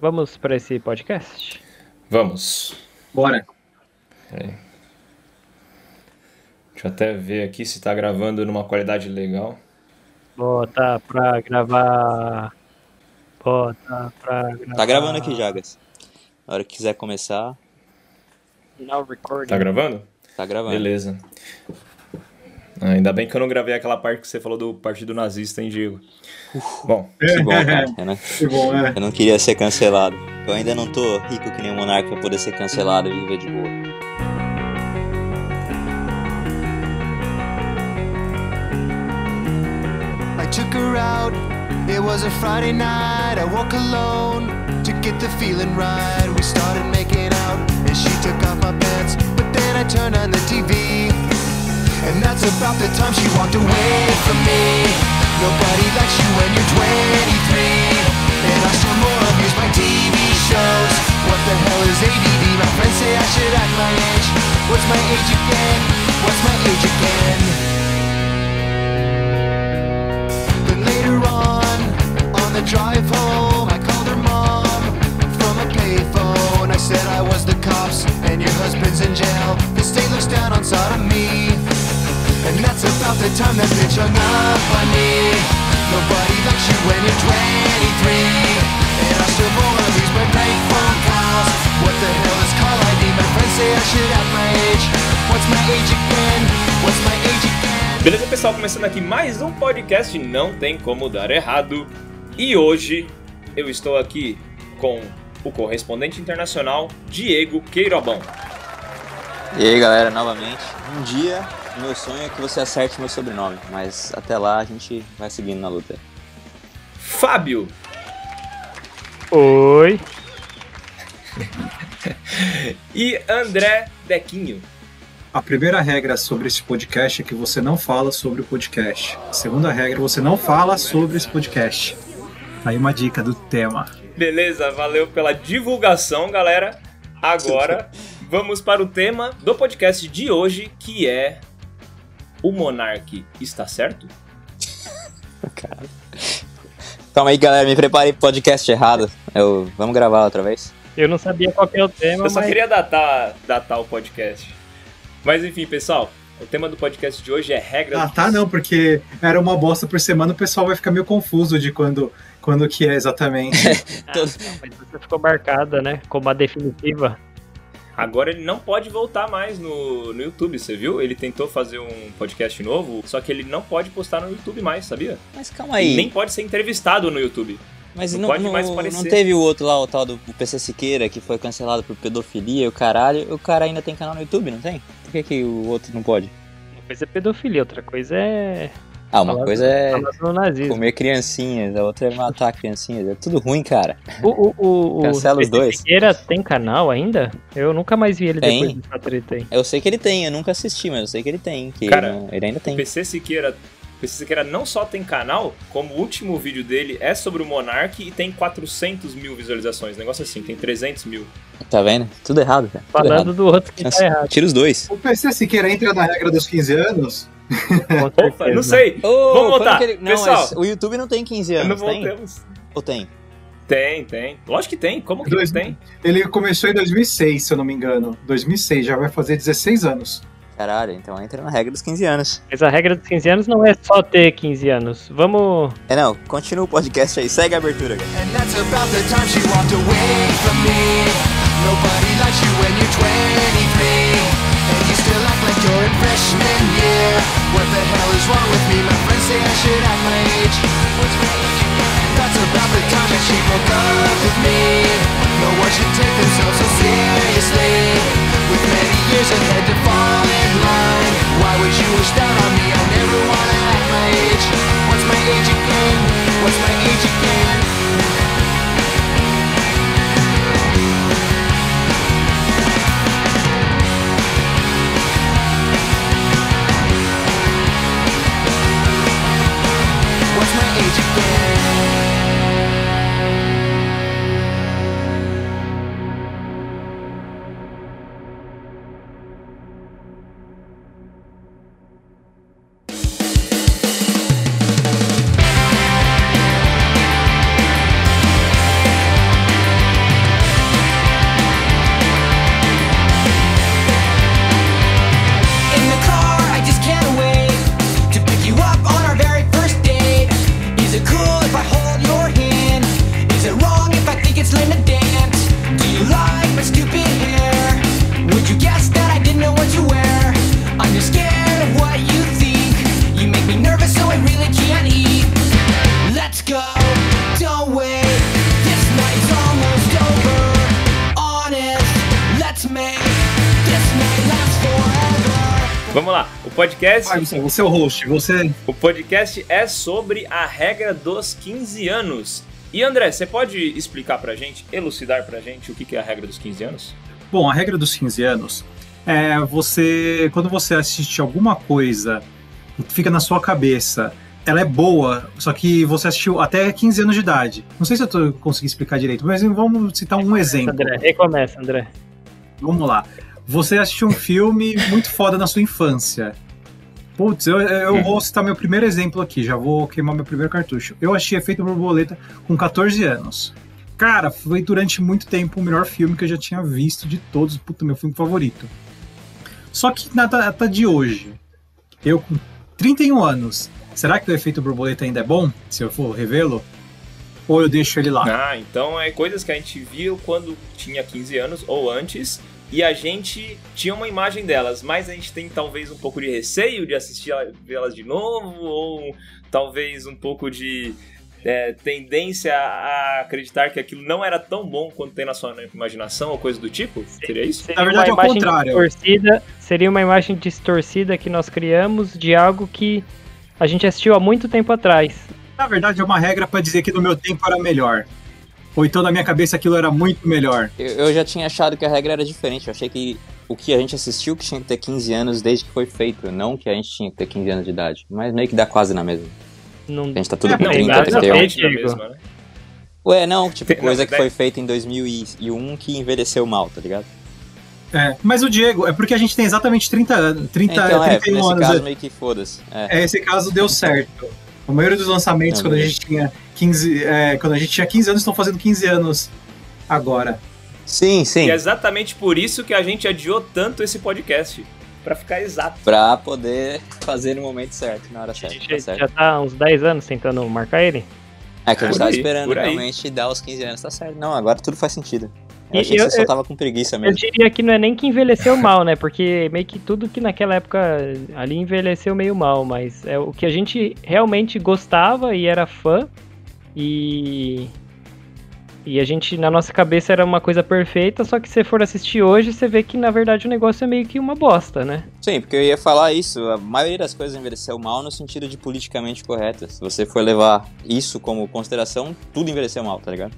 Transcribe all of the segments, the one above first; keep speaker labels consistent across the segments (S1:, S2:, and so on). S1: Vamos para esse podcast?
S2: Vamos.
S3: Bora.
S2: Peraí. Deixa eu até ver aqui se tá gravando numa qualidade legal.
S1: Bota pra gravar. Bota pra gravar.
S4: Tá gravando aqui, Jagas. Na hora que quiser começar,
S1: Now recording.
S2: Tá gravando?
S4: tá gravando.
S2: Beleza. Ah, Ainda bem que eu não gravei aquela parte que você falou do partido nazista, hein, Diego? Bom,
S4: Que bom, cara. Eu não,
S3: Que bom, né?
S4: eu não queria ser cancelado. Eu ainda não tô rico que nem o Monarca pra poder ser cancelado e viver de boa.
S5: I took her out. It was a Friday night. I walk alone to get the feeling right. We started making out, and she took off my pants. But then I turned on the TV, and that's about the time she walked away from me. Nobody likes you when you're 23, and I still more abuse my TV shows. What the hell is ADD? My friends say I should act my age. What's my age again? What's my age again? Then later on, on the drive home, I called her mom from a payphone. I said I was the cops and your husband's in jail. The state looks down on sodomy. And that's about the time that bitch hung up on me. Nobody likes you when you're 23. And I still wanna lose my bank phone calls. What the hell is call ID? My friends say I should have my age. What's my age again? What's my age again?
S2: beleza, pessoal? Começando aqui mais um podcast Não Tem Como Dar Errado. E hoje eu estou aqui com o correspondente internacional, Diego Queirobão.
S4: E aí, galera, novamente. Um dia, meu sonho é que você acerte meu sobrenome, mas até lá a gente vai seguindo na luta.
S2: Fábio.
S1: Oi.
S2: E André Dequinho.
S3: A primeira regra sobre esse podcast é que você não fala sobre o podcast. A segunda regra, você não fala sobre esse podcast. Aí uma dica do tema.
S2: Beleza, valeu pela divulgação, galera. Agora vamos para o tema do podcast de hoje, que é o Monark está certo?
S4: Calma aí, galera, me preparei pro podcast errado. Eu... Vamos gravar outra vez?
S1: Eu não sabia qual que é o tema,
S2: Eu só
S1: mas
S2: queria datar, datar o podcast. Mas enfim, pessoal, o tema do podcast de hoje é regra.
S3: Ah, tá não, porque era uma bosta por semana, o pessoal vai ficar meio confuso de quando, quando que é exatamente.
S1: Ah, não, mas você ficou marcada, né? Como a definitiva.
S2: Agora ele não pode voltar mais no, no YouTube, você viu? Ele tentou fazer um podcast novo, só que ele não pode postar no YouTube mais, sabia?
S4: Mas calma
S2: E
S4: aí.
S2: nem pode ser entrevistado no YouTube.
S4: Mas
S2: Não
S4: não,
S2: pode
S4: não,
S2: mais
S4: não
S2: parecer.
S4: teve o outro lá, o tal do PC Siqueira, que foi cancelado por pedofilia e o caralho. O cara ainda tem canal no YouTube, não tem? Por que, que o outro não pode?
S1: Uma coisa é pedofilia, outra coisa é.
S4: Ah, uma
S1: falar-
S4: coisa é
S1: falar do nazismo.
S4: comer criancinhas, a outra é matar criancinhas. É tudo ruim, cara.
S1: O, o, o, o
S4: Cancela os
S1: Felipe
S4: dois.
S1: Siqueira tem canal ainda? Eu nunca mais vi ele
S4: Tem.
S1: depois dessa treta aí.
S4: Eu sei que ele tem, eu nunca assisti, mas eu sei que ele tem. Que
S2: Cara,
S4: não- ele ainda tem.
S2: PC Siqueira, PC Siqueira não só tem canal, como o último vídeo dele é sobre o Monark e tem 400 mil visualizações. Negócio assim, tem 300 mil.
S4: Tá vendo? Tudo errado, cara. Tudo
S1: Falando
S4: errado.
S1: do outro que tá
S4: Nossa,
S1: errado,
S4: Tira os dois.
S3: o PC Siqueira entra na regra dos 15 anos?
S1: com
S2: Opa,
S1: certeza.
S2: não sei. Vamos
S4: quando
S2: voltar.
S4: que ele- Não,
S2: Pessoal,
S4: mas o YouTube não tem 15
S2: não
S4: anos, tem?
S2: voltamos.
S4: Ou tem?
S2: Tem, tem. Lógico que tem. Como que
S3: Dois-
S2: não tem?
S3: Ele começou em 2006, se eu não me engano. 2006, já vai fazer 16 anos.
S4: Caralho, então entra na regra dos 15 anos.
S1: Mas a regra dos 15 anos não é só ter 15 anos. Vamos.
S4: É, não, continua o podcast aí. Segue a abertura, cara.
S5: And that's about the time she walked away from me. Nobody likes you when you're 23. And you still act like you're in freshman year. What the hell is wrong with me? My friends say I should act my age. What's my age again? That's about the time that she broke up with me. No one should take themselves so seriously. With many years ahead to fall in line. Why would you wish that on me? I never wanna act my age. What's my age again? What's my age again? What's my age again?
S2: Vamos lá. O podcast,
S3: Vai, Gustavo, você é o host, você.
S2: o podcast é sobre a regra dos 15 anos. E André, você pode explicar pra gente, elucidar pra gente o que que é a regra dos 15 anos?
S3: Bom, a regra dos 15 anos é você. Quando você assiste alguma coisa e fica na sua cabeça, ela é boa, só que você assistiu até 15 anos de idade. Não sei se eu tô, consegui explicar direito, mas vamos citar um exemplo.
S1: André, recomeça, André.
S3: Vamos lá. Você assistiu um filme muito foda na sua infância. Putz, eu, eu vou citar meu primeiro exemplo aqui, já vou queimar meu primeiro cartucho. Eu achei Efeito Borboleta com 14 anos. Cara, foi durante muito tempo o melhor filme que eu já tinha visto de todos. Puta, meu filme favorito. Só que na data de hoje, eu com 31 anos, será que o Efeito Borboleta ainda é bom? Se eu for revê-lo? Ou eu deixo ele lá?
S2: Ah, então é coisas que a gente viu quando tinha 15 anos ou antes e a gente tinha uma imagem delas, mas a gente tem talvez um pouco de receio de assistir ela- elas de novo ou talvez um pouco de é, tendência a acreditar que aquilo não era tão bom quanto tem na sua imaginação ou coisa do tipo? Seria isso?
S1: Seria
S3: Na verdade,
S1: uma
S3: é o
S1: imagem
S3: contrário.
S1: Distorcida, seria uma imagem distorcida que nós criamos de algo que a gente assistiu há muito tempo atrás.
S3: Na verdade, é uma regra pra dizer que no meu tempo era melhor. Ou então na minha cabeça aquilo era muito melhor.
S4: Eu, eu já tinha achado que a regra era diferente. Eu achei que o que a gente assistiu que tinha que ter 15 anos desde que foi feito, não que a gente tinha que ter 15 anos de idade. Mas meio que dá quase na mesma.
S1: Não
S4: A gente tá tudo
S3: É,
S4: com
S3: não,
S4: 30,
S1: nada a
S4: 31.
S1: ver.
S2: Exatamente, na mesma, né?
S4: Ué, não, tipo,
S2: Não,
S4: coisa que
S2: deve-
S4: foi feita em 2001 que envelheceu mal, tá ligado?
S3: É. Mas o Diego, é porque a gente tem exatamente 30 anos, 30,
S4: Então, é,
S3: 31
S4: nesse
S3: anos.
S4: caso, meio que foda-se. É.
S3: É, esse caso deu certo. A maioria dos lançamentos,
S4: Não,
S3: quando a
S4: beleza.
S3: gente tinha 15. é, quando a gente tinha 15 anos, estão fazendo 15 anos agora.
S4: Sim, sim.
S2: E é exatamente por isso que a gente adiou tanto esse podcast. Pra ficar exato.
S4: Pra poder fazer no momento certo, na hora
S1: a
S4: certa.
S1: gente
S4: Tá
S1: já,
S4: certo.
S1: tá há uns 10 anos tentando marcar ele.
S4: É que a gente
S2: Por
S4: tava
S2: aí,
S4: esperando
S2: por aí.
S4: realmente dar os 15 anos, tá certo. Não, agora tudo faz sentido. Eu
S1: E
S4: achei
S1: eu-
S4: que você
S1: eu-
S4: só tava com preguiça
S1: Eu
S4: mesmo.
S1: diria que não é nem que envelheceu mal, né? Porque meio que tudo que naquela época ali envelheceu meio mal, mas é o que a gente realmente gostava e era fã e e a gente na nossa cabeça era uma coisa perfeita, só que se você for assistir hoje, você vê que na verdade o negócio é meio que uma bosta, né?
S4: Sim, porque eu ia falar isso. A maioria das coisas envelheceu mal no sentido de politicamente correta. Se você for levar isso como consideração, tudo envelheceu mal, tá ligado?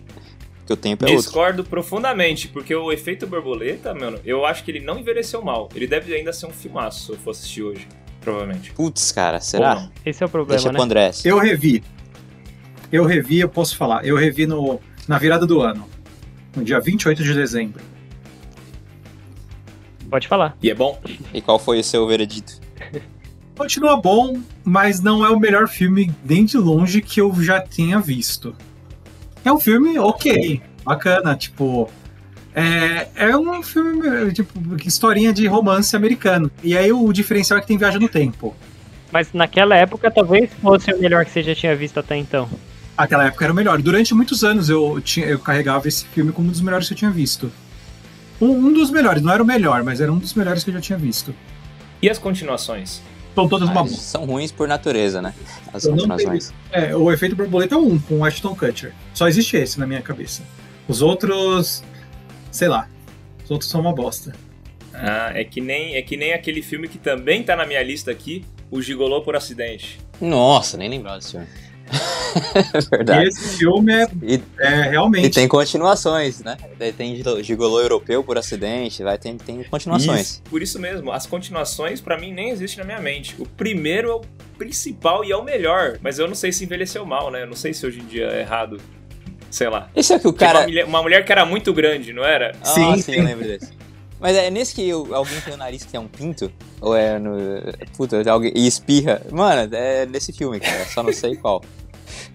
S4: Porque o tempo é outro.
S2: Discordo profundamente, porque o efeito borboleta, mano, eu acho que ele não envelheceu mal. Ele deve ainda ser um filmaço se eu for assistir hoje, provavelmente.
S4: Putz, cara, será?
S2: Ou não.
S1: Esse é o problema,
S4: Deixa
S1: né?
S4: pro André.
S3: Eu revi. Eu revi, eu posso falar. Eu revi no, na virada do ano. No dia 28 de dezembro.
S1: Pode falar.
S2: E é bom.
S4: E qual foi o seu veredito?
S3: Continua bom, mas não é o melhor filme nem de longe que eu já tenha visto. É um filme ok, bacana, tipo. É, é um filme, tipo, que historinha de romance americano. E aí o diferencial é que tem viagem no tempo.
S1: Mas naquela época talvez fosse o melhor que você já tinha visto até então.
S3: Aquela época era o melhor. Durante muitos anos eu, tinha, eu carregava esse filme como um dos melhores que eu tinha visto. Um, um dos melhores, não era o melhor, mas era um dos melhores que eu já tinha visto.
S2: E as continuações?
S3: São todas uma
S4: Ah,
S3: boa.
S4: são ruins por natureza, né? As
S3: Eu não
S4: continuações.
S3: É, o efeito borboleta é um com o Ashton Kutcher. Só existe esse na minha cabeça. Os outros. Sei lá. Os outros são uma bosta.
S2: Ah, é que nem é que nem aquele filme que também tá na minha lista aqui, O Gigolô por Acidente.
S4: Nossa, nem lembrava desse filme. é verdade.
S3: E esse filme é,
S4: E,
S3: é
S4: e
S3: realmente.
S4: tem continuações, né? Daí tem gigolô europeu por acidente, vai, tem, tem continuações.
S2: Isso, por isso mesmo, as continuações pra mim nem existem na minha mente. O primeiro é o principal e é o melhor, mas eu não sei se envelheceu mal, né? Eu não sei se hoje em dia é errado. Sei lá.
S4: Esse é o que o
S2: Tinha
S4: cara.
S2: uma, mulher, uma mulher que era muito grande, não era?
S4: Ah,
S3: Sim,
S4: sim,
S3: sim.
S4: eu lembro desse. Mas é nesse que o- alguém tem o nariz que é um pinto? Ou é no. Puta, é alguém. E espirra. Mano, é nesse filme, cara. Só não sei qual.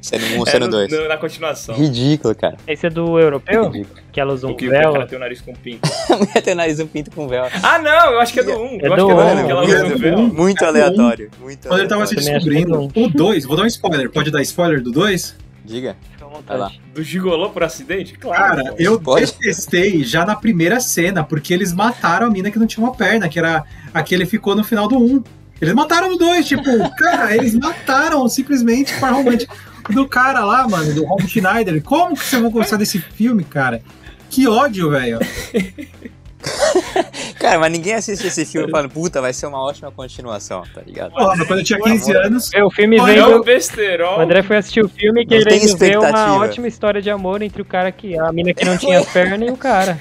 S4: Se é no 1 ou se é
S2: É
S4: no
S2: no-
S4: 2.
S2: no- na continuação.
S4: Ridículo, cara.
S1: Esse é do europeu,
S4: Ridículo.
S1: que ela usa
S2: O
S1: um
S2: que o cara
S1: véu.
S2: tem o nariz com pinto.
S4: A mulher tem o nariz um pinto com véu.
S2: Ah, não, eu acho que é do 1.
S1: É
S2: Um. eu
S1: do
S2: acho que é do
S1: um,
S2: um, que ela usa
S3: é
S2: um
S3: do
S2: véu.
S3: um.
S4: Muito
S3: É
S4: aleatório. Muito
S3: Quando ele tava se
S4: aleatório.
S1: Também acho
S3: descobrindo.
S1: que é
S3: O 2, vou dar um spoiler. Pode dar spoiler do 2?
S4: Diga.
S1: Fica à
S4: Vai lá.
S1: vontade.
S2: Do gigolô por acidente? Claro.
S3: Cara, eu
S4: Pode.
S3: detestei já na primeira cena, porque eles mataram a mina que não tinha uma perna, que era a que ele ficou no final do 1. Um. Eles mataram o 2, tipo, cara, eles mataram simplesmente o par romântico do cara lá, mano, do Rob Schneider. Como que você vai gostar desse filme, cara? Que ódio, velho.
S4: Cara, mas ninguém assiste esse filme falando, puta, vai ser uma ótima continuação, tá ligado?
S2: Ah.
S3: Mano, quando eu tinha 15 anos,
S1: O filme
S3: Olha,
S2: É
S1: veio.
S2: um
S1: O
S2: besterol.
S1: André foi assistir o filme
S4: Não tem
S1: querendo ver uma
S4: expectativa.
S1: ótima história de amor entre o cara que. A mina que não tinha perna e o cara.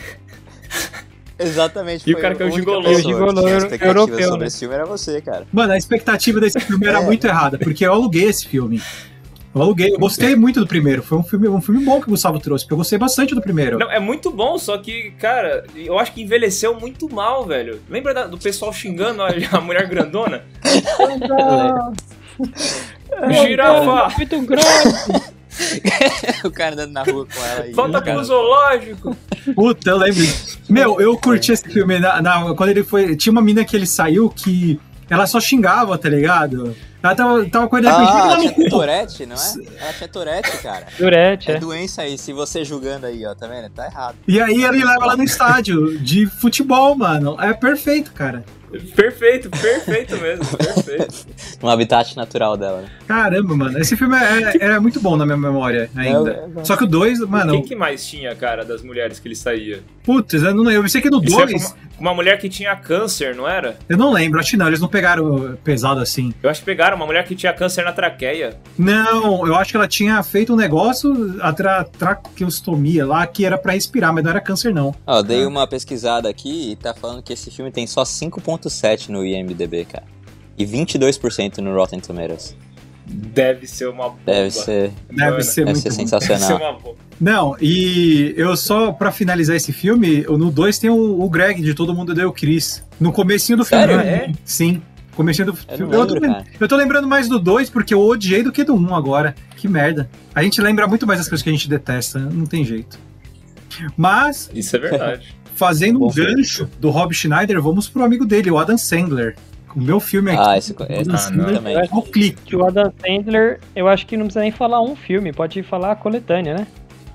S4: Exatamente.
S2: E o
S4: foi
S2: cara que é o
S4: a única
S2: gigolô.
S1: E
S4: pessoa
S1: o gigolô
S4: que tinha
S1: euro-
S4: expectativa
S1: europeu,
S4: sobre
S1: né?
S4: esse filme era você, cara.
S3: mano, a expectativa desse filme era
S4: É.
S3: muito errada, porque eu aluguei esse filme. Eu aluguei, eu gostei muito do primeiro. Foi um filme, um filme bom que o Gustavo trouxe, porque eu gostei bastante do primeiro.
S2: Não, é muito bom, só que, cara, eu acho que envelheceu muito mal, velho. Lembra da- do pessoal xingando a, a mulher grandona? Ah. Girafa!
S1: Muito grosso!
S4: o cara andando na rua com ela e.
S2: Volta
S4: cara,
S2: pro zoológico!
S3: Puta, eu lembro. Meu, eu curti esse filme. Na, na- quando ele foi. Tinha uma mina que ele saiu que ela só xingava, tá ligado? Ela tava, tava com ele ah,
S4: Ah, ela
S3: ela no
S4: tinha
S3: cu.
S4: Tourette, não é? Ela tinha Tourette, cara.
S1: Durete,
S4: É
S1: é.
S4: doença aí, se você julgando aí, ó, tá vendo? Tá errado.
S3: E aí ele leva ela no estádio de futebol, mano. É perfeito, cara.
S2: Perfeito, perfeito mesmo, perfeito.
S4: Um habitat natural dela, né?
S3: Caramba, mano. Esse filme é, é muito bom na minha memória ainda.
S4: É, é, é.
S3: Só que o 2, mano.
S2: Quem que é? mais tinha, cara, das mulheres que ele saía?
S3: Putz, eu, não, eu pensei que no
S2: Ele saía com
S3: 2.
S2: uma, uma mulher que tinha câncer, não era?
S3: Eu não lembro, acho que não. Eles não pegaram pesado assim.
S2: Eu acho que pegaram uma mulher que tinha câncer na traqueia.
S3: Não, eu acho que ela tinha feito um negócio, a tra traqueostomia lá, que era pra respirar, mas não era câncer, não.
S4: Ó, dei uma pesquisada aqui e tá falando que esse filme tem só 5.7 no IMDB, cara. E 22% no Rotten Tomatoes.
S2: Deve ser uma bomba.
S4: Deve ser,
S3: Deve
S2: Mano,
S4: deve
S3: ser
S4: ser
S3: é muito bom.
S2: Deve ser
S4: sensacional.
S2: é uma bomba.
S3: Não, e eu só, pra finalizar esse filme, eu- no 2 tem o, o Greg de Todo Mundo Deu Chris. No comecinho do filme.
S4: Sério?
S2: É?
S3: né? Sim. Comecinho do
S4: Eu
S3: filme.
S4: não
S3: tô,
S4: lembro,
S3: lem-
S4: cara.
S3: eu tô lembrando mais do 2 porque eu odiei do que do 1 um agora. Que merda. A gente lembra muito mais das coisas que a gente detesta, não tem jeito. Mas,
S2: Isso é verdade.
S3: fazendo um
S4: É Bom filme.
S3: gancho do Rob Schneider, vamos pro amigo dele, o Adam Sandler. O meu filme aqui.
S4: Ah, esse, tá esse
S3: Adam
S2: ah,
S3: Sandler
S4: também.
S3: é o clique.
S1: Que o Adam Sandler, eu acho que não precisa nem falar um filme, pode falar a coletânea, né?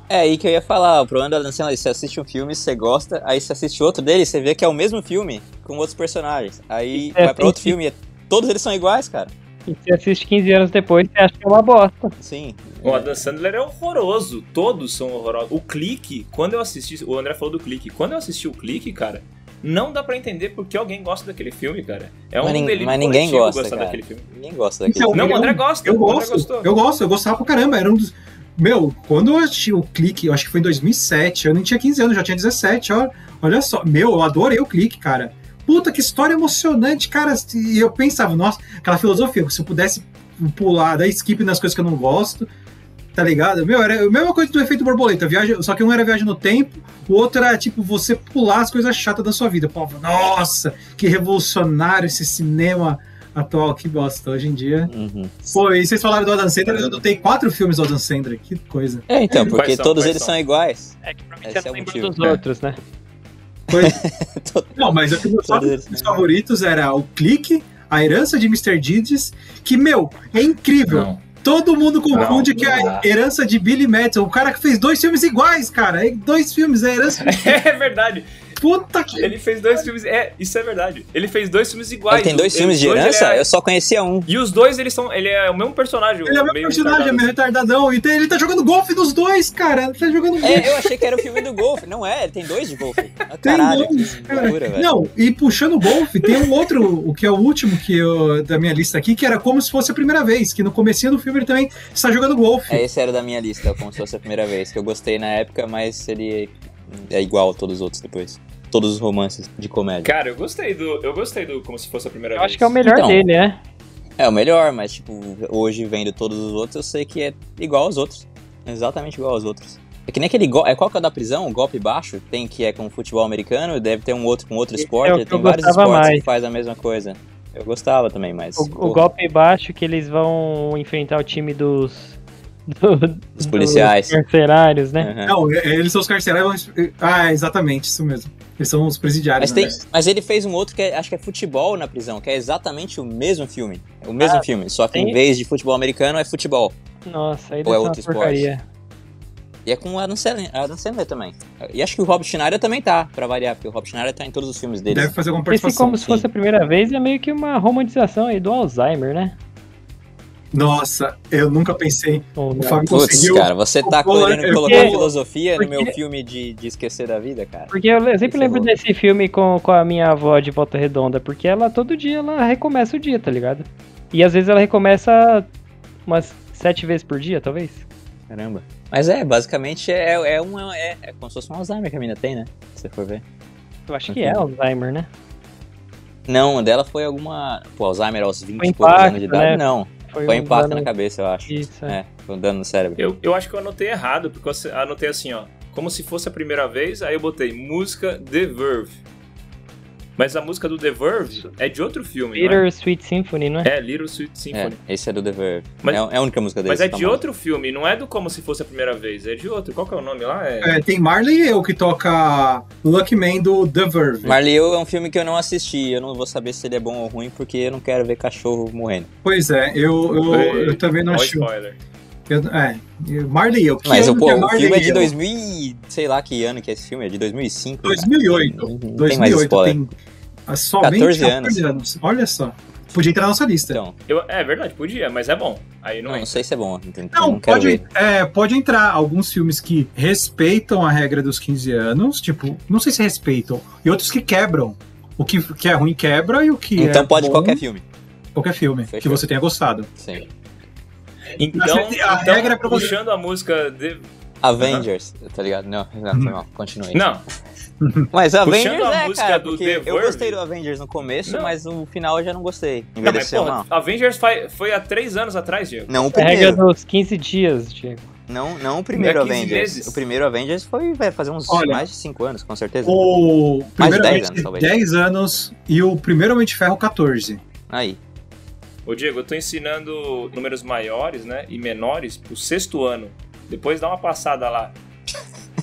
S4: É aí que eu ia falar, o problema da Adam Sandler, você assiste um filme, você gosta, aí você assiste outro dele, você vê que é o mesmo filme com outros personagens. Aí
S1: É,
S4: vai pra
S1: tem
S4: outro
S1: que-
S4: filme e é- todos eles são iguais, cara.
S1: E você assiste 15 anos depois, você acha que é uma bosta.
S4: Sim.
S2: O Adam Sandler é horroroso. Todos são horrorosos. O clique, quando eu assisti. O André falou do clique. Quando eu assisti o clique, cara, não dá pra entender porque alguém gosta daquele filme, cara. É um
S4: Mas nin-
S2: delírio
S4: mas ninguém
S2: coletivo
S4: gosta,
S2: gostar
S4: cara.
S2: daquele filme.
S4: Ninguém gosta daquele.
S3: Então,
S2: Não, o
S3: eu-
S2: André gosta.
S3: Eu
S2: o André
S3: gosto,
S2: gostou.
S3: eu gosto, eu gostava pra caramba. Era um dos. Meu, quando eu assisti o clique, eu acho que foi em 2007, eu nem tinha 15 anos, eu já tinha 17, ó. Olha só, meu, eu adorei o clique, cara. Puta, que história emocionante, cara. E eu pensava, nossa, aquela filosofia, se eu pudesse pular, dar skip nas coisas que eu não gosto, tá ligado? Meu, era a mesma coisa do efeito borboleta, viagem, só que um era viagem no tempo, o outro era, tipo, você pular as coisas chatas da sua vida. Pô, nossa, que revolucionário esse cinema atual, que bosta, hoje em dia.
S4: Uhum.
S3: Pô, e vocês falaram do Adam Sandler, eu anotei quatro filmes do Adam Sandler, que coisa.
S4: É, então, porque
S2: Quais são,
S4: todos
S2: quais
S4: eles
S2: são?
S4: são iguais.
S1: É que pra mim
S4: Esse
S1: você
S4: é
S1: não
S4: o
S1: lembra
S4: motivo,
S1: dos
S4: é.
S1: outros, né?
S3: Não, mas eu tenho
S4: Todos eles
S3: meus
S4: são
S3: favoritos era o Clique, A Herança de Mr. Deeds, que, meu, é incrível.
S2: Não.
S3: Todo mundo confunde
S2: Não,
S3: que é
S2: não.
S3: a herança de Billy Madison, o cara que fez dois filmes iguais, cara. É Dois filmes, é a herança.
S2: É verdade.
S3: Puta que.
S2: Ele fez dois filmes. É, isso é verdade. Ele fez dois filmes iguais.
S4: Ele tem dois
S2: Os-
S4: filmes de
S2: dois ele
S4: herança?
S2: é-
S4: Eu só conhecia um.
S2: E os dois, eles são. Ele é o mesmo personagem.
S3: Ele é meu
S2: meio
S3: personagem, é
S2: retardado.
S3: meio retardadão. E tem- ele tá jogando golfe nos dois, cara. Ele tá jogando golfe.
S4: É, eu achei que era o filme do golfe. Não é, ele tem dois de golfe. Ah,
S3: Tem
S4: Caralho,
S3: dois,
S4: que
S3: cara.
S4: loucura, velho.
S3: Não, e puxando o golfe, tem um outro, o que é o último que eu- da minha lista aqui, que era como se fosse a primeira vez, que no comecinho do filme ele também está jogando golfe.
S4: É, esse era da minha lista, como se fosse a primeira vez, que eu gostei na época, mas ele é igual a todos os outros depois. Todos os romances de comédia.
S2: Cara, eu gostei do. Eu gostei do como se fosse a primeira
S1: Eu
S2: vez.
S1: acho que é o melhor
S4: Então.
S1: dele, né?
S4: É o melhor, mas tipo, hoje vendo todos os outros, eu sei que é igual aos outros. Exatamente igual aos outros. É que nem aquele golpe. É qual que é o da prisão? O golpe baixo? Tem que é com futebol americano, deve ter um outro com outro
S1: Esse
S4: esporte,
S1: é o que eu
S4: tem vários
S1: gostava
S4: esportes que
S1: mais.
S4: faz a mesma coisa. Eu gostava também, mas.
S1: O, o
S4: porra,
S1: golpe é baixo que eles vão enfrentar o time dos. do-
S4: Dos policiais.
S1: Dos mercenários, né?
S4: Aham.
S3: Não, é- eles são os carcerários. Ah, exatamente, isso mesmo. Eles são os presidiários.
S4: Mas, tem,
S3: né?
S4: mas ele fez um outro que é- acho que é futebol na prisão, que é exatamente o mesmo filme. É O
S3: Ah,
S4: mesmo filme, só que em
S1: tem-
S4: vez de futebol americano é futebol.
S1: Nossa, aí deve
S4: Ou é
S1: ser uma
S4: outro esporte?
S1: porcaria.
S4: E é com o Adam Sandler, Adam Sandler também. E acho que o Rob Schneider também tá, pra variar, porque o Rob Schneider tá em todos os filmes dele.
S3: né? Deve fazer alguma
S1: Esse
S3: participação.
S1: como se fosse a primeira vez é meio que uma romantização aí do Alzheimer, né?
S3: Nossa, eu nunca pensei.
S1: Ou
S3: O
S1: não. né?
S3: Fábio
S4: Putz,
S3: conseguiu.
S4: cara, você tá
S3: Colocou-
S4: querendo
S3: eu-
S4: colocar
S1: Porque-
S4: filosofia no meu
S1: porque-
S4: filme de, de esquecer da vida, cara.
S1: Porque eu, eu sempre
S4: Por
S1: lembro
S4: favor.
S1: desse filme com, com a minha avó de Volta Redonda, porque ela todo dia ela recomeça o dia, tá ligado? E às vezes ela recomeça umas sete vezes por dia, talvez.
S4: Caramba. Mas é, basicamente é, é, uma, é, é como se fosse um Alzheimer que a menina tem, né? Se você for ver.
S1: Eu acho que é
S4: Uhum.
S1: Alzheimer, né?
S4: Não, o dela foi alguma. Pô, Alzheimer aos 20
S1: Foi
S4: e poucos anos
S1: impacto,
S4: de idade?
S1: né?
S4: Não. Foi,
S1: um
S4: impacto
S1: dano-
S4: na cabeça, eu acho.
S1: Isso, é.
S4: É, foi um dano no cérebro.
S2: Eu, eu acho que eu anotei errado, porque eu se- anotei assim, ó. Como se fosse a primeira vez, aí eu botei música The Verve. Mas a música do The Verve é de outro filme,
S4: um
S1: Bitter Sweet Symphony, não é?
S2: não é? É, Little Sweet Symphony.
S4: É, esse é do The Verve.
S2: Mas-
S4: é, é a única música dele.
S2: Mas é de outro filme, não é do Como Se Fosse a Primeira Vez, é de outro. Qual que é o nome lá? É...
S3: É, tem Marley e eu que toca Lucky Man do The Verve.
S4: Marleu é um filme que eu não assisti. Eu não vou saber se ele é bom ou ruim, porque eu não quero ver cachorro morrendo.
S3: Pois é, eu, eu, eu também não
S2: Ó,
S3: achei.
S2: um spoiler.
S3: Eu, é, eu- Marley e eu. Que
S4: Mas
S3: ano
S4: pô,
S3: que
S4: o
S3: Marley
S4: filme é
S3: e
S4: de
S3: eu?
S4: 2000 e- sei lá que ano que é esse filme, é de 2005. cara.
S3: 2008.
S4: Não- Uhum. não tem mais
S3: 2008
S4: spoiler.
S3: tem, ah, somente
S4: 14
S3: 14 anos. Olha só. Podia entrar na nossa lista.
S4: Então,
S2: Eu- é verdade, podia, mas é bom. Aí não,
S4: não,
S2: é.
S4: não sei se é bom, então
S3: Não,
S4: não quero
S3: pode,
S4: ver.
S3: é, pode entrar alguns filmes que respeitam a regra dos 15 anos, tipo, não sei se respeitam, e outros que quebram. O que, que é ruim quebra e o que
S4: Então
S3: é
S4: pode
S3: bom,
S4: qualquer filme.
S3: qualquer filme que
S4: Fechou.
S3: você tenha gostado.
S4: Sim.
S2: Então,
S3: a
S2: então,
S3: regra é pra você.
S2: puxando a música The...
S4: Avengers, tá ligado? Não, não, foi mal, continue.
S2: Não,
S4: Mas Avengers
S2: a
S4: é,
S2: música
S4: cara,
S2: do
S4: porque
S2: The
S4: eu
S2: Verve.
S4: gostei do Avengers no começo,
S2: Não.
S4: mas no final eu já não gostei.
S2: não mas
S4: Envelheceu
S2: porra,
S4: mal.
S2: Avengers fa- foi há três anos atrás, Diego.
S4: Não o
S1: A regra
S4: primeiro,
S1: dos 15 dias, Diego.
S4: não, não o primeiro
S2: Não é 15
S4: Avengers.
S2: meses.
S4: O primeiro Avengers foi, vai fazer uns
S3: Olha.
S4: mais de 5 anos, com certeza.
S3: O
S4: Mais de
S3: primeiro
S4: 10
S3: 10
S4: anos, talvez.
S3: 10 anos e o primeiro Homem de Ferro 14.
S4: Aí,
S2: Ô Diego, eu tô ensinando números maiores, né, e menores pro sexto ano. Depois dá uma passada lá.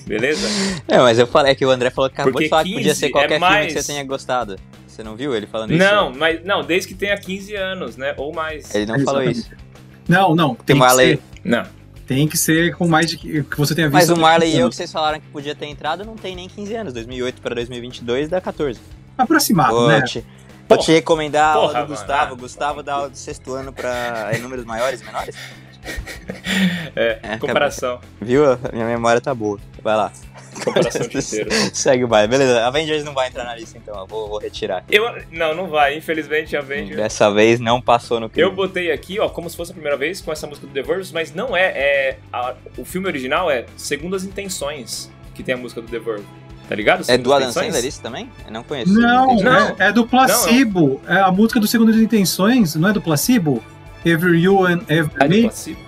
S2: Beleza?
S4: É, mas eu falei é que o André falou que acabou
S2: Porque
S4: de falar que podia
S2: 15
S4: ser qualquer
S2: é mais-
S4: filme que você tenha gostado. Você não viu ele falando isso?
S2: não, mas não, desde que tenha 15 anos, né, ou mais.
S4: Ele não falou
S3: Exatamente.
S4: isso.
S3: Não, não. Tem, que,
S4: uma lei.
S3: Ser,
S2: Não.
S3: tem que ser com mais de que que você tenha visto.
S4: Mas um o Marley e eu que
S3: anos.
S4: vocês falaram que podia ter entrado não tem nem 15 anos. 2008 pra 2022 dá 14.
S3: Aproximado,
S4: Vou
S3: né?
S4: te, vou te recomendar a aula
S2: Porra,
S4: do
S2: mano,
S4: Gustavo.
S2: ah.
S4: Gustavo dá aula do sexto ano pra é, números maiores, menores.
S2: É,
S4: É,
S2: comparação.
S4: Viu? Minha memória tá boa. Vai lá.
S2: Comparação de inteiro.
S4: Segue o baile. Beleza, Avengers não vai entrar na lista então. Eu vou, vou retirar.
S2: Eu, não, não vai, infelizmente Avengers.
S4: Dessa vez não passou no
S2: Eu
S4: crime.
S2: botei aqui, ó, como se fosse a primeira vez com essa música do The Verve, mas não é. é a- o filme original é Segundo as Intenções, que tem a música do The Verve. Tá ligado?
S4: É
S2: Segundo
S4: do
S2: as
S4: Adam
S2: Intenções?
S4: Sandler isso também? Eu não conheço.
S3: Não,
S4: entendi.
S2: Não.
S3: É, é do placebo. É a música do Segundo de Intenções, não é do placebo? Every You and
S2: Ah,
S4: é
S3: Every
S2: de
S3: Me.
S2: Placebo?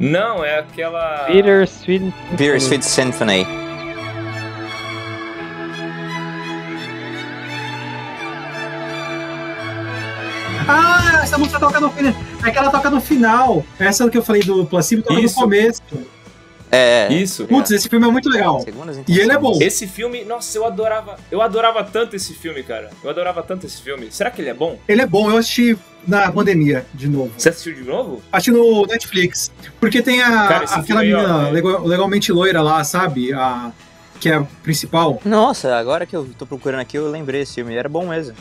S2: Não, é aquela.
S4: Ah.
S1: Bitter Sweet
S4: Beer Sweet Symphony.
S3: Ah, essa música toca no final. É que ela toca no final. Essa que eu falei do placebo toca
S2: Isso.
S3: no começo.
S4: É.
S2: Isso.
S3: Putz, esse filme é muito legal.
S4: Segundas
S3: E ele é bom.
S2: Esse filme, nossa, eu adorava. Eu adorava tanto esse filme, cara. Eu adorava tanto esse filme. Será que ele é bom?
S3: Ele é bom, eu assisti na pandemia de novo.
S2: Você assistiu de novo?
S3: Assisti no Netflix. Porque tem a,
S2: Cara, esse
S3: aquela
S2: filme aí, ó,
S3: menina
S2: é-
S3: legal- legalmente loira lá, sabe? A, que é a principal.
S4: Nossa, agora que eu tô procurando aqui, eu lembrei esse filme. Era bom mesmo.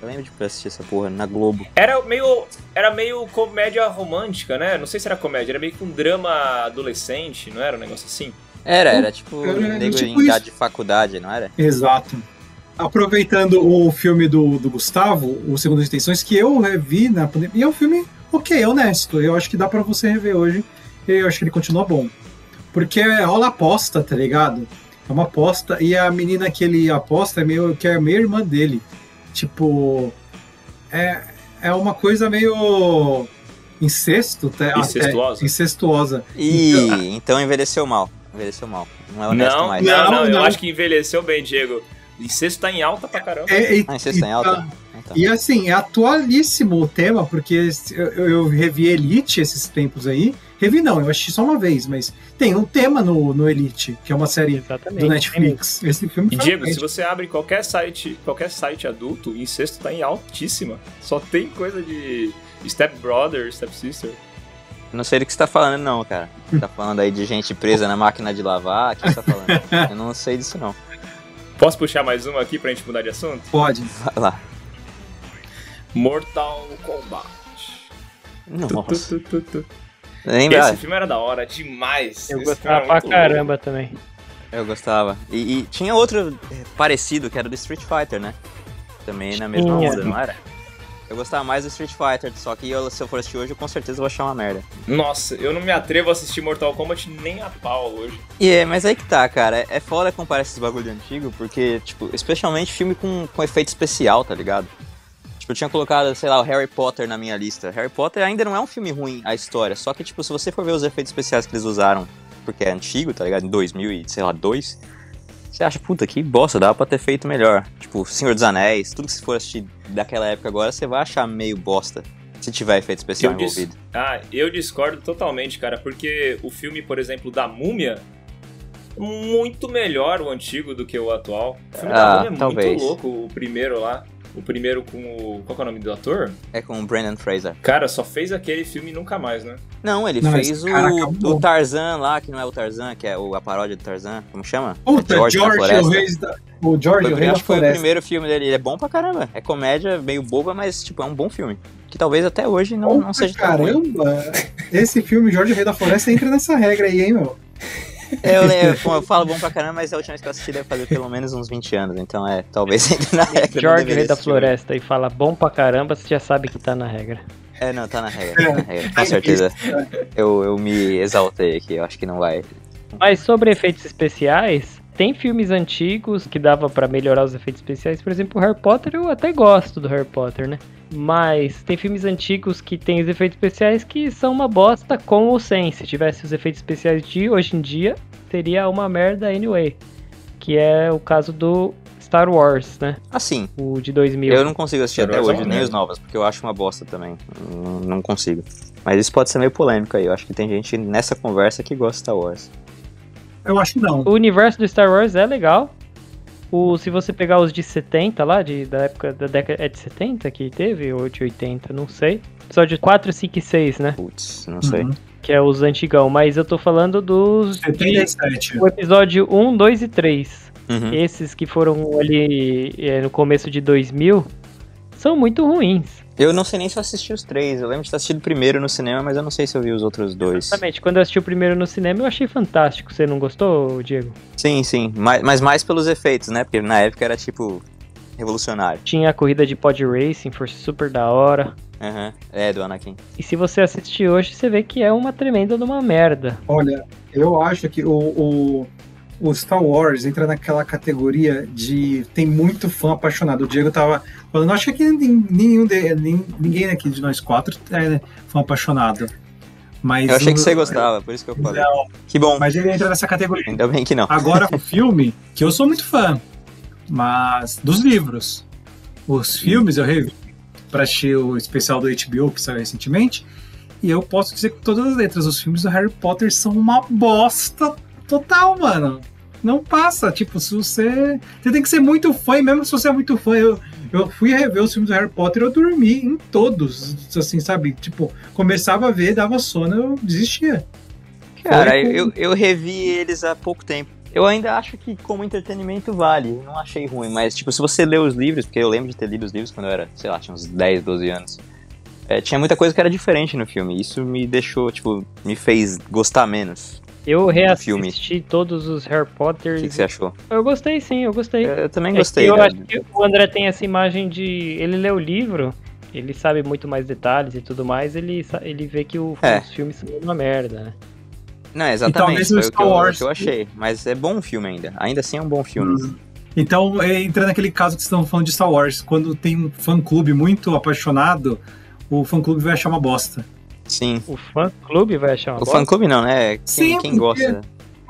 S4: Eu lembro de tipo, assistir essa porra na Globo.
S2: Era meio. Era meio comédia romântica, né? Não sei se era comédia, era meio que um drama adolescente, não era um negócio assim?
S4: Era, era tipo
S3: Era, era
S4: nego
S3: tipo
S4: em idade de
S3: isso.
S4: faculdade, não era?
S3: Exato. Aproveitando o filme do, do Gustavo, o Segundo as Intenções, que eu revi na pandemia. E é um filme ok, honesto. Eu acho que dá pra você rever hoje. Eu acho que ele continua bom. Porque rola aposta, tá ligado? É uma aposta. E a menina que ele aposta é meio que é meio irmã dele. Tipo. É, é uma coisa meio. Incesto, tá? Até-
S2: Incestuosa.
S3: incestuosa.
S4: Ih, então, envelheceu mal. Envelheceu mal. Não é honesto
S2: não,
S4: mais.
S2: não, não,
S3: Não,
S2: eu
S3: não.
S2: acho que envelheceu bem, Diego. Incesto tá em alta pra caramba.
S3: É, e-
S4: Ah, vocês têm
S3: e-
S4: alta? Então.
S3: E assim, é atualíssimo o tema, porque esse- eu, eu revi Elite esses tempos aí. Revi não, eu assisti só uma vez, mas tem um tema no, no Elite, que é uma série
S1: Exatamente.
S3: do Netflix. Esse filme
S2: E
S3: foi
S2: Diego,
S3: realmente-
S2: se você abre qualquer site, qualquer site adulto, incesto tá em altíssima. Só tem coisa de step brother, step sister.
S4: Não sei do que você tá falando, não, cara. Você tá falando aí de gente presa na máquina de lavar. O que você tá falando? eu não sei disso, não.
S2: Posso puxar mais uma aqui pra gente mudar de assunto?
S3: pode.
S4: Vai lá.
S2: Mortal Kombat.
S4: Nossa.
S2: Tu, tu, tu, tu. Esse
S4: Lembra?
S2: filme era da hora demais.
S1: Eu
S2: Esse
S1: gostava
S2: filme era
S1: pra
S2: muito louco.
S1: caramba também.
S4: Eu gostava. E, e tinha outro eh, parecido, que era do Street Fighter, né? Também na mesma
S1: Tinha.
S4: onda, não era? Eu gostava mais do Street Fighter, só que eu- se eu for assistir hoje, eu com certeza vou achar uma merda.
S2: Nossa, eu não me atrevo a assistir Mortal Kombat nem a pau hoje.
S4: E é, mas aí que tá, cara. É foda comparar esses bagulho antigo, porque, tipo, especialmente filme com, com efeito especial, tá ligado? Tipo, eu tinha colocado, sei lá, o Harry Potter na minha lista. Harry Potter ainda não é um filme ruim, a história. Só que, tipo, se você for ver os efeitos especiais que eles usaram, porque é antigo, tá ligado? Em 2000 e, sei lá, 2. Você acha, puta, que bosta, dava pra ter feito melhor. Tipo, Senhor dos Anéis, tudo que você for assistir daquela época agora, você vai achar meio bosta. Se tiver efeito especial
S2: Eu dis-
S4: envolvido.
S2: Ah, eu discordo totalmente, cara, porque o filme, por exemplo, da Múmia é muito melhor o antigo do que o atual. O filme
S4: Ah,
S2: da Múmia é
S4: talvez.
S2: muito louco, o primeiro lá. O primeiro com o. Qual que é o nome do ator?
S4: É com o Brandon Fraser.
S2: Cara, só fez aquele filme e nunca mais, né?
S4: Não, ele
S3: Não,
S4: fez
S3: esse
S4: o,
S3: cara acabou.
S4: o Tarzan lá, que não é o Tarzan, que é o- a paródia do Tarzan, como chama?
S3: Puta,
S4: É
S3: George,
S4: na
S3: o
S4: Floresta.
S3: rei da. O George,
S4: Foi, o
S3: o rei
S4: prim-
S3: da
S4: acho que foi o
S3: floresta.
S4: primeiro filme dele, ele é bom pra caramba. É comédia meio boba, mas tipo, é um bom filme. Que talvez até hoje não, não
S3: Opa,
S4: seja tão ruim.
S3: Caramba! Esse filme, Jorge o Rei da Floresta, entra nessa regra aí, hein, meu?
S4: É, Eu, eu, como eu falo bom pra caramba, mas a última vez que eu assisti deve fazer pelo menos uns 20 anos, então é, talvez entre na regra. eu não
S1: George
S4: deveria
S1: Rei da
S4: assistir. né?
S1: Floresta e fala bom pra caramba, você já sabe que tá na regra.
S4: É, não, tá na regra, tá na regra,
S3: É
S4: com certeza. Eu, eu me exaltei aqui, eu acho que não vai.
S1: Mas sobre efeitos especiais, tem filmes antigos que dava pra melhorar os efeitos especiais. Por exemplo, o Harry Potter, eu até gosto do Harry Potter, né? Mas tem filmes antigos que tem os efeitos especiais que são uma bosta com ou sem. Se tivesse os efeitos especiais de hoje em dia, seria uma merda anyway. Que é o caso do Star Wars, né?
S4: Assim,
S1: O de 2000.
S4: Eu não consigo assistir
S2: Star
S4: até
S2: Wars é
S4: hoje,
S2: uma
S4: nem
S2: merda.
S4: os novos, porque eu acho uma bosta também. Não, não consigo. Mas isso pode ser meio polêmico aí. Eu acho que tem gente nessa conversa que gosta de Star Wars.
S3: Eu acho que não.
S1: O universo do Star Wars é legal. O, se você pegar os de 70 lá, de, da época da década. É de 70 que teve? Ou de 80, não sei. Só de 4, 5 e 6, né?
S4: Putz, não sei.
S3: Uhum.
S1: Que é os antigão. Mas eu tô falando dos. De,
S3: 77.
S1: o episódio 1, 2 e 3.
S4: Uhum.
S1: Esses que foram ali é, no começo de 2000 são muito ruins.
S4: Eu não sei nem se eu assisti os três. Eu lembro de ter assistido o primeiro no cinema, mas eu não sei se eu vi os outros dois.
S1: Exatamente. Quando eu assisti o primeiro no cinema, eu achei fantástico. Você não gostou, Diego?
S4: Sim, sim. Mas, mas mais pelos efeitos, né? Porque na época era tipo. revolucionário.
S1: Tinha a corrida de pod racing, foi super da hora.
S4: Aham. É, do Anakin.
S1: E se você assistir hoje, você vê que é uma tremenda de uma merda.
S3: Olha, eu acho que o, o, o Star Wars entra naquela categoria de tem muito fã apaixonado. O Diego tava falando, acho que nin- nenhum de, nin- ninguém aqui de nós quatro é fã apaixonado. Mas
S4: Eu achei que
S3: o-
S4: você gostava, por isso que eu falei.
S3: Não,
S4: Que bom.
S3: mas ele entra nessa categoria.
S4: Ainda bem que não.
S3: Agora o filme, que eu sou muito fã, mas dos livros. Os filmes eu revi pra assistir o especial do HBO que saiu recentemente. E eu posso dizer com todas as letras, os filmes do Harry Potter são uma bosta total, mano. Não passa, tipo, se você. Você tem que ser muito fã, e mesmo se você é muito fã, eu, eu fui rever os filmes do Harry Potter, eu dormi em todos. Assim, sabe? Tipo, começava a ver, dava sono, eu desistia.
S4: Cara,
S3: Foi com-
S4: eu, eu revi eles há pouco tempo. Eu ainda acho que como entretenimento vale, não achei ruim, mas tipo, se você lê os livros, porque eu lembro de ter lido os livros quando eu era, sei lá, tinha uns 10, 12 anos. é, tinha muita coisa que era diferente no filme. Isso me deixou, tipo, me fez gostar menos.
S1: Eu
S4: Um filme.
S1: reassisti todos os Harry
S4: O
S1: Potters.
S4: que, que você achou?
S1: Eu gostei sim, eu gostei.
S3: Uhum.
S4: Eu, eu também
S1: É
S4: gostei.
S1: que eu
S4: né?
S1: acho que o André tem essa imagem de. Ele lê o livro, ele sabe muito mais detalhes e tudo mais, ele, sa- ele vê que o-
S4: É.
S1: os filmes são uma merda, né?
S4: Não,
S3: talvez
S4: exatamente.
S3: o
S4: Foi o que
S3: Star
S4: eu,
S3: Wars-
S4: que eu achei. Mas é bom o filme ainda. Ainda assim é um bom filme.
S3: Então, é, entra naquele caso que vocês estão falando de Star Wars. Quando tem um fã-clube muito apaixonado, o fã-clube vai achar uma bosta.
S4: Sim.
S1: O fã clube vai achar uma
S4: O
S1: bosta.
S4: fã clube não, né? Quem,
S3: Sim,
S4: quem gosta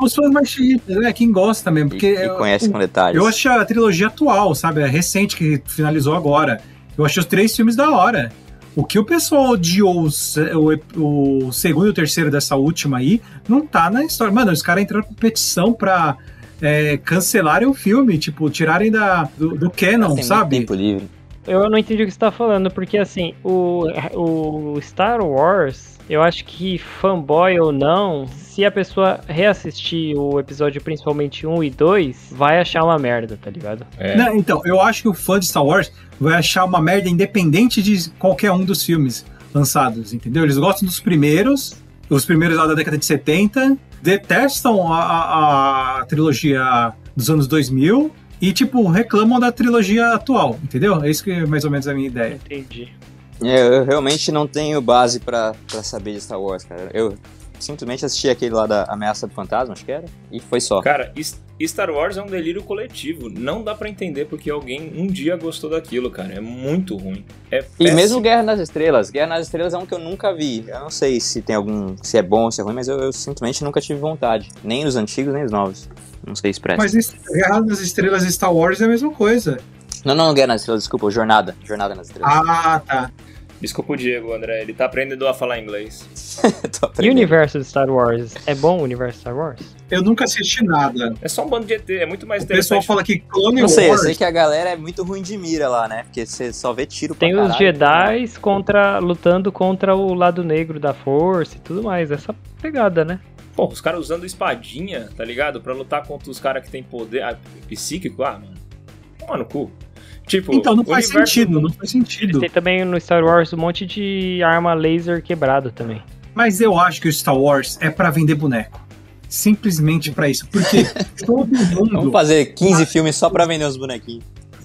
S3: Os fãs mais chiitas, né? Quem gosta mesmo.
S4: e,
S3: Porque
S4: e
S3: eu,
S4: conhece com detalhes.
S3: eu achei a trilogia atual, sabe? A recente, que finalizou agora. Eu achei os três filmes da hora. O que o pessoal odiou o, se- o ep- o segundo e o terceiro dessa última aí, não tá na história. Mano, os caras entraram com petição pra é, cancelarem o filme, tipo, tirarem da, do, do canon,
S4: Assim, Tem muito
S3: sabe?
S4: tempo livre.
S1: Eu não entendi o que você tá falando, porque assim, o, o Star Wars, eu acho que fanboy ou não, se a pessoa reassistir o episódio principalmente 1 e 2, vai achar uma merda, tá ligado?
S2: É.
S3: Não, então, eu acho que o fã de Star Wars vai achar uma merda independente de qualquer um dos filmes. lançados, entendeu? Eles gostam dos primeiros, os primeiros lá da década de 70, detestam a, a- a trilogia dos anos 2000 e, tipo, reclamam da trilogia atual, entendeu? É isso que é mais ou menos a minha ideia.
S1: Entendi.
S4: É, eu realmente não tenho base pra, pra saber de Star Wars, cara. Eu simplesmente assisti aquele lá da Ameaça do Fantasma, acho que era, e foi só.
S2: Cara, S- Star Wars é um delírio coletivo. Não dá pra entender porque alguém um dia gostou daquilo, cara. É muito ruim. É
S4: E
S2: péssimo.
S1: assim.
S4: mesmo Guerra nas Estrelas. Guerra nas Estrelas é um que eu nunca vi. Eu não sei se tem algum. se é bom, se é ruim, mas eu, eu simplesmente nunca tive vontade. Nem os antigos, nem os novos. Não sei se
S2: É.
S4: presta.
S3: Mas isso, Guerra nas Estrelas e Star Wars é a mesma coisa.
S4: Não, não, Guerra nas Estrelas, desculpa, Jornada. Jornada nas
S2: É.
S4: Estrelas.
S3: Ah, tá.
S2: Desculpa o Diego, André. Ele tá aprendendo a falar inglês.
S4: Tô
S1: E o
S4: aprendendo.
S1: universo de Star Wars? É bom o universo de Star Wars?
S3: Eu nunca assisti nada.
S2: É só um bando de ET. É muito mais
S3: O pessoal
S2: interessante.
S3: fala que Clone
S4: Não sei, eu
S3: Wars.
S4: sei que a galera é muito ruim de mira lá, né? Porque você só vê tiro
S1: Tem
S4: pra
S1: os
S4: caralho.
S1: Jedi contra, lutando contra o lado negro da força e tudo mais. Essa pegada, né?
S2: Pô, os caras usando espadinha, tá ligado? Pra lutar contra os caras que tem poder ah, psíquico. Ah, mano. Toma no cu. Tipo,
S3: Então não
S2: o
S3: faz
S2: universo- é
S3: sentido, não faz sentido.
S1: Tem também no Star Wars um monte de arma laser quebrada também.
S3: Mas eu acho que o Star Wars é pra vender boneco. Simplesmente pra isso. Porque todo
S4: Vamos
S3: mundo
S4: fazer
S1: Ah.
S4: 15 filmes só pra vender os bonequinhos.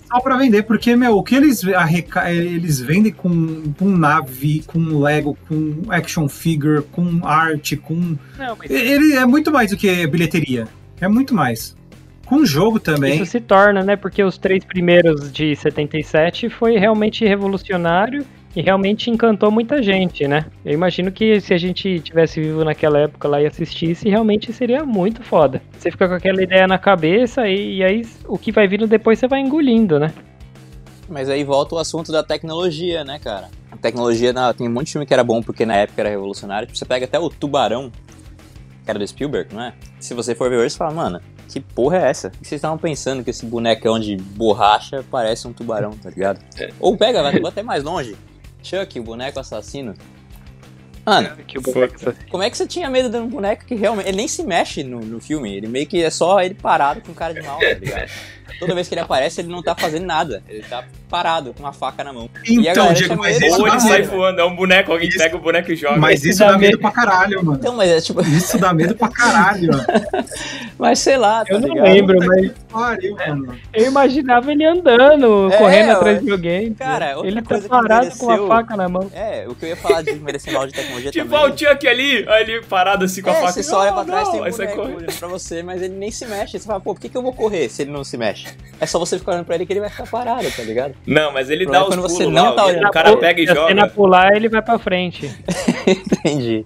S3: só pra vender. Porque, meu, o que eles, arreca... eles vendem com, com nave, com Lego, com action figure, com arte, com.
S1: Não, mas
S3: Ele é muito mais do que bilheteria. É muito mais. Com jogo também.
S1: Isso se torna, né? Porque os três primeiros de 77 foi realmente revolucionário e realmente encantou muita gente, né? Eu imagino que se a gente tivesse vivo naquela época lá e assistisse, realmente seria muito foda. Você fica com aquela ideia na cabeça e, e aí o que vai vindo depois você vai engolindo, né?
S4: Mas aí volta o assunto da tecnologia, né, cara? A tecnologia, na- tem um monte de filme que era bom porque na época era revolucionário. Tipo, você pega até o Tubarão, que era do Spielberg, não é? Se você for ver hoje, você fala, mano, que porra é essa? O que vocês estavam pensando que esse bonecão de borracha parece um tubarão, tá ligado? Ou pega, vai vai até mais longe. Chuck, o boneco assassino. Mano,
S1: Que
S2: boneco
S4: como é que você tinha medo de um boneco que realmente. Ele nem se mexe no, no filme. Ele meio que é só ele parado com cara de mal, tá ligado? Toda vez que ele aparece, ele não tá fazendo nada. Ele tá parado com uma faca na mão. E a
S3: Então,
S4: galera
S3: Diego,
S4: chama
S3: mas
S4: ele
S3: isso
S2: Ou ele
S3: dá
S4: Isso
S2: sai
S4: maneiro.
S3: medo.
S2: voando. É um boneco, alguém
S3: Isso-
S2: pega o boneco e joga.
S3: Mas
S1: Esse
S3: isso
S1: dá
S3: dá
S1: medo.
S3: medo pra caralho, mano.
S4: Então, mas é tipo.
S3: Isso dá medo pra caralho.
S4: Mas sei lá, tá
S1: Eu não
S4: ligado?
S1: lembro,
S3: Puta
S1: mas
S3: que pariu, mano.
S1: eu imaginava ele andando,
S4: É,
S1: correndo
S4: ué.
S1: atrás de alguém.
S4: Cara, outra
S1: ele tá
S4: coisa que
S1: parado com a
S4: mereceu-
S1: faca na mão.
S4: É, o que eu ia falar de merecer mal de tecnologia
S2: Tipo,
S4: também.
S2: ó, o Chuck ali, aí ele parado assim com a
S4: é,
S2: faca.
S4: você só olha pra
S2: Não,
S4: trás,
S2: não.
S4: tem um
S2: Aí sai
S4: boneco
S2: correndo.
S4: olhando pra você, mas ele nem se mexe. Você fala, pô, por que, que eu vou correr se ele não se mexe? É só você ficar olhando pra ele que ele vai ficar parado, tá ligado?
S2: Não, mas ele
S4: O
S2: dá os
S4: problema é
S2: pulos
S4: quando você não
S2: lá,
S4: tá
S2: o-
S4: olhando.
S2: o cara pega e
S1: Se a cena
S2: joga.
S1: pular, ele vai pra frente.
S4: Entendi.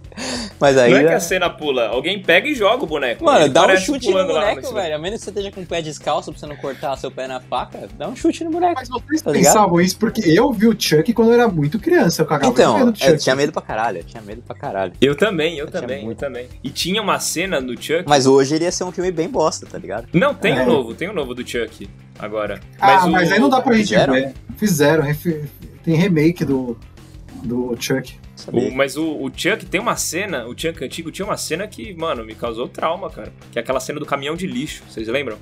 S4: Mas aí.
S2: Não é que
S4: né?
S2: a cena pula, alguém pega e joga o boneco.
S4: Mano,
S2: Ele
S4: dá um
S2: parece
S4: chute no
S2: pulando lá, mas-
S4: boneco, velho. A menos que você esteja com o pé descalço pra você não cortar seu pé na faca, dá um chute no boneco.
S3: Mas vocês
S4: Tá ligado?
S3: pensavam isso porque eu vi o Chuck quando eu era muito criança. Eu cagava de medo
S4: Então,
S3: do
S4: eu
S3: Chuck.
S4: tinha medo pra caralho, eu tinha medo pra caralho.
S2: Eu também, eu,
S4: Eu tinha
S2: também, eu
S4: é muito.
S2: também. E tinha uma cena do Chuck.
S4: Mas hoje ele ia ser um filme bem bosta, tá ligado?
S2: Não, tem o
S3: É.
S2: novo, tem o novo do Chuck agora.
S3: Ah, mas,
S2: o-
S3: aí não dá pra gente
S4: Fizeram?
S3: ver. Fizeram. refi- Tem remake do, do Chuck.
S4: Sabia.
S2: o- mas o, o Chuck tem uma cena, o Chuck antigo tinha uma cena que, mano, me causou trauma, cara. Que é aquela cena do caminhão de lixo, vocês lembram?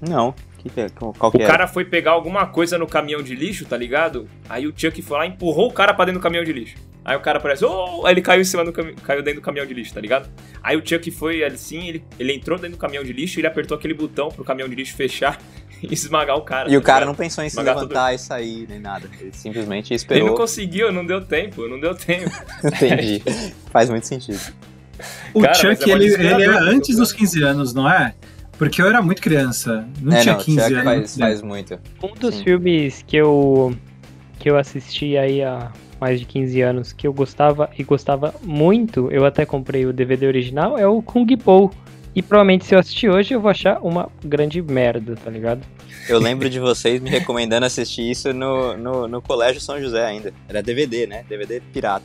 S4: Não. Que, que- qual
S2: O
S4: que é. era?
S2: cara foi pegar alguma coisa no caminhão de lixo, tá ligado? Aí o Chuck foi lá e empurrou o cara pra dentro do caminhão de lixo. Aí o cara parece, oh! Aí ele caiu em cima do caminhão, caiu dentro do caminhão de lixo, tá ligado? Aí o Chuck foi assim, ele, ele entrou dentro do caminhão de lixo e ele apertou aquele botão pro caminhão de lixo fechar e esmagar o cara.
S4: E o
S2: tá
S4: cara
S2: ligado?
S4: não pensou em se
S2: Mas gato
S4: levantar e sair, nem nada. Ele simplesmente
S2: Ele não
S4: esperou.
S2: conseguiu, não deu tempo, não deu tempo.
S4: Entendi. Faz muito sentido.
S3: O
S2: Cara, mas
S3: Chuck,
S2: é mó
S3: ele,
S2: desesperador,
S3: ele era
S2: né?
S3: antes dos 15 anos, não é? Porque eu era muito criança. Não
S4: é,
S3: tinha
S4: não,
S3: 15
S4: Chuck
S3: anos. né?
S4: faz, faz muito.
S1: Um dos
S4: Sim.
S1: filmes que eu que eu assisti aí há mais de 15 anos, que eu gostava e gostava muito, eu até comprei o DVD original, é o Kung Po. E provavelmente se eu assistir hoje eu vou achar uma grande merda, tá ligado?
S4: Eu lembro de vocês me recomendando assistir isso no, no, no Colégio São José ainda. Era DVD, né? DVD pirata.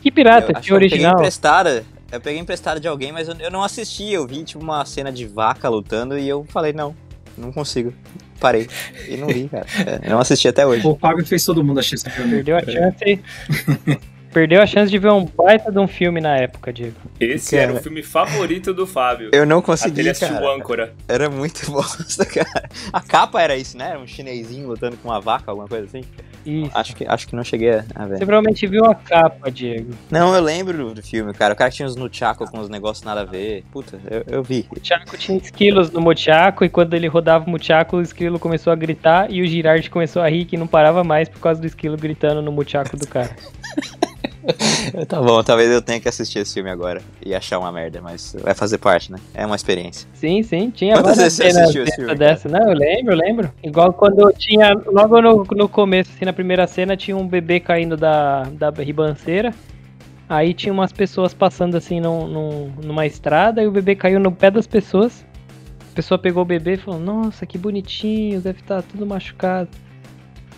S1: Que pirata,
S4: eu, acho
S1: que
S4: eu peguei
S1: Ah, tá, original.
S4: emprestada. Eu peguei emprestada de alguém, mas eu, eu não assisti. Eu vi, tipo, uma cena de vaca lutando e eu falei, não, não consigo. Parei. E não vi, cara. É, eu não assisti até hoje.
S3: O Fábio fez todo mundo achar esse filme.
S1: Perdeu a chance. Perdeu a chance de ver um baita de um filme na época, Diego.
S2: Esse
S4: Cara.
S2: era o filme favorito do Fábio.
S4: Eu não
S2: Até
S4: consegui,
S2: ele assistiu o
S4: cara.
S2: âncora.
S4: Era muito bosta, cara. A capa era isso, né? Era um chinesinho lutando com uma vaca, alguma coisa assim.
S1: Isso.
S4: Acho que, acho que não cheguei a- a
S1: Você
S4: ver.
S1: provavelmente viu a capa, Diego.
S4: Não, eu lembro do filme, cara. O cara que tinha os Nunchaku com os negócios nada a ver. Puta, eu, eu vi.
S1: O Chaco tinha esquilos no Mochaco e quando ele rodava o Mochaco, o esquilo começou a gritar e o Girardi começou a rir que não parava mais por causa do esquilo gritando no Mochaco do cara.
S4: Tá bom, talvez eu tenha que assistir esse filme agora e achar uma merda, mas vai fazer parte, né? É uma experiência.
S1: Sim, sim, tinha
S4: Quantas
S1: várias
S4: vezes você
S1: cenas
S4: assistiu
S1: dessa-
S4: esse filme,
S1: dessa. Não, eu lembro, eu lembro. Igual quando tinha, logo no, no começo, assim, na primeira cena, tinha um bebê caindo da, da ribanceira. Aí tinha umas pessoas passando assim num, num- numa estrada e o bebê caiu no pé das pessoas. A pessoa pegou o bebê e falou, nossa, que bonitinho, deve estar tudo machucado.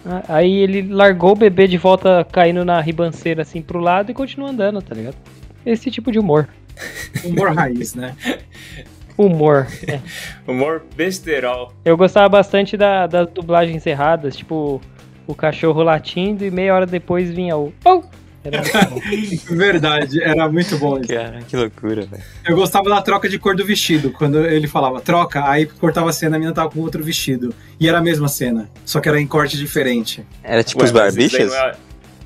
S1: Ah, Aí ele largou o bebê de volta caindo na ribanceira assim pro lado e continua andando, tá ligado? Esse tipo de humor.
S3: Humor raiz, né?
S1: Humor.
S2: Humor besterol.
S1: Eu gostava bastante da- das dublagens erradas, tipo o cachorro latindo e meia hora depois vinha o. "Pou!" Era muito bom.
S3: Verdade, era muito bom isso.
S4: Cara, que loucura, velho.
S3: Eu gostava da troca de cor do vestido, quando ele falava troca, aí cortava a cena, a mina tava com outro vestido. E era a mesma cena, só que era em corte diferente.
S4: Era tipo
S2: Ué,
S4: os
S2: mas isso daí
S4: barbichas?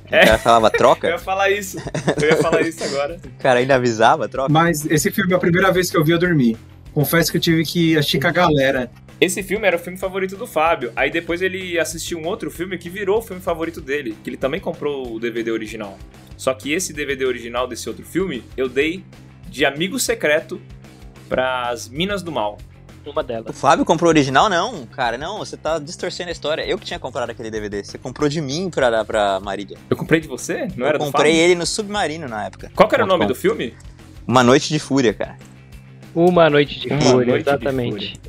S2: não é-
S4: O cara falava
S2: Eu ia
S4: troca?
S2: falar isso. Eu ia falar isso agora.
S4: O cara ainda avisava troca?
S3: Mas esse filme, é a primeira vez que eu vi, eu dormi. Confesso que eu tive que assistir com a galera.
S2: Esse filme era o filme favorito do Fábio. Aí depois ele assistiu um outro filme que virou o filme favorito dele, que ele também comprou o DVD original. Só que esse DVD original desse outro filme eu dei de amigo secreto pras Minas do Mal.
S1: Uma
S4: O
S1: delas.
S4: Flávio comprou o original? Não, cara, não, você tá distorcendo a história. Eu que tinha comprado aquele DVD. Você comprou de mim pra, dar pra Marília.
S2: Eu comprei de você? Não era
S4: eu
S2: do
S4: comprei
S2: Fábio?
S4: ele no Submarino na época.
S2: Qual que era o
S4: Ponto
S2: nome
S4: com.
S2: do filme?
S4: Uma Noite de Fúria, cara.
S1: Uma noite de
S2: Uma
S1: fúria,
S2: Noite de
S1: exatamente.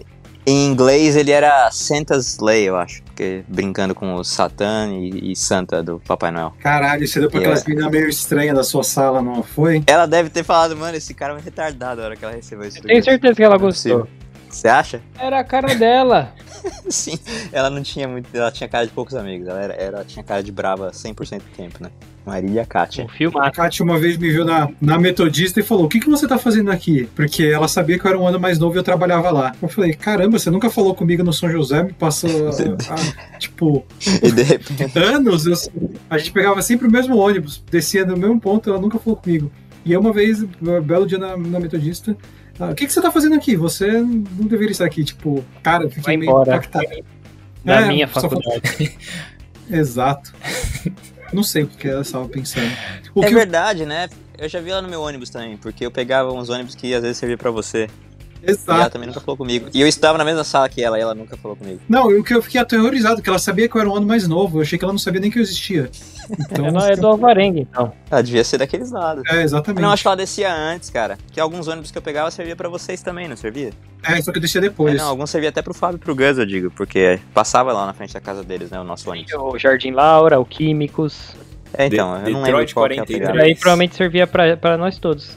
S4: Em inglês ele era Santa's Lay, eu acho. Porque brincando com o Satã e, e Santa do Papai Noel.
S3: Caralho, você deu pra aquelas meninas meio estranhas da sua sala, não foi?
S4: Ela deve ter falado, mano, esse cara é um retardado a hora que ela recebeu esse
S1: Eu tenho certeza que ela gostou.
S4: Você acha?
S1: Era a cara dela.
S4: Sim. Ela não tinha muito. Ela tinha cara de poucos amigos. Ela, era, ela tinha cara de brava 100% do tempo, né? Marília Kátia.
S1: Um filmado.
S3: A Kátia uma vez me viu na, na Metodista e falou: O que, que você tá fazendo aqui? Porque ela sabia que eu era um ano mais novo e eu trabalhava lá. Eu falei: Caramba, você nunca falou comigo no São José, me passou. ah, ah, tipo,
S4: E de repente.
S3: anos, eu- a gente pegava sempre o mesmo ônibus, descia no mesmo ponto, ela nunca falou comigo. E eu uma vez, um belo dia na, na Metodista, ela, o que, que você tá fazendo aqui? Você não deveria estar aqui. Tipo, cara, eu
S1: Vai
S3: fiquei meio
S1: embora.
S3: impactado.
S1: Da
S3: É,
S1: minha
S3: só
S1: faculdade.
S3: Exato. Não sei o que que ela estava pensando. O
S4: é
S3: que eu-
S4: verdade, né? Eu já vi ela no meu ônibus também, porque eu pegava uns ônibus que às vezes servia pra você. E ela
S3: Exato.
S4: também nunca falou comigo. E eu estava na mesma sala que ela e ela nunca falou comigo.
S3: Não, o que eu fiquei aterrorizado, que ela sabia que eu era um ano mais novo. Eu achei que ela não sabia nem que eu existia. Então,
S1: Ela é do Alvarenga, então.
S4: Ela devia ser daqueles lados.
S3: é, exatamente.
S4: Não, acho que ela descia antes, cara. Que alguns ônibus que eu pegava servia pra vocês também, não servia?
S3: É, só que eu deixei
S4: É,
S3: depois.
S4: não, alguns servia até pro Fábio e pro Gus, eu digo, porque passava lá na frente da casa deles, né? O nosso ônibus.
S1: O Jardim Laura, o Químicos.
S4: É, então,
S2: De-
S4: eu não
S2: Detroit
S4: lembro qual que é a
S2: 43.
S1: Por
S4: pegada.
S1: aí provavelmente servia pra, pra nós todos.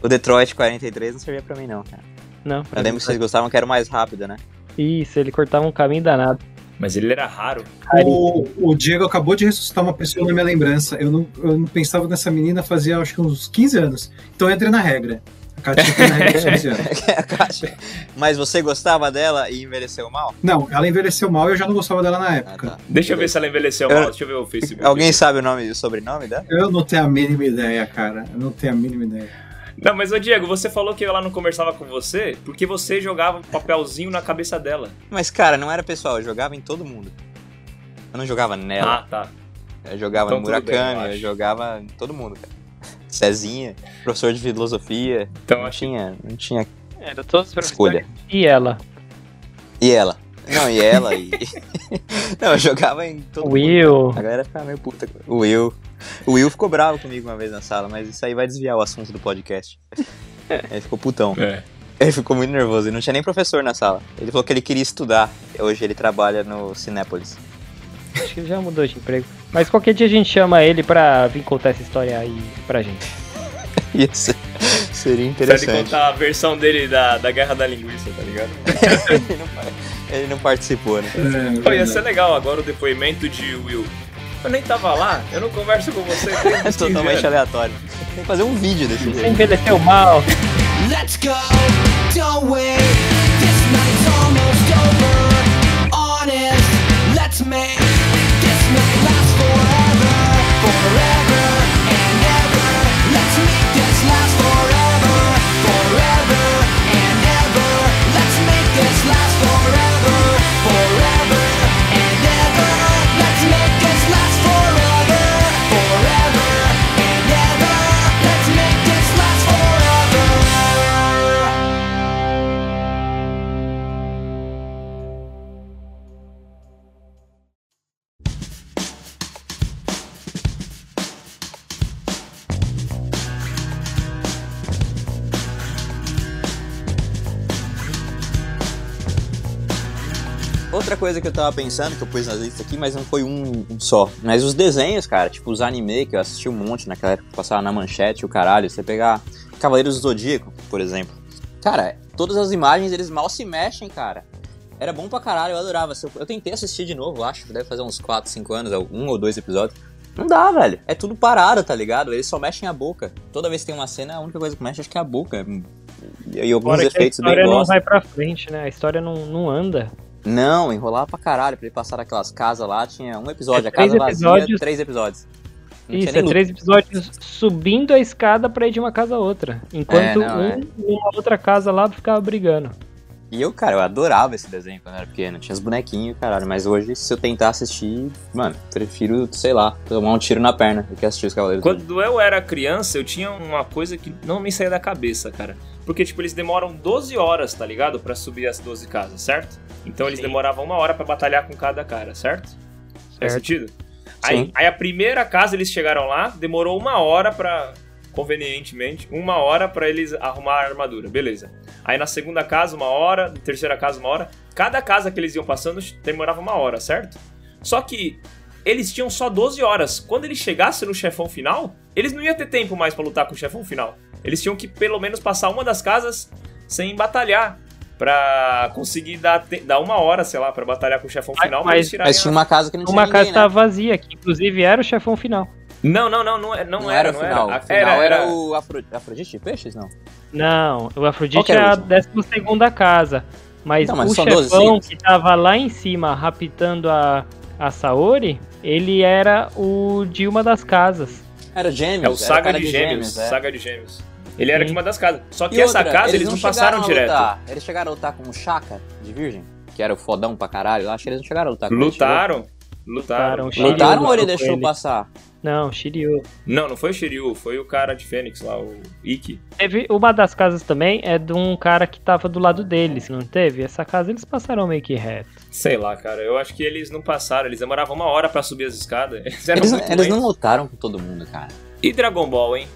S4: O Detroit 43 não servia pra mim, não, cara.
S1: Não.
S4: Eu lembro que vocês gostavam que era o mais rápido, né?
S1: Isso, ele cortava um caminho danado.
S2: Mas ele era raro.
S3: O, o Diego acabou de ressuscitar uma pessoa na minha lembrança. Eu não, eu não pensava nessa menina fazia acho que uns 15 anos. Então entra na regra. A Katia entra na regra dos 15 anos.
S4: é A Kátia. Mas você gostava dela e envelheceu mal?
S3: Não, ela envelheceu mal e eu já não gostava dela na
S4: Ah,
S3: época.
S4: tá.
S2: Deixa eu ver se ela envelheceu
S4: Eu-
S2: mal. Deixa eu ver o Facebook.
S4: Alguém sabe o nome e o sobrenome dela?
S3: Eu não tenho a mínima ideia, cara. Eu não tenho a mínima ideia.
S2: Não, mas ô Diego, você falou que ela não conversava com você porque você jogava um papelzinho na cabeça dela.
S4: Mas, cara, não era pessoal, eu jogava em todo mundo. Eu não jogava nela.
S2: Ah, tá.
S4: eu jogava
S2: então
S4: no
S2: tudo bem, eu
S4: Murakami, eu,
S2: acho.
S4: jogava em todo mundo, cara. Cezinha, professor de filosofia.
S2: Então
S4: Não
S2: acho
S4: tinha, não tinha
S1: Era todos os
S4: escolha.
S1: E ela.
S4: E ela? Não, e ela? e... não, eu jogava em todo mundo.
S1: Will.
S4: A galera ficava meio puta. com- O Will. O Will ficou bravo comigo uma vez na sala, mas isso aí vai desviar o assunto do podcast. Ele ficou putão.
S2: que. É.
S4: Ele ficou muito nervoso. Ele não tinha nem professor na sala. Ele falou que ele queria estudar. Hoje ele trabalha no Cinépolis.
S1: Acho que ele já mudou de emprego. Mas qualquer dia a gente chama ele pra vir contar essa história aí pra gente.
S4: Isso seria
S2: Pra ele
S4: interessante.
S2: contar a versão dele da, da Guerra da Linguiça, tá ligado?
S4: Ele não, par- ele não participou, né?
S3: É,
S2: Pô, ia ser legal agora o depoimento de Will. Eu nem tava lá, eu não converso com você.
S4: É
S2: desde os 15
S4: totalmente
S2: anos.
S4: aleatório. Tem que fazer um vídeo desse
S1: Você
S4: jeito.
S1: envelheceu mal.
S5: Let's go, don't wait. This night's almost over. Honest, let's make this night
S4: Outra coisa que eu tava pensando, que eu pus na lista aqui, mas não foi um, um só. Mas os desenhos, cara, tipo os anime, que eu assisti um monte naquela época, passava na manchete, o caralho. Você pegar Cavaleiros do Zodíaco, por exemplo. Cara, todas as imagens, eles mal se mexem, cara. Era bom pra caralho, eu adorava. Se Eu, eu tentei assistir de novo, eu acho, deve fazer uns 4, 5 anos, um ou dois episódios. Não dá, velho. É tudo parado, tá ligado? Eles só mexem a boca. Toda vez que tem uma cena, a única coisa que mexe acho que é a boca. E, e alguns
S1: Fora que a
S4: efeitos bem
S1: história não
S4: bosta.
S1: vai pra frente, né? A história não, não anda.
S4: Não, enrolava pra caralho pra ele passar daquelas casas lá. Tinha um episódio,
S1: É
S4: a casa
S1: três
S4: vazia,
S1: episódios.
S4: três episódios. Não tinha
S1: Isso,
S4: nem
S1: é
S4: luta.
S1: três episódios subindo a escada pra ir de uma casa a outra. Enquanto
S4: É, não,
S1: um
S4: é.
S1: e uma outra casa lá ficava brigando.
S4: E eu, cara, eu adorava esse desenho quando eu era pequeno. Tinha os bonequinhos, caralho. Mas hoje, se eu tentar assistir, mano, prefiro, sei lá, tomar um tiro na perna do que assistir os Cavaleiros. do
S2: Quando eu era criança, eu tinha uma coisa que não me saía da cabeça, cara. Porque, tipo, eles demoram 12 horas, tá ligado? Pra subir as 12 casas, certo? Então eles
S1: Sim.
S2: demoravam uma hora pra batalhar com cada cara, certo?
S1: Certo.
S2: Faz sentido? Aí, aí a primeira casa eles chegaram lá, demorou uma hora pra. Convenientemente, uma hora pra eles arrumar a armadura, beleza. Aí na segunda casa, uma hora, na terceira casa, uma hora. Cada casa que eles iam passando demorava uma hora, certo? Só que eles tinham só 12 horas. Quando eles chegassem no chefão final, eles não iam ter tempo mais pra lutar com o chefão final. Eles tinham que pelo menos passar uma das casas sem batalhar. Pra conseguir dar, te- dar uma hora, sei lá, pra batalhar com o chefão
S1: Mas-
S2: final,
S1: mas-
S2: eles tirarem
S4: Mas tinha uma casa que não tinha
S1: uma casa
S4: ninguém,
S1: tava
S4: né?
S1: vazia, que inclusive era o chefão final.
S2: não, não, não, não, é- não,
S4: Não, era o
S2: não
S4: final.
S2: Era.
S4: O final
S2: era,
S4: era,
S2: era- é
S4: o Afro... Afrodite de Peixes, não?
S1: Não, o
S4: Qual
S1: Afrodite
S4: que era
S1: é
S4: o
S1: a
S4: último?
S1: 12 segunda casa. Mas
S4: Então, mas
S1: o
S4: são 12
S1: chefão
S4: siglas.
S1: que tava lá em cima raptando a, a Saori, ele era o de uma das casas.
S4: Era Gêmeos.
S2: É o
S4: era
S2: Saga
S4: cara
S2: de, Gêmeos.
S4: é.
S2: Saga de Gêmeos. Ele era
S1: Sim.
S2: de uma das casas. Só que
S4: E
S2: essa
S4: outra,
S2: casa eles, não
S4: chegaram
S2: passaram
S4: a
S2: direto.
S4: lutar. Eles chegaram a lutar com o Chaka de Virgem, que era o fodão pra caralho. Eu acho que eles não chegaram a lutar com ele,
S2: Lutaram. Lutaram.
S1: Lutaram,
S4: chegou? Lutaram
S1: Shiryu
S4: ou ele
S1: lutou com
S4: deixou
S1: ele.
S4: passar?
S1: Não, Shiryu.
S2: Não, não foi o Shiryu, foi o cara de Fênix lá, o Ikki.
S1: Teve uma das casas também é de um cara que tava do lado deles, não teve? Essa casa eles passaram meio que reto.
S2: Sei lá, cara. Eu acho que eles não passaram. Eles demoravam uma hora pra subir as escadas. Eles eram
S4: Eles,
S2: muito
S4: eles não
S2: lentos.
S4: lutaram com todo mundo, cara.
S2: E Dragon Ball, hein?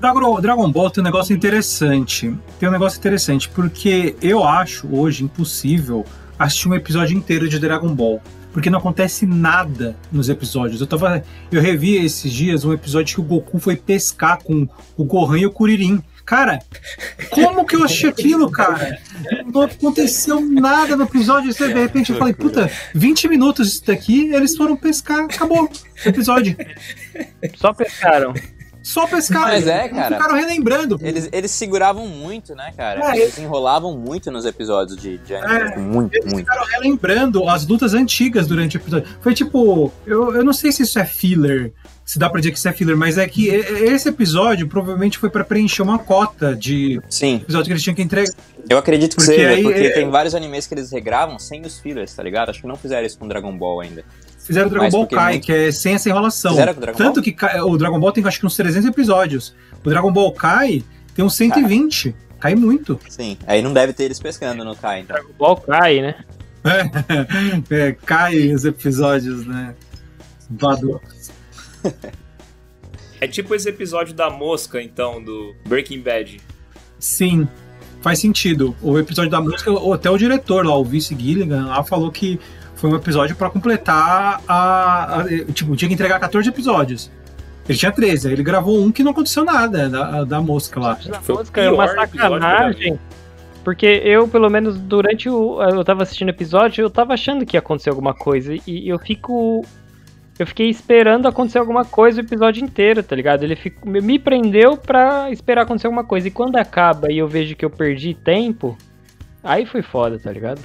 S3: Dragon Dragon Ball tem um negócio interessante. Tem um negócio interessante, porque eu acho hoje impossível assistir um episódio inteiro de Dragon Ball. Porque não acontece nada nos episódios. Eu tava. Eu revi esses dias um episódio que o Goku foi pescar com o Gohan e o Kuririn. Cara, como que eu achei aquilo, cara? Não aconteceu nada no episódio. Você, de repente eu falei, puta, 20 minutos isso daqui, eles foram pescar, acabou o episódio.
S1: Só pescaram.
S3: Só pescar.
S4: Mas é, cara.
S3: Ficaram relembrando.
S1: Hum.
S4: Eles, eles seguravam muito, né, cara?
S3: É,
S4: eles enrolavam muito nos episódios de, de anime.
S3: É,
S4: muito,
S3: Eles
S4: muito.
S3: ficaram relembrando as lutas antigas durante o episódio. Foi tipo, eu, eu não sei se isso é filler, se dá pra dizer que isso é filler, mas é que e- e- esse episódio provavelmente foi pra preencher uma cota de
S4: Sim,
S3: episódio que eles tinham que entregar.
S4: eu acredito que
S3: Porque
S4: seja,
S3: aí,
S4: porque
S3: é-
S4: tem vários animes que eles regravam sem os fillers, tá ligado? Acho que não fizeram isso com Dragon Ball ainda.
S3: Fizeram o Dragon
S4: Mas
S3: Ball
S4: porque
S3: Kai,
S4: muito-
S3: que é sem essa enrolação.
S4: Fizeram com Dragon
S3: Tanto
S4: Ball?
S3: que Kai- o Dragon Ball tem acho que uns 300 episódios. O Dragon Ball Kai tem uns 120. Cai muito.
S4: Sim. Aí não deve ter eles pescando no Kai, então.
S1: Dragon Ball cai, né?
S3: É, cai os episódios, né? Vado.
S2: É tipo esse episódio da mosca, então, do Breaking Bad.
S3: Sim, faz sentido. O episódio da música, o- até o diretor lá, o Vince Gilligan, lá falou que foi um episódio pra completar a, a- eh, Tipo, tinha que entregar 14 episódios. Ele tinha 13, aí ele gravou um que não aconteceu nada da, da mosca lá.
S1: Essa
S2: Foi o
S1: música é uma
S2: pior episódio que eu já vi.
S1: sacanagem. Porque eu, pelo menos, durante o. Eu tava assistindo o episódio, eu tava achando que ia acontecer alguma coisa. E eu fico. Eu fiquei esperando acontecer alguma coisa o episódio inteiro, tá ligado? Ele fico- me- me prendeu pra esperar acontecer alguma coisa. E quando acaba e eu vejo que eu perdi tempo, aí foi foda, tá ligado?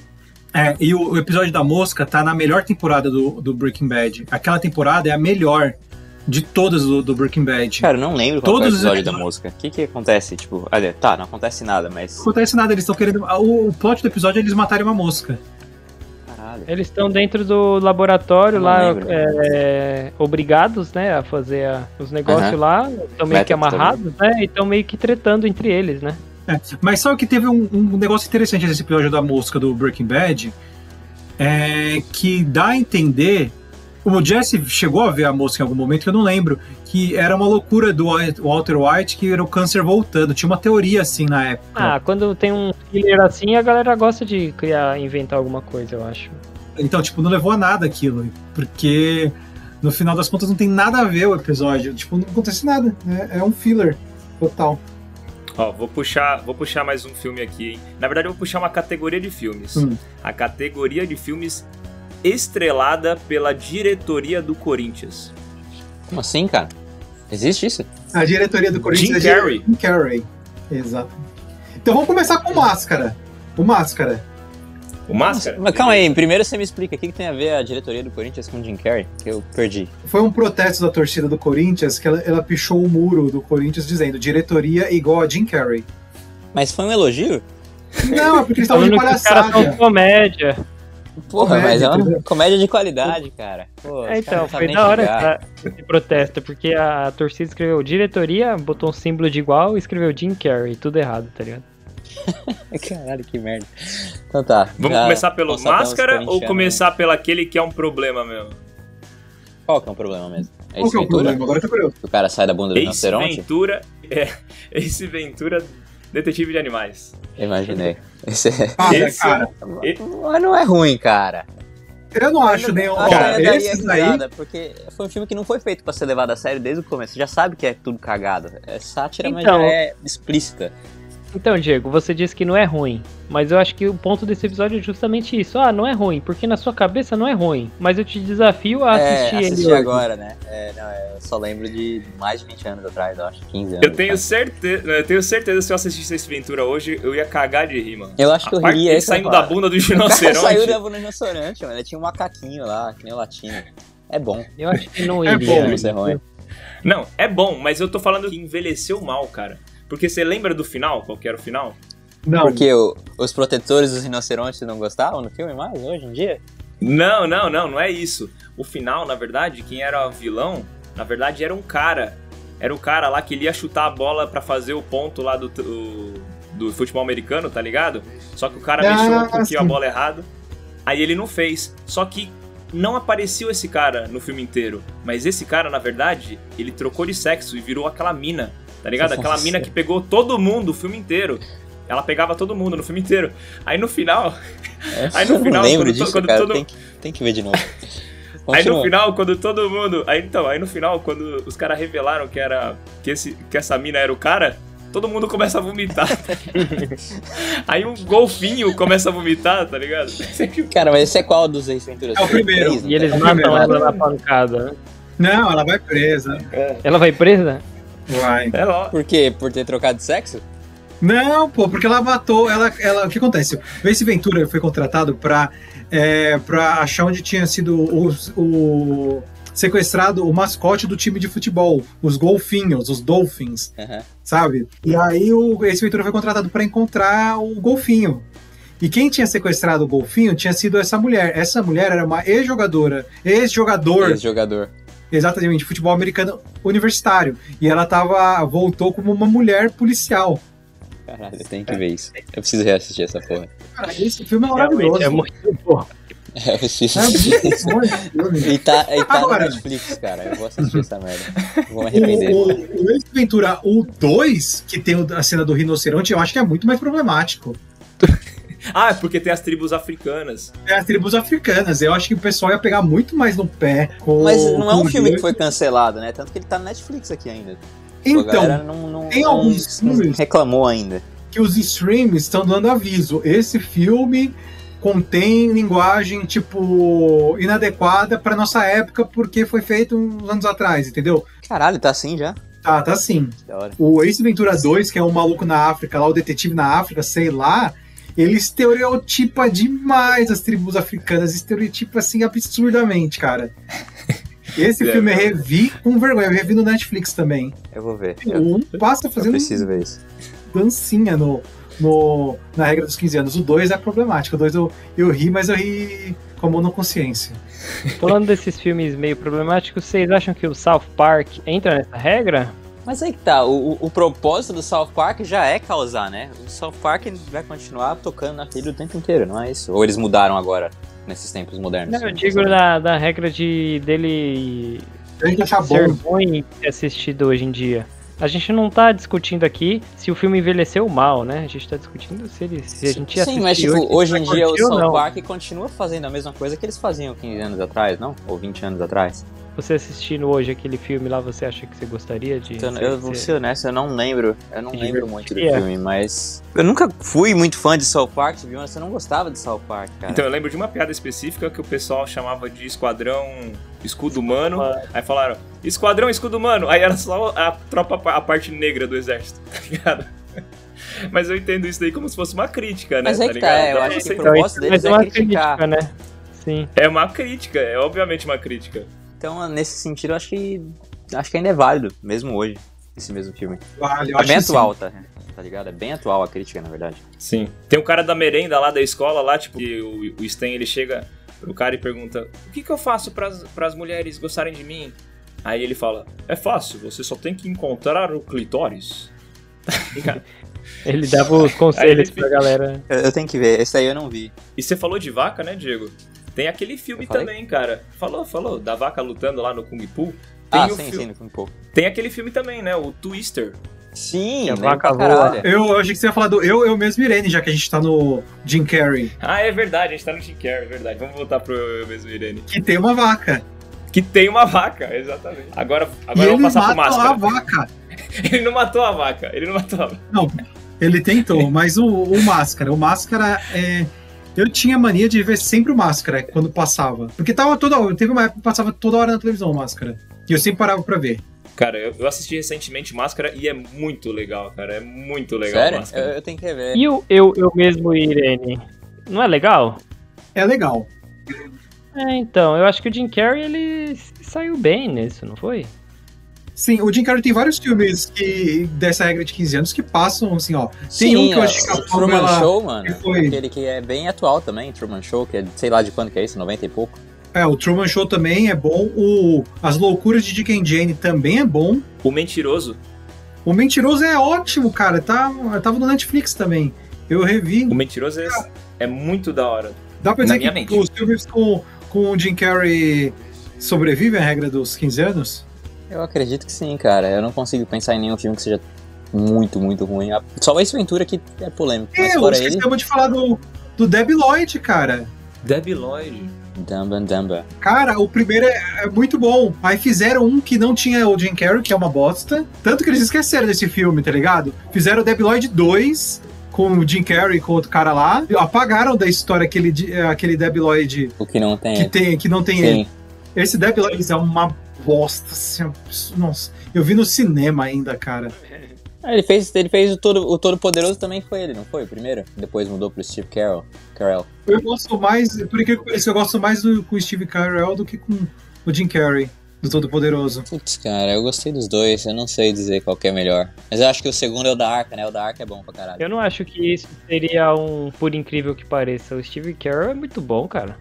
S3: É, e o, o episódio da mosca tá na melhor temporada do, do Breaking Bad. Aquela temporada é a melhor de todas do, do Breaking Bad.
S4: Cara, eu não lembro qual foi o
S3: Todos os
S4: episódio da
S3: episódios-
S4: música. O que que acontece? Tipo, olha, tá, não acontece nada, mas...
S3: Não acontece nada, eles estão querendo. O, o plot do episódio é eles matarem uma mosca.
S4: Caralho.
S1: Eles estão dentro do laboratório
S4: Não
S1: lá,
S4: lembro.
S1: é, obrigados, né, a fazer a- os negócios
S4: Aham.
S1: lá. Estão meio que
S4: Métodos
S1: amarrados, né? E estão meio que tretando entre eles, né?
S3: Mas sabe que teve um, um negócio interessante nesse episódio da mosca do Breaking Bad? É que dá a entender. O Jesse chegou a ver a mosca em algum momento, que eu não lembro. Que era uma loucura do Wa- Walter White, que era o câncer voltando. Tinha uma teoria assim na época.
S1: Ah, quando tem um filler assim, a galera gosta de criar, inventar alguma coisa, eu acho.
S3: Então, tipo, não levou a nada aquilo. Porque no final das contas não tem nada a ver o episódio. Tipo, não acontece nada. né? É um filler total.
S2: Ó, vou puxar, vou puxar mais um filme aqui, hein? Na verdade, eu vou puxar uma categoria de filmes.
S3: Hum.
S2: A categoria de filmes estrelada pela diretoria do Corinthians.
S4: Como assim, cara? Existe isso?
S3: A diretoria do
S2: Jim
S3: Corinthians é
S2: Carrey.
S3: Jim Carrey. Exato. Então vamos começar com o Máscara. O Máscara.
S2: O Máscara?
S4: Mas calma aí, primeiro você me explica o que, que tem a ver a diretoria do Corinthians com o Jim Carrey, que eu perdi.
S3: Foi um protesto da torcida do Corinthians que ela, ela pichou o muro do Corinthians dizendo diretoria igual a Jim Carrey.
S4: Mas foi um elogio?
S3: Não, é porque eles estavam
S1: Falando
S3: de
S1: que os caras são
S3: palhaçada.
S1: comédia.
S4: Porra,
S3: Comédia,
S4: mas é uma
S3: entendeu?
S4: comédia de qualidade, cara. Pô, os
S1: É, então,
S4: caras não
S1: foi
S4: sabem nem
S1: da hora
S4: xingar.
S1: essa, esse protesto, porque a torcida escreveu diretoria, botou um símbolo de igual e escreveu Jim Carrey, tudo errado, tá ligado?
S4: Caralho, que merda. Então tá.
S2: Vamos
S4: já
S2: começar pelo
S4: passar pelos
S2: Máscara ou
S4: corintianos,
S2: começar pelo aquele que é um problema mesmo?
S4: né? Qual que é o problema mesmo? É
S3: Qual
S4: isso
S3: que é o problema? Agora eu tô curioso.
S4: O cara sai da bunda do
S2: Ace
S4: rinoceronte?
S2: Ventura. É, Ace Ventura, Detetive de Animais.
S4: Eu Imaginei. Esse é...
S3: Cara,
S2: Esse-
S3: Ah, cara,
S4: Mas não é ruim, cara.
S3: eu não acho nenhum.
S4: Acho
S3: Cara,
S4: que eu daria
S3: esses aí.
S4: risada, né? Porque foi um filme que não foi feito pra ser levado a sério desde o começo. Você já sabe que é tudo cagado. É sátira, mas
S1: Então.
S4: já é explícita.
S1: Então, Diego, você disse que não é ruim, mas eu acho que o ponto desse episódio é justamente isso. Ah, não é ruim, porque na sua cabeça não é ruim, mas eu te desafio a assistir
S4: é,
S1: ele.
S4: assisti
S1: hoje.
S4: agora, né? É, não, é, eu só lembro de mais de 20 anos atrás, eu acho, 15 anos.
S2: Eu tenho
S4: atrás.
S2: certeza, eu tenho certeza que se eu assistisse Ace Ventura hoje, eu ia cagar de rir, mano.
S4: Eu acho que
S2: A
S4: eu
S2: parte
S4: riria
S2: dele
S4: esse
S2: saindo da
S4: agora.
S2: bunda do
S4: O cara saiu
S2: rinoceronte.
S4: da bunda do rinoceronte, mano. Ele tinha um macaquinho lá, que nem o latino. É bom.
S1: Eu acho que não
S3: É
S1: iria.
S3: bom,
S4: não ser ruim.
S2: Não, é bom, mas eu tô falando que envelheceu mal, cara. Porque você lembra do final? Qual que era o final?
S3: Não,
S4: Porque o- os protetores dos rinocerontes não gostavam do filme mais hoje em dia?
S2: Não, não, não, não é isso. O final, na verdade, quem era o vilão, na verdade era um cara. Era o cara lá que ele ia chutar a bola pra fazer o ponto lá do, t- o- do futebol americano, tá ligado? Só que o cara
S3: Ah,
S2: mexeu um pouquinho a
S3: sim.
S2: bola errado. Aí ele não fez. Só que não apareceu esse cara no filme inteiro. Mas esse cara, na verdade, ele trocou de sexo e virou aquela mina, tá ligado? Aquela
S4: Nossa.
S2: mina que pegou todo mundo o filme inteiro. Ela pegava todo mundo no filme inteiro. Aí no final, Aí no
S4: É, Eu
S2: final,
S4: não
S2: quando
S4: lembro
S2: to-
S4: disso,
S2: quando
S4: cara.
S2: todo-
S4: Tem, que, tem que ver de novo.
S2: Aí no
S4: Continua.
S2: final, quando todo mundo. Aí então, aí no final, quando os caras revelaram que era. Que, esse, que essa mina era o cara, todo mundo começa a vomitar. aí um golfinho começa a vomitar, tá ligado?
S4: Cara, mas esse é qual dos Ace Venturas?
S3: É o primeiro.
S4: Três, não
S1: E eles
S4: tem?
S1: matam ela na pancada. né?
S3: não, ela vai presa.
S1: Ela vai presa?
S3: Vai.
S2: É lá.
S4: Por quê? Por ter trocado de sexo?
S3: Não, pô, porque ela matou. Ela, ela, o que acontece? O Ace Ventura foi contratado pra, é, pra achar onde tinha sido o, o- sequestrado o mascote do time de futebol, os golfinhos, os Dolphins,
S4: Aham.
S3: sabe? E aí o Ace Ventura foi contratado pra encontrar o golfinho. E quem tinha sequestrado o golfinho tinha sido essa mulher. Essa mulher era uma ex-jogadora, ex-jogador
S4: Ex-jogador.
S3: Exatamente, futebol americano universitário. E ela tava. voltou como uma mulher policial.
S4: Caralho, eu tenho que ver isso. Eu preciso reassistir essa porra.
S3: Cara, esse filme é maravilhoso.
S1: Realmente é muito bom.
S4: É, eu preciso
S3: É
S4: assistir.
S3: muito bom esse filme.
S4: E tá, e tá na
S3: Agora.
S4: Netflix, cara. Eu vou assistir essa merda. Vou me arrepender.
S3: O, o, o Ace Ventura, o 2, que tem o- a cena do rinoceronte, eu acho que é muito mais problemático.
S2: Ah, é porque tem as tribos africanas.
S3: É as tribos africanas, eu acho que o pessoal ia pegar muito mais no pé. com-
S4: Mas não é
S3: com
S4: um
S3: o
S4: filme que
S3: dois.
S4: foi cancelado, né? Tanto que ele tá na Netflix aqui ainda. Pô, a
S3: Então,
S4: galera não, não,
S3: tem
S4: não-
S3: alguns
S4: não
S3: filmes-
S4: reclamou ainda.
S3: que os streams estão dando aviso. Esse filme contém linguagem tipo inadequada para nossa época porque foi feito uns anos atrás, entendeu?
S4: Caralho, tá assim já?
S3: Tá, tá sim.
S4: Que Da hora.
S3: O Ace Ventura 2, que é um maluco na África, lá o detetive na África, sei lá, ele estereotipa demais as tribos africanas, estereotipa assim absurdamente, cara. Esse
S2: É,
S3: filme
S2: meu.
S3: eu revi com vergonha, eu revi no Netflix também.
S4: Eu vou ver. Eu,
S3: O um
S4: É.
S3: passa
S4: eu
S3: fazendo
S4: preciso ver isso.
S3: dancinha no, no- na regra dos 15 anos. O 2 é problemático. O 2 eu, eu ri, mas eu ri com a mão na consciência.
S1: Falando desses filmes meio problemáticos, vocês acham que o South Park entra nessa regra?
S4: Mas aí que tá, o, o- o propósito do South Park já é causar, né? O South Park vai continuar tocando naquele o tempo inteiro, não é isso? Ou eles mudaram agora, nesses tempos modernos?
S1: Não, eu digo assim. da, da regra de dele
S3: Tem que achar bom.
S1: ser ruim e ser assistido hoje em dia. A gente não tá discutindo aqui se o filme envelheceu mal, né? A gente tá discutindo se ele se a gente
S4: Sim, mas
S1: assistiu,
S4: tipo,
S1: se
S4: hoje
S1: vai
S4: em dia o
S1: curtir ou
S4: South
S1: não.
S4: Park continua fazendo a mesma coisa que eles faziam 15 anos atrás, não? Ou 20 anos atrás.
S1: Você assistindo hoje aquele filme lá, você acha que você gostaria de.
S4: Então, eu vou ser honesto, eu não lembro. Eu não
S1: Se
S4: lembro muito do
S1: divertir, é.
S4: filme, mas. Eu nunca fui muito fã de South Park, to be honest, eu não gostava de South Park, cara.
S2: Então eu lembro de uma piada específica que o pessoal chamava de Esquadrão Escudo Humano.
S1: Humano.
S2: Aí falaram, Esquadrão Escudo Humano. Aí era só a tropa, a parte negra do exército, tá ligado? Mas eu entendo isso daí como se fosse uma crítica, né?
S4: Mas é que
S2: ligado?
S4: tá, é, eu
S2: Então,
S4: acho que
S2: sei
S4: pro-
S2: lá.
S1: Então,
S4: propósito
S1: isso-
S4: deles
S1: mas
S4: é
S1: é uma
S4: criticar.
S1: crítica, né? Sim.
S2: é uma crítica, é obviamente uma crítica.
S4: Então, nesse sentido, eu acho que. Acho que ainda é válido, mesmo hoje, esse mesmo filme.
S3: Vale, eu
S4: É
S3: acho assim,
S4: bem
S3: que sim.
S4: atual, tá? Tá ligado? É bem atual a crítica, na verdade.
S2: Sim. Tem um cara da merenda lá da escola, lá, tipo, que o, o Stan ele chega pro cara e pergunta: O que, que eu faço pras, pras mulheres gostarem de mim? Aí ele fala: É fácil, você só tem que encontrar o clitóris.
S1: Ele dava os
S2: Aí
S1: conselhos
S2: ele-
S1: pra galera.
S4: Eu, eu tenho que ver, esse aí eu não vi.
S2: E você falou de vaca, né, Diego? Tem aquele filme
S4: Eu falei?
S2: também, cara. Falou, falou, da vaca lutando lá no Kung Fu. Tem,
S4: Ah,
S2: o
S4: sim,
S2: fi-
S4: sim, um pouco.
S2: tem aquele filme também, né? O Twister.
S4: Sim,
S1: Que a
S4: lembro
S1: vaca
S4: pra
S1: voa.
S4: caralho.
S3: Eu, eu achei que você ia falar do eu, eu mesmo, Irene, já que a gente tá no Jim Carrey,
S2: Ah, é verdade, a gente tá no Jim Carrey, é verdade. Vamos voltar pro eu mesmo, Irene.
S3: que tem uma vaca.
S2: Que tem uma vaca, exatamente. Agora,
S3: e
S2: agora eu
S3: ele
S2: vou passar
S3: mata
S2: pro
S3: lá a
S2: máscara.
S3: vaca.
S2: Ele não matou a vaca, ele não matou a vaca.
S3: Não, ele tentou, mas o, o Máscara. O Máscara é. Eu tinha mania de ver sempre o Máscara quando passava. Porque tava toda hora. Teve uma época que passava toda hora na televisão o Máscara. E eu sempre parava pra ver.
S2: Cara, eu, eu assisti recentemente Máscara e é muito legal, cara. É muito legal
S4: Sério? Eu,
S2: Máscara.
S4: eu tenho que rever.
S1: E o eu, eu mesmo e Irene? Não é legal?
S3: É legal.
S1: É, então, eu acho que o Jim Carrey ele s- saiu bem nisso, não foi?
S3: Sim, o Jim Carrey tem vários filmes que, dessa regra de 15 anos que passam, assim, ó. Tem um que eu
S4: ó,
S3: acho que a
S4: o Truman
S3: fórmula-
S4: Show, mano.
S3: que foi-
S4: Aquele que é bem atual também, Truman Show, que é, sei lá de quando que é isso, 90 e pouco.
S3: É, o Truman Show também é bom. O As Loucuras de Dick and Jane também é bom.
S2: O Mentiroso.
S3: O Mentiroso é ótimo, cara. Tá, tava no Netflix também. Eu revi.
S2: O Mentiroso é, é muito da hora.
S3: Dá pra
S2: Na
S3: dizer
S2: minha
S3: que
S2: mente.
S3: os filmes com, com o Jim Carrey sobrevivem à regra dos 15 anos?
S4: Eu acredito que sim, cara. Eu não consigo pensar em nenhum filme que seja muito, muito ruim. A- Só o Ace Ventura que é polêmico. Mas
S3: É, eu
S4: fora ele,
S3: esquecemos de falar do, do Debbie Lloyd, cara.
S2: Debbie Lloyd.
S4: Dumba and Dumba.
S3: Cara, o primeiro é, é muito bom. Aí fizeram um que não tinha o Jim Carrey, que é uma bosta. Tanto que eles esqueceram desse filme, tá ligado? Fizeram o Debbie Lloyd 2 com o Jim Carrey e com outro cara lá. Apagaram da história aquele, Di- eh, aquele Debbie Lloyd
S4: O que não tem.
S3: que, tem, que não tem ele.
S4: É. Sim.
S3: Esse Debbie Lloyd é uma bosta. assim, é um absurdo. Nossa, eu vi no cinema ainda, cara.
S4: Ah, ele fez, ele fez o Todo, o Todo Poderoso também que foi ele, não foi? O primeiro? Depois mudou pro Steve Carell. Carell.
S3: Eu gosto mais, por incrível que pareça, eu gosto mais do, com o Steve Carell do que com o Jim Carrey, do Todo-Poderoso.
S4: Putz, cara, eu gostei dos dois, eu não sei dizer qual que é melhor. Mas eu acho que o segundo é o da Arca, né? O da Arca é bom pra caralho.
S1: Eu não acho que isso seria um, por incrível que pareça. O Steve Carell é muito bom, cara.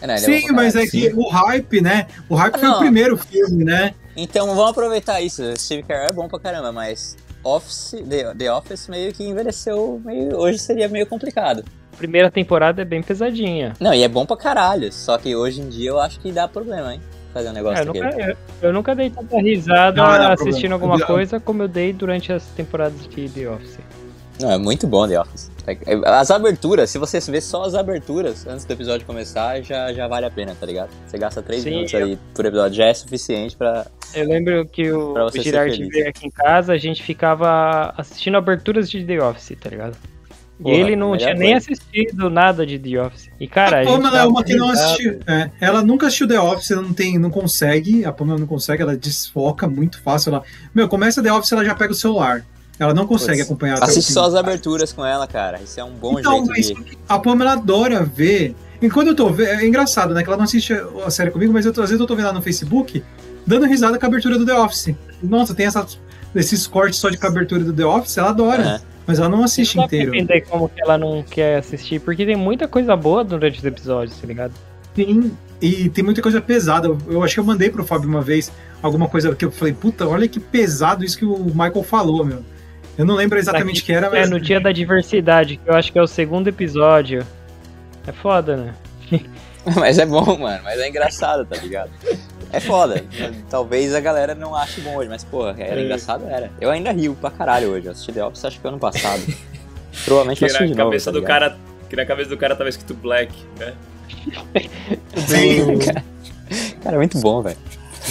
S4: É, não, ele é bom
S3: Sim,
S4: pra
S3: mas é
S4: caralho.
S3: que o hype, né? O hype
S4: Ah,
S3: foi o
S4: não.
S3: primeiro filme, né?
S4: Então vamos aproveitar isso. O Steve Carell é bom pra caramba, mas Office, The, The Office meio que envelheceu, meio, hoje seria meio complicado.
S1: A primeira temporada é bem pesadinha.
S4: Não, e é bom pra caralho, só que hoje em dia eu acho que dá problema, hein? Fazer um
S1: É,
S4: negócio
S1: eu, nunca,
S4: daquele.
S1: eu, eu nunca dei tanta risada
S3: Não, não,
S1: assistindo
S3: problema.
S1: alguma
S3: Não.
S1: coisa como eu dei durante as temporadas de The Office.
S4: Não, é muito bom The Office. É- é- As aberturas, se você vê só as aberturas antes do episódio começar, já, já vale a pena, tá ligado? Você gasta três
S1: Sim,
S4: minutos
S1: eu-
S4: aí por episódio, já é suficiente pra.
S1: Eu lembro que o,
S4: Pra
S1: o
S4: você ser
S1: Girardi
S4: feliz.
S1: veio aqui em casa, a gente ficava assistindo aberturas de The Office, tá ligado? E
S4: Porra,
S1: ele não
S4: melhor
S1: tinha nem
S4: coisa.
S1: assistido nada de The Office. E, cara,
S3: a
S1: gente tá
S3: Pamela é
S1: dava
S3: uma que não
S1: risada.
S3: assistiu. é, ela nunca assistiu The Office, ela não, tem, não consegue. A Pamela não consegue, ela desfoca muito fácil. Ela, meu, começa The Office, ela já pega o celular. Ela não consegue
S4: Putz,
S3: acompanhar até o
S4: Assiste
S3: fim.
S4: só as aberturas com ela, cara. Isso é um bom
S3: Então, mas
S4: jeito de.
S3: a Pamela adora ver. Enquanto eu tô vendo, é engraçado, né? Que ela não assiste a série comigo, mas eu tô- às vezes eu tô vendo lá no Facebook, dando risada com a abertura do The Office. Nossa, tem essa, esses cortes só de com a abertura do The Office, ela adora,
S4: É.
S3: mas ela não assiste
S1: Não dá pra
S3: inteiro.
S1: entender como que ela não quer assistir, porque tem muita coisa boa durante os episódios, tá ligado?
S3: Sim, e tem muita coisa pesada. Eu- Eu acho que eu mandei pro Fábio uma vez alguma coisa que eu falei, puta, olha que pesado isso que o Michael falou, meu. Eu não lembro exatamente o que era,
S1: É,
S3: mas
S1: no dia da diversidade, que eu acho que é o segundo episódio. É foda, né?
S4: Mas é bom, mano. Mas é engraçado, tá ligado? É foda. Talvez a galera não ache bom hoje, mas, porra, era
S2: É.
S4: engraçado, era. Eu ainda rio pra caralho hoje. Eu assisti The Office acho que ano passado. Provavelmente
S2: Que
S4: eu assisti de
S2: na
S4: novo.
S2: cabeça
S4: tá
S2: do
S4: ligado?
S2: cara. Que na cabeça do cara tava escrito black, né?
S4: Sim, cara. Cara, é muito bom, velho.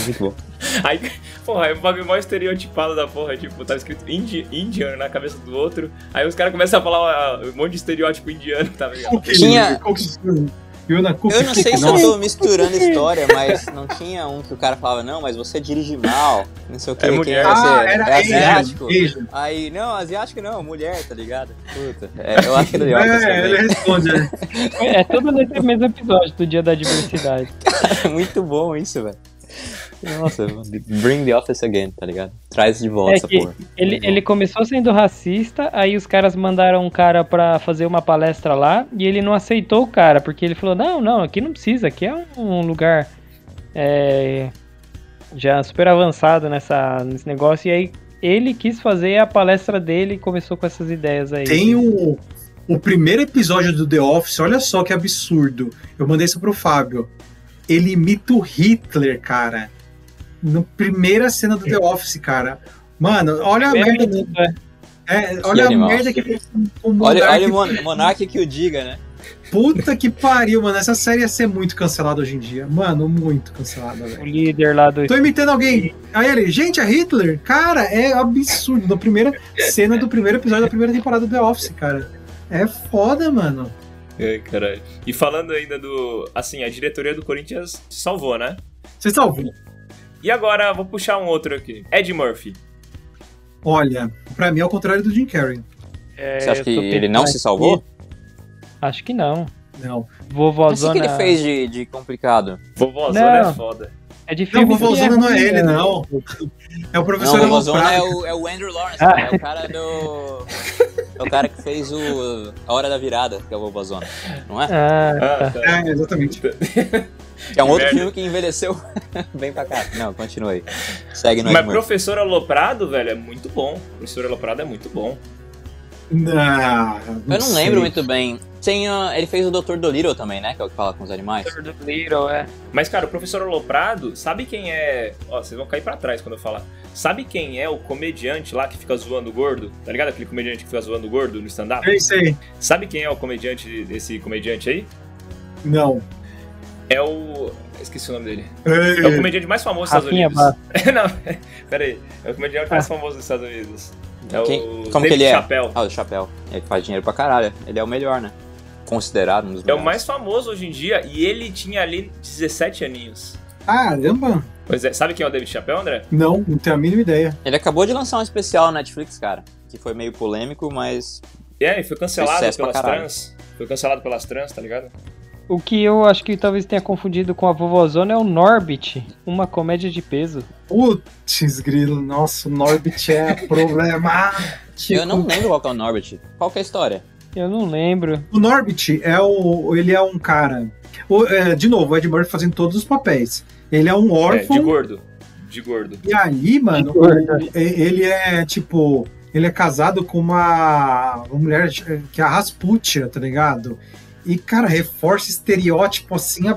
S4: Muito bom.
S2: Aí, porra, é um bagulho mó estereotipado da porra, tipo, tava escrito indi indiano na cabeça do outro. Aí os caras começam a falar ó, um monte de estereótipo indiano, tá ligado?
S3: Cookie,
S4: Tinha-
S3: cookie, Yuna Cookie,
S4: Eu não sei se eu
S3: nossa.
S4: tô misturando história, mas não tinha um que o cara falava, não, mas você dirige mal, não sei o que,
S2: É
S4: quem
S2: mulher.
S4: vai ser?
S3: Ah, era
S4: é
S3: Asian,
S4: asiático.
S3: Asian.
S4: Aí, não, asiático não, mulher, tá ligado? Puta, é, eu acho que é do Yokes
S3: É, ele
S4: também.
S3: responde, né?
S1: É tudo nesse mesmo episódio do Dia da Diversidade.
S4: É muito bom isso, velho. Nossa, bring the office again, tá ligado? Traz de volta
S1: É
S4: essa
S1: que
S4: porra.
S1: Ele, ele começou sendo racista, aí os caras mandaram um cara pra fazer uma palestra lá e ele não aceitou o cara, porque ele falou: não, não, aqui não precisa, aqui é um lugar é, já super avançado nessa, nesse negócio. E aí ele quis fazer a palestra dele e começou com essas ideias aí.
S3: Tem o, o primeiro episódio do The Office, olha só que absurdo. Eu mandei isso pro Fábio. Ele imita o Hitler, cara. Na primeira cena do The Office, cara. Mano, olha a
S1: Primeiro
S3: merda.
S1: minuto, é.
S3: é, olha a
S4: animal.
S3: merda que o
S4: Olha,
S3: Monark.
S4: olha o Mon- Monark que o diga, né?
S3: Puta que pariu, mano. Essa série ia ser muito cancelada hoje em dia. Mano, muito cancelada,
S1: o
S3: velho.
S1: líder lá do.
S3: Tô imitando alguém. Aí ele, gente, é Hitler? Cara, é absurdo. Na primeira cena do primeiro episódio da primeira temporada do The Office, cara. É foda, mano.
S2: Ai, caralho. E falando ainda do. Assim, a diretoria do Corinthians salvou, né?
S3: Vocês estão ouvindo?
S2: E agora, vou puxar um outro aqui. Ed Murphy.
S3: Olha, pra mim é o contrário do Jim Carrey.
S1: É,
S4: Você acha
S1: eu
S4: que
S1: tô
S4: ele
S1: pensando
S4: não se
S1: aqui.
S4: salvou?
S1: Acho que não.
S3: Não.
S4: Mas o
S1: Vovózona.
S4: que que ele fez de, de complicado?
S2: Vovózona
S4: né?
S1: Não.
S2: é foda.
S1: É de
S3: Não,
S1: filme
S3: o vovôzona não é
S1: ruim, né?
S3: ele, não. É o
S4: Não,
S3: professor
S4: o
S3: Ramos
S4: Vovozona
S3: Prado.
S4: é o, é o Andrew Lawrence,
S1: Ah.
S4: cara, é o cara do... É o cara que fez o A Hora da Virada, que é o Vovozona, não é?
S1: Ah,
S2: Ah,
S1: tá.
S2: tá.
S3: É, exatamente.
S4: Que é um outro
S2: Velho.
S4: filme que envelheceu bem pra cá. Não, continua aí. Segue é no
S2: Mas
S4: Edmundo.
S2: Professor Aloprado, velho, é muito bom. Professor Aloprado é muito bom.
S3: Não,
S4: Eu não
S3: Ah, sei.
S4: lembro muito bem. Tem, ah, ele fez o Dr. Dolittle também, né? Que é o que fala com os animais.
S1: Do Little, é.
S2: Mas, cara, o Professor Aloprado, sabe quem é... Ó, vocês vão cair pra trás quando eu falar. Sabe quem é o comediante lá que fica zoando o gordo? Tá ligado? Aquele comediante que fica zoando o gordo no stand-up?
S3: É isso aí.
S2: Sabe quem é o comediante, esse comediante aí?
S3: Não.
S2: É o... Esqueci o nome dele. É o
S3: É,
S2: comediante mais famoso dos
S1: Rafinha
S2: Estados
S1: Bastos. Ah.
S2: Unidos. não, pera aí. É o comediante mais famoso dos Estados Unidos. É
S4: Quem-
S2: o
S4: como que
S2: David
S4: ele é?
S2: Chappelle.
S4: Ah, o Chapéu. Ele faz dinheiro pra caralho. Ele é o melhor, né? Considerado um dos
S2: É o
S4: melhores.
S2: mais famoso hoje em dia e ele tinha ali 17 aninhos.
S3: Caramba.
S2: Pois é, sabe quem é o David Chappelle, André?
S3: Não, não tenho a mínima ideia.
S4: Ele acabou de lançar um especial na Netflix, cara. Que foi meio polêmico, mas...
S2: É, ele foi cancelado
S4: Sucesso pra
S2: pelas
S4: caralho.
S2: trans. Foi cancelado pelas trans, tá ligado?
S1: O que eu acho que talvez tenha confundido com a vovozona é o Norbit, uma comédia de peso.
S3: Putz, grilo. Nossa, o Norbit é problemático.
S4: Eu não lembro qual que é o Norbit. Qual que é a história?
S1: Eu não lembro.
S3: O Norbit é o. Ele é um cara. o- é, de novo, o Ed Murphy fazendo todos os papéis. Ele é
S2: É,
S3: um
S2: de
S3: órfão.
S2: gordo. De gordo.
S3: E aí, mano,
S1: gorda.
S3: o- e- ele é tipo. Ele é casado com uma, uma mulher que é a Rasputia, tá ligado? E, cara, reforça estereótipo assim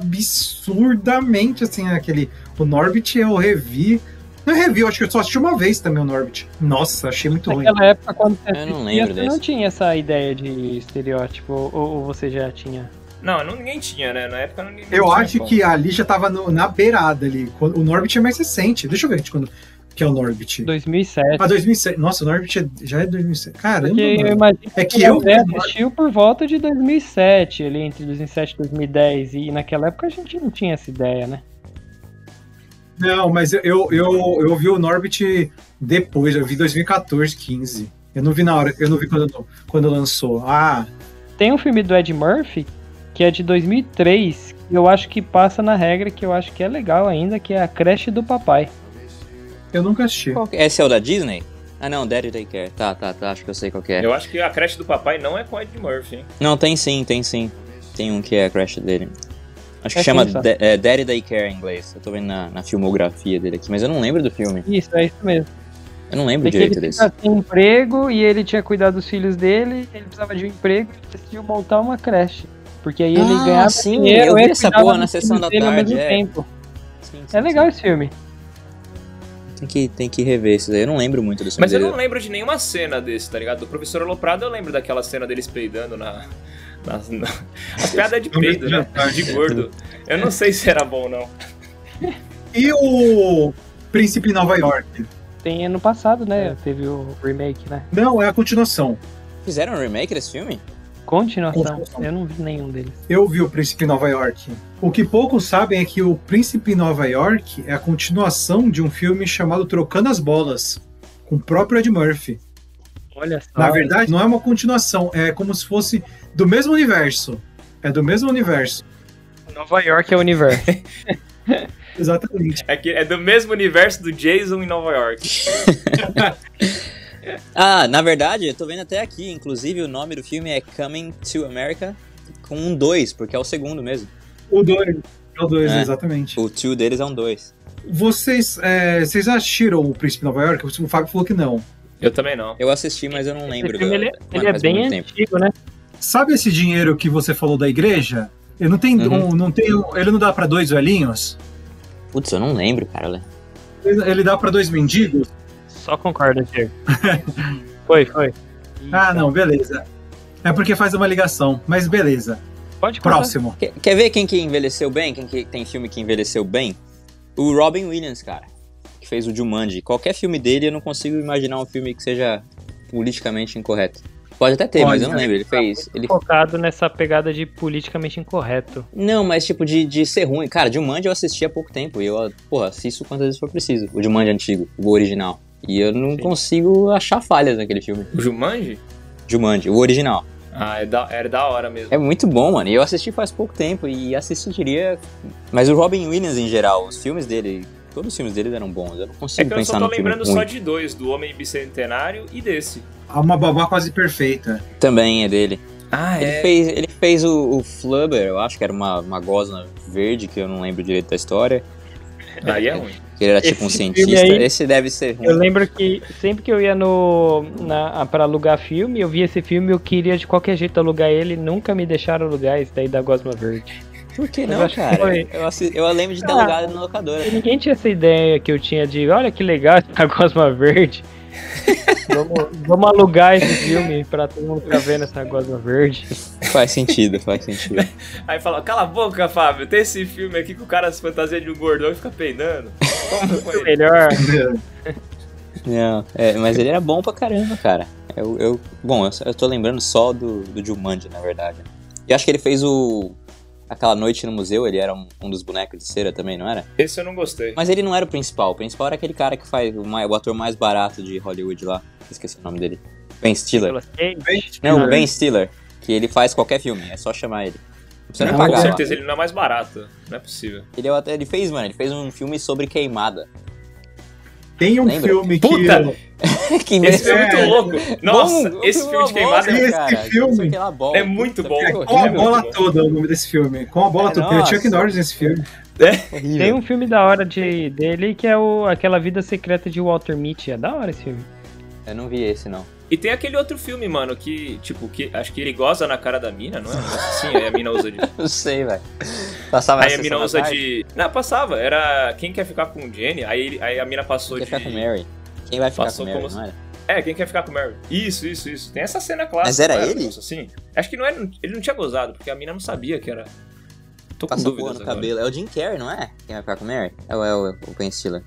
S3: absurdamente, assim, aquele. O Norbit eu revi. Não revi, eu acho que eu só assisti uma vez também o Norbit. Nossa, achei muito ruim.
S1: Naquela época, quando você
S4: Eu não
S1: assistia,
S4: lembro
S1: você não
S4: desse.
S1: tinha essa ideia de estereótipo, ou, ou você já tinha?
S2: Não, não- ninguém tinha, né? Na época ninguém
S3: Eu
S2: tinha
S3: acho
S2: como.
S3: que ali já tava no- na beirada ali. Quando- O Norbit é mais recente. Deixa eu ver de quando que é o Norbit.
S1: 2007.
S3: Ah, 2007. Nossa, o Norbit é- já é 2007. Caramba,
S1: Porque eu
S3: mano.
S1: imagino
S3: É que
S1: o
S3: eu-
S1: André assistiu por volta de 2007, ali entre 2007 e 2010. E naquela época a gente não tinha essa ideia, né?
S3: Não, mas eu, eu, eu, eu vi o Norbit depois. Eu vi 2014, 15. Eu não vi na hora. Eu não vi quando, quando lançou. Ah,
S1: Tem um filme do Ed Murphy que é de 2003, que eu acho que passa na regra, que eu acho que é legal ainda, que é a creche do papai.
S3: eu nunca assisti.
S4: Qual que- Esse é o da Disney? Ah, não. Daddy Take Care. Tá, tá, tá. Acho que eu sei qual que é.
S2: Eu acho que a creche do papai não é com Ed Murphy, hein?
S4: Não, tem sim, tem sim. Tem um que é a crash dele. Acho que
S1: É
S4: chama
S1: sim, só.
S4: Da- é, Daddy Daycare em inglês. Eu tô vendo na, na filmografia dele aqui, mas eu não lembro do filme.
S1: Isso, é isso mesmo.
S4: Eu não lembro
S1: É que ele
S4: direito desse.
S1: fica sem emprego e ele tinha cuidado dos filhos dele, ele precisava de um emprego e ele decidiu montar uma creche. Porque aí ele
S4: Ah,
S1: ganhava
S4: sim,
S1: dinheiro
S4: eu vi
S1: e
S4: essa
S1: cuidava
S4: porra na
S1: dos
S4: sessão
S1: filhos
S4: da
S1: dele ao
S4: tarde,
S1: mesmo
S4: é.
S1: tempo.
S4: Sim, sim,
S1: É legal esse filme.
S4: sim. Tem que, tem que rever isso daí. Eu não lembro muito desse
S2: Mas eu
S4: filme
S2: não lembro de nenhuma cena desse, tá ligado? Do professor Aloprado eu lembro daquela cena deles peidando na. nas- na- As piadas de
S3: No meio
S2: peido,
S3: do
S2: né?
S3: jantar.
S2: De gordo. Eu não sei se era bom ou não.
S3: E o Príncipe em Nova York?
S1: Tem ano passado, né?
S4: É.
S1: Teve o remake, né?
S3: Não, é a continuação.
S4: Fizeram um remake desse filme?
S1: Continuação.
S3: Continuação.
S1: Eu não vi nenhum deles.
S3: Eu vi o Príncipe em Nova York. O que poucos sabem é que o Príncipe em Nova York é a continuação de um filme chamado Trocando as Bolas, com o próprio Ed Murphy.
S1: Olha só.
S3: Na verdade, não é uma continuação, é como se fosse do mesmo universo. É do mesmo universo.
S1: Nova York é o universo.
S3: Exatamente.
S2: É, que, é do mesmo universo do Jason em Nova York.
S4: Ah, na verdade, eu tô vendo até aqui. Inclusive, o nome do filme é Coming to America com um 2, porque é o segundo mesmo.
S3: O 2. O 2,
S4: É.
S3: exatamente.
S4: O 2 deles é um 2.
S3: Vocês, é, vocês assistiram o Príncipe de Nova York? O Fábio falou que não.
S2: Eu também não.
S4: Eu assisti, mas eu não lembro.
S1: Esse filme ele, é-
S4: Mano,
S1: ele é
S4: faz
S1: bem
S4: muito tempo.
S1: antigo, né?
S3: Sabe esse dinheiro que você falou da igreja? Ele não tem,
S4: Uhum.
S3: um- não tem um- ele não dá pra dois velhinhos?
S4: Putz, eu não lembro, cara.
S3: Ele, ele dá pra dois mendigos?
S1: Só concorda, Diego. foi, foi.
S3: Ah, não, beleza. É porque faz uma ligação, mas beleza.
S4: Uhum.
S1: Pode contar.
S3: Próximo.
S4: Quer, quer ver quem que envelheceu bem? Quem que tem filme que envelheceu bem? O Robin Williams, cara, que fez o Jumanji. Qualquer filme dele, eu não consigo imaginar um filme que seja politicamente incorreto. Pode até ter, mas
S3: Pode,
S4: eu não
S3: né?
S4: lembro. Ele fez. Ele...
S1: Focado nessa pegada de politicamente incorreto.
S4: Não, mas tipo, de, de ser ruim. Cara, Jumanji eu assisti há pouco tempo e eu, porra, assisto quantas vezes for preciso. O Jumanji antigo, o original. E eu não
S2: Sim.
S4: consigo achar falhas naquele filme.
S2: O Jumanji?
S4: Jumanji, o original.
S2: Ah, é da- era da hora mesmo.
S4: É muito bom, mano. E eu assisti faz pouco tempo e assistiria. Mas o Robin Williams em geral, os filmes dele, todos os filmes dele eram bons. Eu não
S2: É
S4: consigo
S2: que eu só
S4: pensar
S2: tô
S4: no filme
S2: lembrando só
S4: ruim.
S2: de dois, do Homem Bicentenário e desse.
S3: Há Uma babá quase perfeita.
S4: Também é dele.
S2: Ah,
S4: Ele fez, ele fez o, o Flubber, eu acho que era uma, uma gosna verde, que eu não lembro direito da história.
S2: Aí é ruim.
S4: Que ele era
S1: Esse
S4: tipo um
S1: filme
S4: cientista.
S1: aí-
S4: Esse deve ser um
S1: Eu
S4: ruim.
S1: lembro que sempre que eu ia no na, pra alugar filme, eu via esse filme eu queria de qualquer jeito alugar ele. Nunca me deixaram alugar esse daí da Gosma Verde.
S4: Por que
S1: Eu
S4: não,
S1: acho que
S4: cara?
S1: foi.
S4: Eu, assi- eu lembro de ter
S1: Ah.
S4: alugado na locadora.
S1: E ninguém tinha essa ideia que eu tinha de, olha que legal a Gosma Verde. vamos, vamos alugar esse filme pra todo mundo ficar vendo essa Gosma Verde.
S4: Faz sentido, faz sentido.
S2: Aí fala, cala a boca, Fábio, tem esse filme aqui que o cara se fantasia de um gordão e fica peidando. Como foi?
S1: Melhor.
S4: Não, é, mas ele era bom pra caramba, cara. Eu, eu- bom, eu, só- eu tô lembrando só do, do Jumanji, na verdade. E acho que ele fez o. Aquela noite no museu, ele era um, um dos bonecos de cera também, não era?
S2: Esse eu não gostei.
S4: Mas ele não era o principal. O principal era aquele cara que faz. O, mai- o ator mais barato de Hollywood lá. Esqueci o nome dele. Ben Stiller. Não,
S3: Stiller.
S4: o Ben Stiller. Que ele faz qualquer filme, é só chamar ele. Não precisa nem
S3: Não,
S2: Com
S4: pagar.
S2: certeza
S4: lá.
S2: ele não é mais barato. Não é possível.
S4: Ele, até- ele fez, mano, ele fez um filme sobre queimada.
S3: Tem um
S4: Lembra?
S3: filme que.
S2: Puta!
S3: eu-
S4: que
S2: Esse filme é
S3: merda.
S2: muito louco. Nossa,
S4: Bom,
S2: esse filme de
S4: é uma
S2: queimada.
S4: bosta,
S3: Esse
S4: cara.
S3: filme
S4: Sei que lá, bola.
S2: é muito
S4: Puta,
S2: bom.
S4: que
S2: É,
S3: Com a
S4: horrível.
S3: bola toda, o nome desse filme. Com a bola
S4: É,
S3: toda. Tem o
S4: nossa.
S3: Chuck Norris nesse filme. É
S1: Tem um filme da hora de, dele que é o, aquela Vida Secreta de Walter Mitty. É da hora esse filme.
S4: Eu não vi esse, não.
S2: E tem aquele outro filme, mano, que, tipo, que acho que ele goza na cara da mina, não é? Um negócio Assim, aí a mina usa de.
S4: Não sei, velho. Passava
S2: Aí a
S4: essa
S2: mina
S4: sessão
S2: usa
S4: da tarde,
S2: de. Não, passava. Era quem quer ficar com o Jenny, aí, ele- aí a mina passou
S4: Quer
S2: de.
S4: ficar com Mary? Quem vai ficar
S2: Passou
S4: com Mary,
S2: como-
S4: não era?
S2: É, quem quer ficar com o Mary. Isso, isso, isso. Tem essa cena clássica.
S4: Mas era
S2: né,
S4: ele?
S2: moço, Assim. Acho que não era, ele não tinha gozado, porque a mina não sabia que era. Tô com
S4: Passa boa
S2: dúvidas
S4: no
S2: agora.
S4: cabelo. É o Jim Carrey, não é? Quem vai ficar com Mary? É o, é o, o Ben Stiller.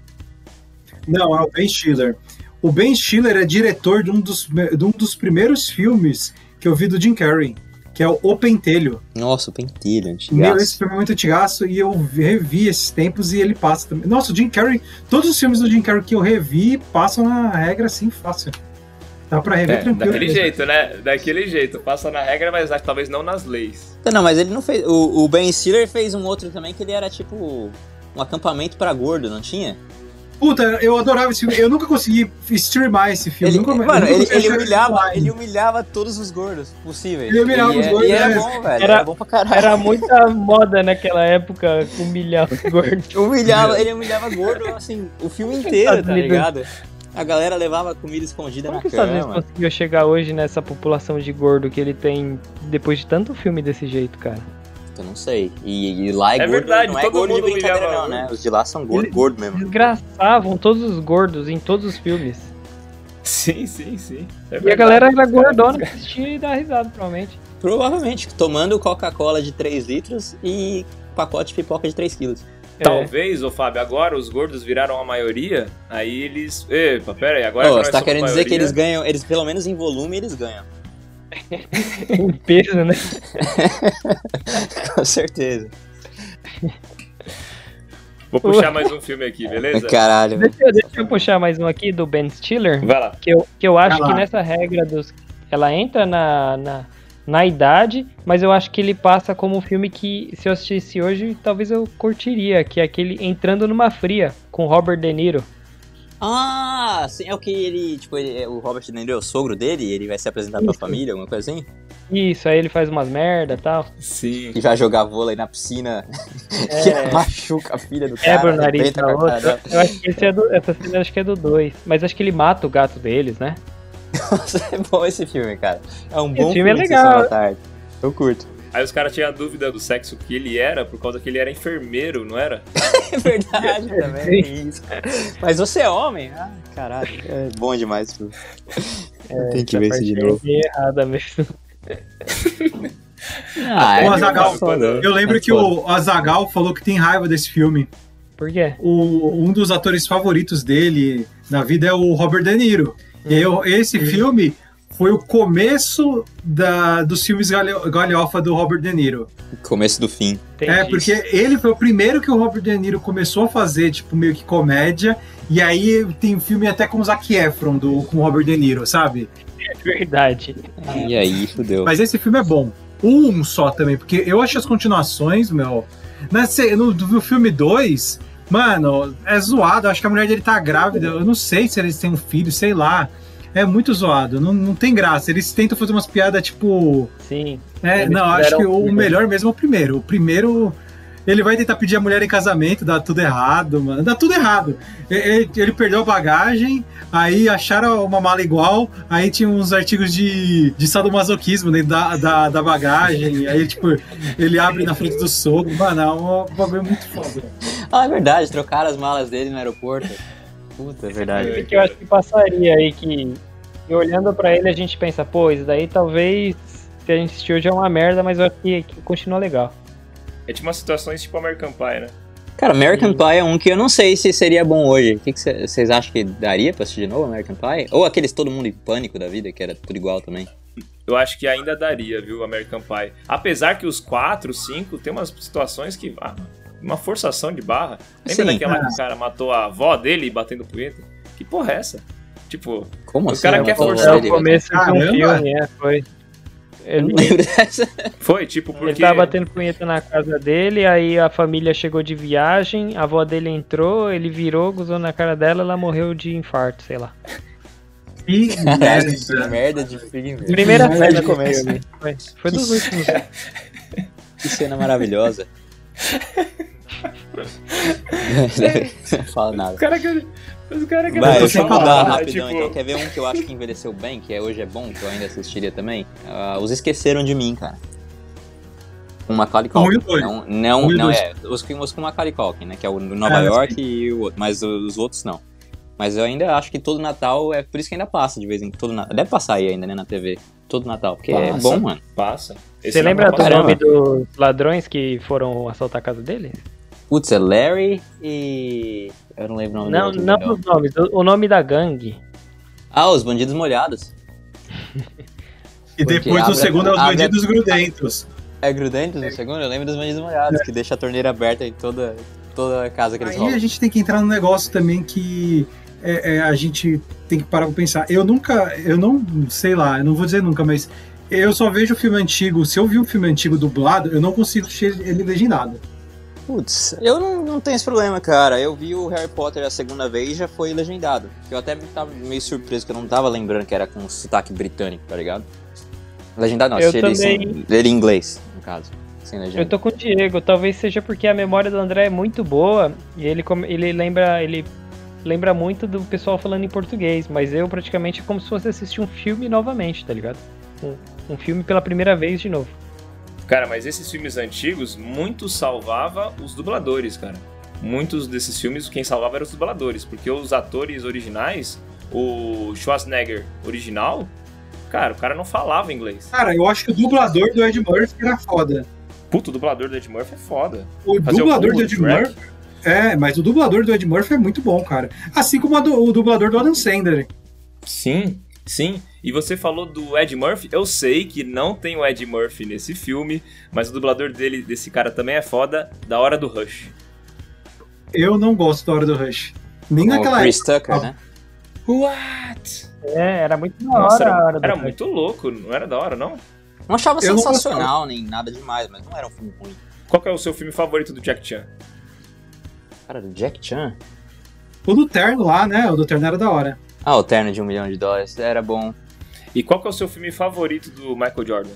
S3: Não, é o Ben Stiller. O Ben Stiller é diretor de um dos, de um dos primeiros filmes que eu vi do Jim Carrey, que é o O Pentelho.
S4: Nossa, o Pentilho,
S3: Meu, esse filme é muito antigaço e eu revi esses tempos e ele passa também. Nossa, o Jim Carrey, todos os filmes do Jim Carrey que eu revi passam na regra assim fácil. Dá pra rever
S2: É,
S3: tranquilo.
S2: daquele jeito, né? Daquele jeito. Passa na regra, mas acho que talvez não nas leis.
S4: Então, Não, mas ele não fez... O, o Ben Stiller fez um outro também que ele era tipo... Um acampamento pra gordo, não tinha?
S3: Puta, eu adorava esse filme. Eu nunca consegui streamar esse filme.
S4: Ele,
S3: nunca,
S4: mano,
S3: nunca
S4: ele,
S3: consegui
S4: ele
S3: achar
S4: humilhava,
S3: online.
S4: ele humilhava todos os gordos possíveis.
S3: Ele humilhava
S4: E
S3: os
S4: é-
S3: gordos,
S4: E era
S3: né?
S4: bom, velho. Era,
S1: Era-
S4: bom pra caralho.
S1: Era muita moda naquela época um humilhar os gordos.
S4: Humilhava, ele humilhava gordo, assim, o filme inteiro, tá ligado? A galera levava comida escondida
S1: Como
S4: na
S1: que os Estados
S4: cama.
S1: Unidos conseguiu chegar hoje nessa população de gordo que ele tem depois de tanto filme desse jeito, cara?
S4: Exato, não sei. E, e lá é,
S2: É
S4: gordo,
S2: verdade,
S4: não é
S2: todo
S4: gordo de
S2: mundo humilhava
S4: brincadeira não,
S2: um.
S4: né? Os de lá são gordo, gordo mesmo.
S1: Desgraçavam todos os gordos em todos os filmes.
S2: Sim, sim, sim. É
S1: E a
S2: verdade.
S1: galera era
S2: Os caras-
S1: gordona que assistia e dava risada, provavelmente.
S4: Provavelmente, tomando Coca-Cola de 3 litros e pacote de pipoca de 3 quilos.
S1: É.
S2: Talvez, ô Fábio, agora os gordos viraram a maioria, aí eles. Epa, pera aí, agora.
S4: Ô,
S2: que nós
S4: você tá
S2: somos
S4: querendo dizer que
S2: maioria-
S4: eles ganham, eles pelo menos em volume eles ganham.
S1: O peso, né?
S4: Com certeza.
S2: Vou puxar mais um filme aqui, beleza?
S4: Caralho, velho.
S1: Deixa, eu- deixa eu puxar mais um aqui do Ben Stiller.
S2: Vai lá.
S1: Que eu, que eu acho
S3: Vai
S1: que
S3: lá.
S1: nessa regra dos. Ela entra na, na, na idade, mas eu acho que ele passa como um filme que, se eu assistisse hoje, talvez eu curtiria, que é aquele Entrando numa Fria, com Robert De Niro.
S4: Ah, sim, é o que ele, tipo, ele- o Robert De Niro é o sogro dele, ele vai se apresentar pra
S1: Isso.
S4: família, alguma coisa assim.
S1: Isso, aí ele faz umas merda e tal.
S2: Sim.
S4: E vai jogar vôlei na piscina, que machuca a filha do cara.
S1: É, Quebra o nariz
S4: arrebenta
S1: da
S4: a carcada.
S1: outra. Eu acho que esse é do- essa cena acho que é do 2. Mas acho que ele mata o gato deles, né?
S4: Nossa, é bom esse filme, cara. É um bom
S1: filme é
S4: de sessão
S1: legal.
S4: da tarde. Eu curto.
S2: Aí os caras tinham a dúvida do sexo que ele era, por causa que ele era enfermeiro, não era?
S4: É verdade também. é isso. Mas você é homem? Ah, caralho. É bom demais esse filme. Tem que ver
S1: Essa
S4: esse de
S1: parte
S4: novo.
S1: aí é errada mesmo.
S4: Ah,
S3: O
S4: é
S3: Azaghal,
S4: foda.
S3: Eu lembro
S4: É
S3: que
S4: foda.
S3: o Azagal falou que tem raiva desse filme.
S1: Por quê?
S3: O, um dos atores favoritos dele na vida é o Robert De Niro. E aí, eu- esse filme foi o começo da, dos filmes galho- galhofa do Robert De Niro.
S4: Começo do fim.
S1: Entendi.
S3: É, porque ele foi o primeiro que o Robert De Niro começou a fazer, tipo, meio que comédia. E aí tem um filme até com o Zac Efron, do, com o Robert De Niro, sabe?
S1: É verdade.
S4: E aí, fudeu.
S3: Mas esse filme é bom. Um só também, porque eu acho as continuações, meu. Na, se- no, do filme 2, mano, é zoado. Acho que a mulher dele tá grávida. Eu não sei se eles têm um filho, sei lá. É muito zoado, não, não tem graça. Eles tentam fazer umas piadas tipo.
S1: Sim.
S3: É,
S1: Eles
S3: não, acho
S1: fizeram
S3: que
S1: um
S3: o
S1: filme.
S3: melhor mesmo é o primeiro. O primeiro. Ele vai tentar pedir a mulher em casamento, dá tudo errado, mano. Dá tudo errado. E- Ele, ele perdeu a bagagem, aí acharam uma mala igual, aí tinha uns artigos de, de sadomasoquismo dentro da, da, da bagagem, aí, tipo, ele abre na frente do sogro. Mano, é um bagulho muito foda.
S4: Ah, é verdade, trocaram as malas dele no aeroporto. Puta, é verdade.
S1: O que eu acho que passaria aí que. E olhando pra ele, a gente pensa, pô, isso daí talvez. Se a gente assistir hoje é uma merda, mas eu acho que, que continua legal.
S2: É tipo umas situações tipo American Pie, né?
S4: Cara, American Pie é um que eu não sei se seria bom hoje. O que que cê- vocês acham que daria pra assistir de novo American Pie? Ou aqueles Todo Mundo em Pânico da vida, que era tudo igual também.
S2: Eu acho que ainda daria, viu, American Pie. Apesar que os 4, 5, tem umas situações que. ah, uma forçação de barra. Lembra
S4: Sim.
S2: daquela que o cara matou a avó dele batendo punheta? Que porra é essa? Tipo,
S4: Como
S2: O
S4: assim?
S2: cara
S4: Eu
S2: quer
S4: não tô
S2: forçar
S1: É
S2: o
S1: o
S4: ligado.
S1: começo de um
S3: Caramba!
S1: filme, é, foi.
S4: Eu
S1: Ele,
S4: não lembro dessa.
S2: foi tipo
S1: ele
S2: porque.
S1: tava batendo punheta na casa dele, aí a família chegou de viagem, a avó dele entrou, ele virou, gozou na cara dela, ela morreu de infarto, sei lá.
S3: E né,
S4: Caralho, que
S3: merda.
S4: merda de filme.
S1: Primeira
S4: Primeira
S1: cena
S4: é de
S1: do
S4: começo.
S1: filme. Foi, foi dos últimos.
S4: Que cena maravilhosa. Não fala
S2: O
S4: nada.
S2: cara que. Mas o cara que
S4: Vai,
S3: tô
S4: deixa
S3: sem
S4: eu
S3: palavra,
S4: mudar
S2: né?
S4: rapidão
S2: Tipo,
S4: então. Quer ver um que eu acho que envelheceu bem, que é- hoje é bom, que eu ainda assistiria também? Ah, os Esqueceram de Mim, cara. Com Macaulay
S3: Um e
S4: Culkin.
S3: o dois.
S4: Não, não,
S3: Um e
S4: não
S3: dois.
S4: é. Os que os com Macaulay Culkin, né? Que é o Nova
S3: Ah,
S4: York e o outro. Mas os outros não. Mas eu ainda acho que todo Natal é por isso que ainda passa de vez em quando. Deve passar aí ainda, né, na TV. Todo Natal, porque é
S2: Passa.
S4: bom, mano.
S2: Passa.
S1: Você
S2: é
S1: lembra do
S4: passar.
S1: nome dos ladrões que foram assaltar a casa dele?
S4: Putz, é Larry e. Eu não lembro o nome do
S1: Não,
S4: outro,
S1: não os nomes, o o nome da gangue.
S4: Ah, os bandidos molhados.
S3: E depois
S4: abre-
S3: do segundo é os
S4: abre-
S3: bandidos grudentos.
S4: É grudentes no segundo? Eu lembro dos bandidos molhados, que deixa a torneira aberta em toda, toda a casa que eles
S3: Aí a
S4: roubam.
S3: gente tem que entrar num negócio também que é, é, a gente tem que parar pra pensar. Eu nunca, eu não, sei lá, eu não vou dizer nunca, mas eu só vejo filme antigo. Se eu vi um filme antigo dublado, eu não consigo assistir ele legendado.
S4: Putz, eu não, não tenho esse problema, cara. Eu vi o Harry Potter a segunda vez e já foi legendado. Eu até tava meio surpreso que eu não tava lembrando que era com sotaque britânico, tá ligado? Legendado não,
S1: Eu
S4: assisti ele,
S1: também.
S4: sem, ele em inglês, no caso. Sem legenda.
S1: Eu tô com o Diego, talvez seja porque a memória do André é muito boa e ele, come- ele lembra ele lembra muito do pessoal falando em português, mas eu praticamente é como se fosse assistir um filme novamente, tá ligado? Um, um filme pela primeira vez de novo.
S2: Cara, mas esses filmes antigos, muito salvava os dubladores, cara. Muitos desses filmes, quem salvava eram os dubladores, porque os atores originais, o Schwarzenegger original, cara, o cara não falava inglês.
S3: Cara, eu acho que o dublador do Ed Murphy era foda.
S2: Puto, o dublador do Ed Murphy é foda.
S3: O
S2: Fazer
S3: dublador
S2: o
S3: do Ed
S2: Shrek.
S3: Murphy. É, mas o dublador do Ed Murphy é muito bom, cara. Assim como a do- o dublador do Adam Sandler.
S2: Sim, sim. E você falou do Ed Murphy. Eu sei que não tem o Ed Murphy nesse filme, mas o dublador dele, desse cara também é foda, da hora do Rush.
S3: Eu não gosto da hora do Rush. Nem
S4: Com o
S3: naquela
S4: Chris Tucker, né?
S2: What?
S1: É, era muito da hora.
S2: Nossa,
S1: a
S2: era,
S1: hora do
S2: era
S1: filme.
S2: muito louco, não era da hora, não?
S4: Não achava
S3: Eu não
S4: sensacional nem nada demais, mas não era um filme ruim.
S2: Qual que é o seu filme favorito do Jack Chan?
S4: Cara, do Jack Chan?
S3: O do Terno lá, né? O do Terno era da hora.
S4: Ah, o terno de um milhão de dólares, era bom.
S2: E qual que é o seu filme favorito do Michael Jordan?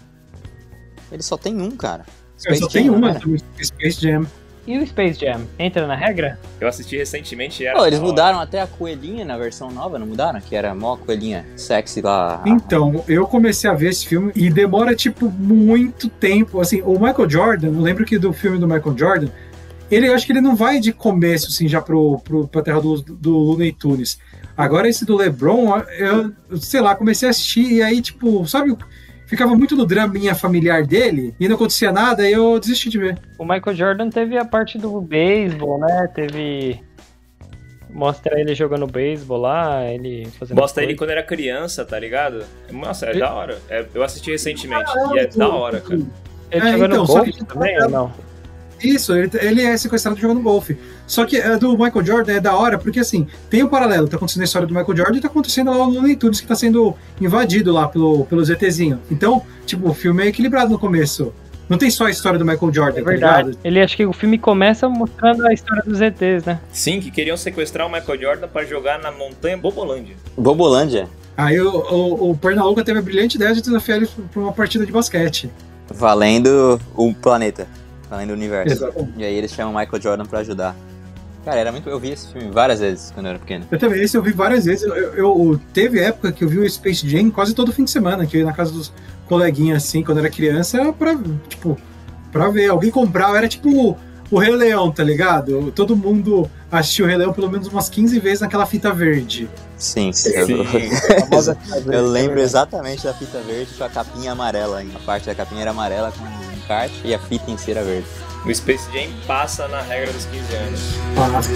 S4: Ele só tem um, cara.
S3: Eu só
S4: Space
S3: tenho
S4: Jam,
S3: uma,
S4: né?
S3: Space Jam.
S1: E o Space Jam? Entra na regra?
S2: Eu assisti recentemente e era.
S4: Pô, eles
S2: da hora.
S4: mudaram até a coelhinha na versão nova, não mudaram? Que era mó coelhinha sexy lá.
S3: Então, eu comecei a ver esse filme e demora, tipo, muito tempo. Assim, o Michael Jordan, eu lembro que do filme do Michael Jordan, ele eu acho que ele não vai de começo, assim, já pro, pro, pra terra do, do Looney Tunes. Agora esse do LeBron, eu, sei lá, comecei a assistir e aí, tipo, sabe, ficava muito no draminha familiar dele e não acontecia nada e eu desisti de ver.
S1: O Michael Jordan teve a parte do beisebol, né? Teve. Mostra ele jogando beisebol lá, ele fazendo.
S2: Mostra ele
S1: coisa.
S2: quando era criança, tá ligado? Nossa, é
S1: E-
S2: da hora. É, eu assisti recentemente e é da hora, cara.
S1: Ele
S3: É,
S1: jogando
S3: então, só
S1: golfe
S3: que-
S1: também ou não?
S3: Isso, ele, ele é sequestrado jogando golfe. Só que a do Michael Jordan é da hora, porque assim, tem um paralelo, tá acontecendo a história do Michael Jordan e tá acontecendo lá o Looney Tunes que tá sendo invadido lá pelo, pelo ZTzinho. Então, tipo, o filme é equilibrado no começo. Não tem só a história do Michael Jordan,
S1: É
S3: tá
S1: verdade.
S3: ligado?
S1: Ele acho que o filme começa mostrando a história dos ETs, né?
S2: Sim, que queriam sequestrar o Michael Jordan pra jogar na montanha Bobolândia.
S4: Bobolândia.
S3: Aí o, o, o Pernalonga teve a brilhante ideia de desafiar ele pra uma partida de basquete.
S4: Valendo o planeta. Valendo o universo.
S3: Exato.
S4: E aí eles chamam o Michael Jordan pra ajudar. Cara, era muito. Eu vi esse filme várias vezes quando eu era pequeno.
S3: Eu também, esse eu vi várias vezes. Eu, eu- eu- teve época que eu vi o Space Jam quase todo fim de semana, que eu ia na casa dos coleguinhas, assim, quando eu era criança, era pra, tipo, pra ver. Alguém comprava, era tipo o, o Rei Leão, tá ligado? Todo mundo assistiu o Rei Leão pelo menos umas 15 vezes naquela fita verde.
S4: Sim, sim. eu-
S2: É
S4: Eu, lembro exatamente da fita verde com a capinha amarela ainda. A parte da capinha era amarela com um encarte e a fita em cera verde.
S2: O Space Jam passa na regra dos 15 anos.
S3: Passa.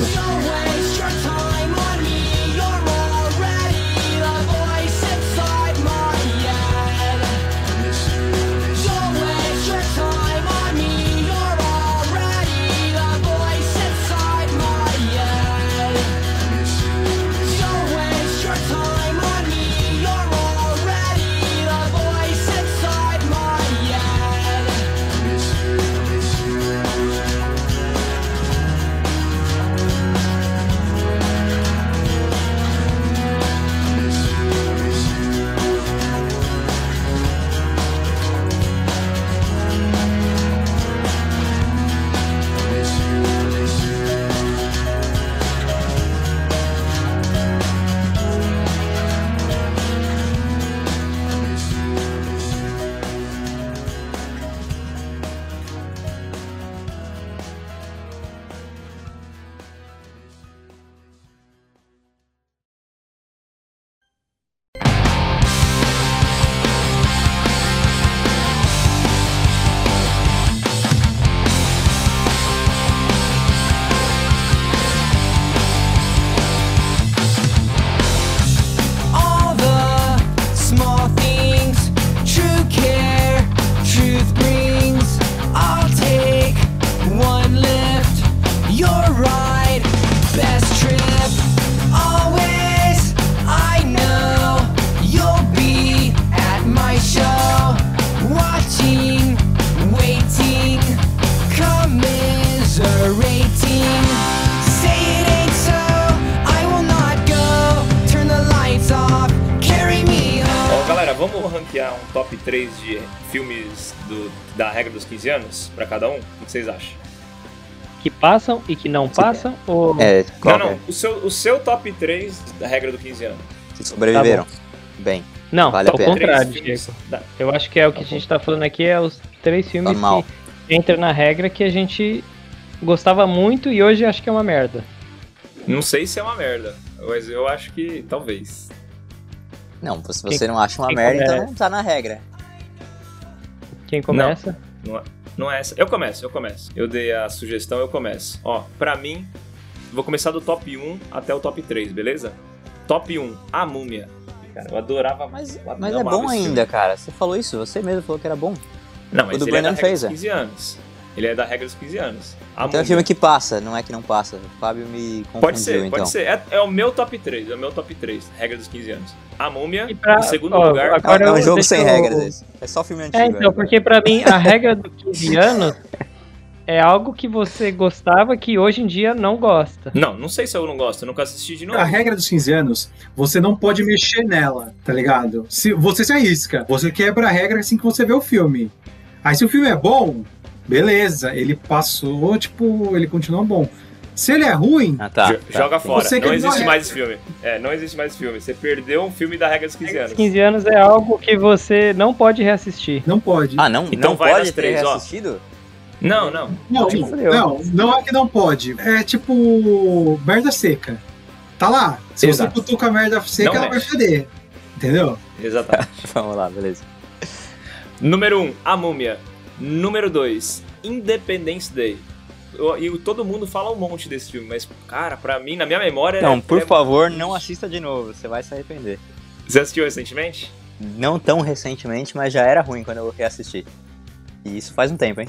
S6: all the small things. True care, truth brings. I'll take one lift. Your ride, best trip. Always, I know you'll be at my show. Watching, waiting, commiserating. Say it ain't so. I will not go. Turn the lights off. Carry me home.
S2: Ó, galera, vamos ranquear um top 3 de filmes do- da regra dos 15 anos pra cada um? O que vocês acham?
S1: Que passam e que não passam? Ou...
S4: É, qual
S2: Não,
S4: que
S2: não. O seu, o seu top 3 da regra dos 15 anos.
S4: é? Que sobreviveram. Bem,
S1: Não,
S4: Vale a
S1: ao
S4: pena.
S1: contrário,
S2: Três filmes
S1: Diego.
S2: da-
S1: Eu acho que é o que a gente tá falando aqui é os três filmes
S4: mal.
S1: que entram na regra que a gente gostava muito e hoje acho que é uma merda.
S2: Não sei se é uma merda, mas eu acho que talvez.
S4: Não, se
S1: Quem-
S4: você não acha uma
S1: quem
S4: merda, então
S1: começa?
S4: não tá na regra.
S1: Quem começa?
S2: Não é essa. Eu começo, eu começo. Eu dei a sugestão, eu começo. Ó, pra mim, vou começar do top 1 até o top 3, beleza? Top 1, a múmia. Cara, eu adorava.
S4: Mas,
S2: eu
S4: mas é
S2: amava
S4: bom
S2: esse filme.
S4: ainda, cara. Você falou isso, você mesmo falou que era bom.
S2: Não, mas
S4: O do
S2: ele é da
S4: Brendan
S2: regra
S4: Fraser.
S2: dos 15 anos. Ele é da regra dos 15 anos. A
S4: Então é
S2: múmia.
S4: filme que passa, não é que não passa. O Fábio me confundiu,
S2: Pode ser,
S4: então.
S2: pode ser. É, é o meu top 3, é o meu top 3, regra dos 15 anos. A múmia,
S1: E pra-
S2: em segundo
S1: ó,
S2: lugar.
S4: É um-
S1: Agora
S4: é
S1: eu-
S4: um jogo
S1: deixa
S4: sem
S1: eu-
S4: regras esse. É só filme antigo.
S1: É, então,
S4: agora.
S1: porque pra mim a regra do 15 anos é algo que você gostava que hoje em dia não gosta.
S2: Não, não sei se eu não gosto, eu nunca assisti de novo.
S3: A regra dos 15 anos, você não pode mexer nela, tá ligado? Se você se arrisca, você quebra a regra assim que você vê o filme. Aí se o filme é bom, beleza, ele passou, tipo, ele continua bom. Se ele é ruim,
S4: Ah, tá.
S2: Jo-
S4: tá,
S2: Joga
S4: entendi.
S2: fora.
S3: Você
S2: Não
S3: quebrou a
S2: existe
S3: regra.
S2: mais esse filme. É, não existe mais esse filme. Você perdeu um filme da regra dos 15 anos.
S1: 15 anos é algo que você não pode reassistir.
S3: não pode.
S4: Ah, não,
S2: Então
S4: não
S2: vai
S4: pode
S2: nas
S4: ter
S2: três, ó.
S4: assistido?
S2: Não, não.
S3: não,
S1: tipo,
S3: não, não, não é que não pode. É tipo, merda seca. Tá lá. Se
S2: Exato.
S3: você cutuca a merda seca,
S2: Não
S3: ela vai
S2: mexe.
S3: feder. Entendeu?
S2: Exatamente.
S4: Vamos lá, beleza.
S2: Número 1, um, A Múmia. Número 2, Independence Day. Eu- E o- todo mundo fala um monte desse filme, mas, cara, pra mim, na minha memória.
S4: Então,
S2: é-
S4: por
S2: é-
S4: favor, não assista de novo, você vai se arrepender.
S2: Você assistiu recentemente?
S4: Não tão recentemente, mas já era ruim quando eu reassisti. E isso faz um tempo, hein?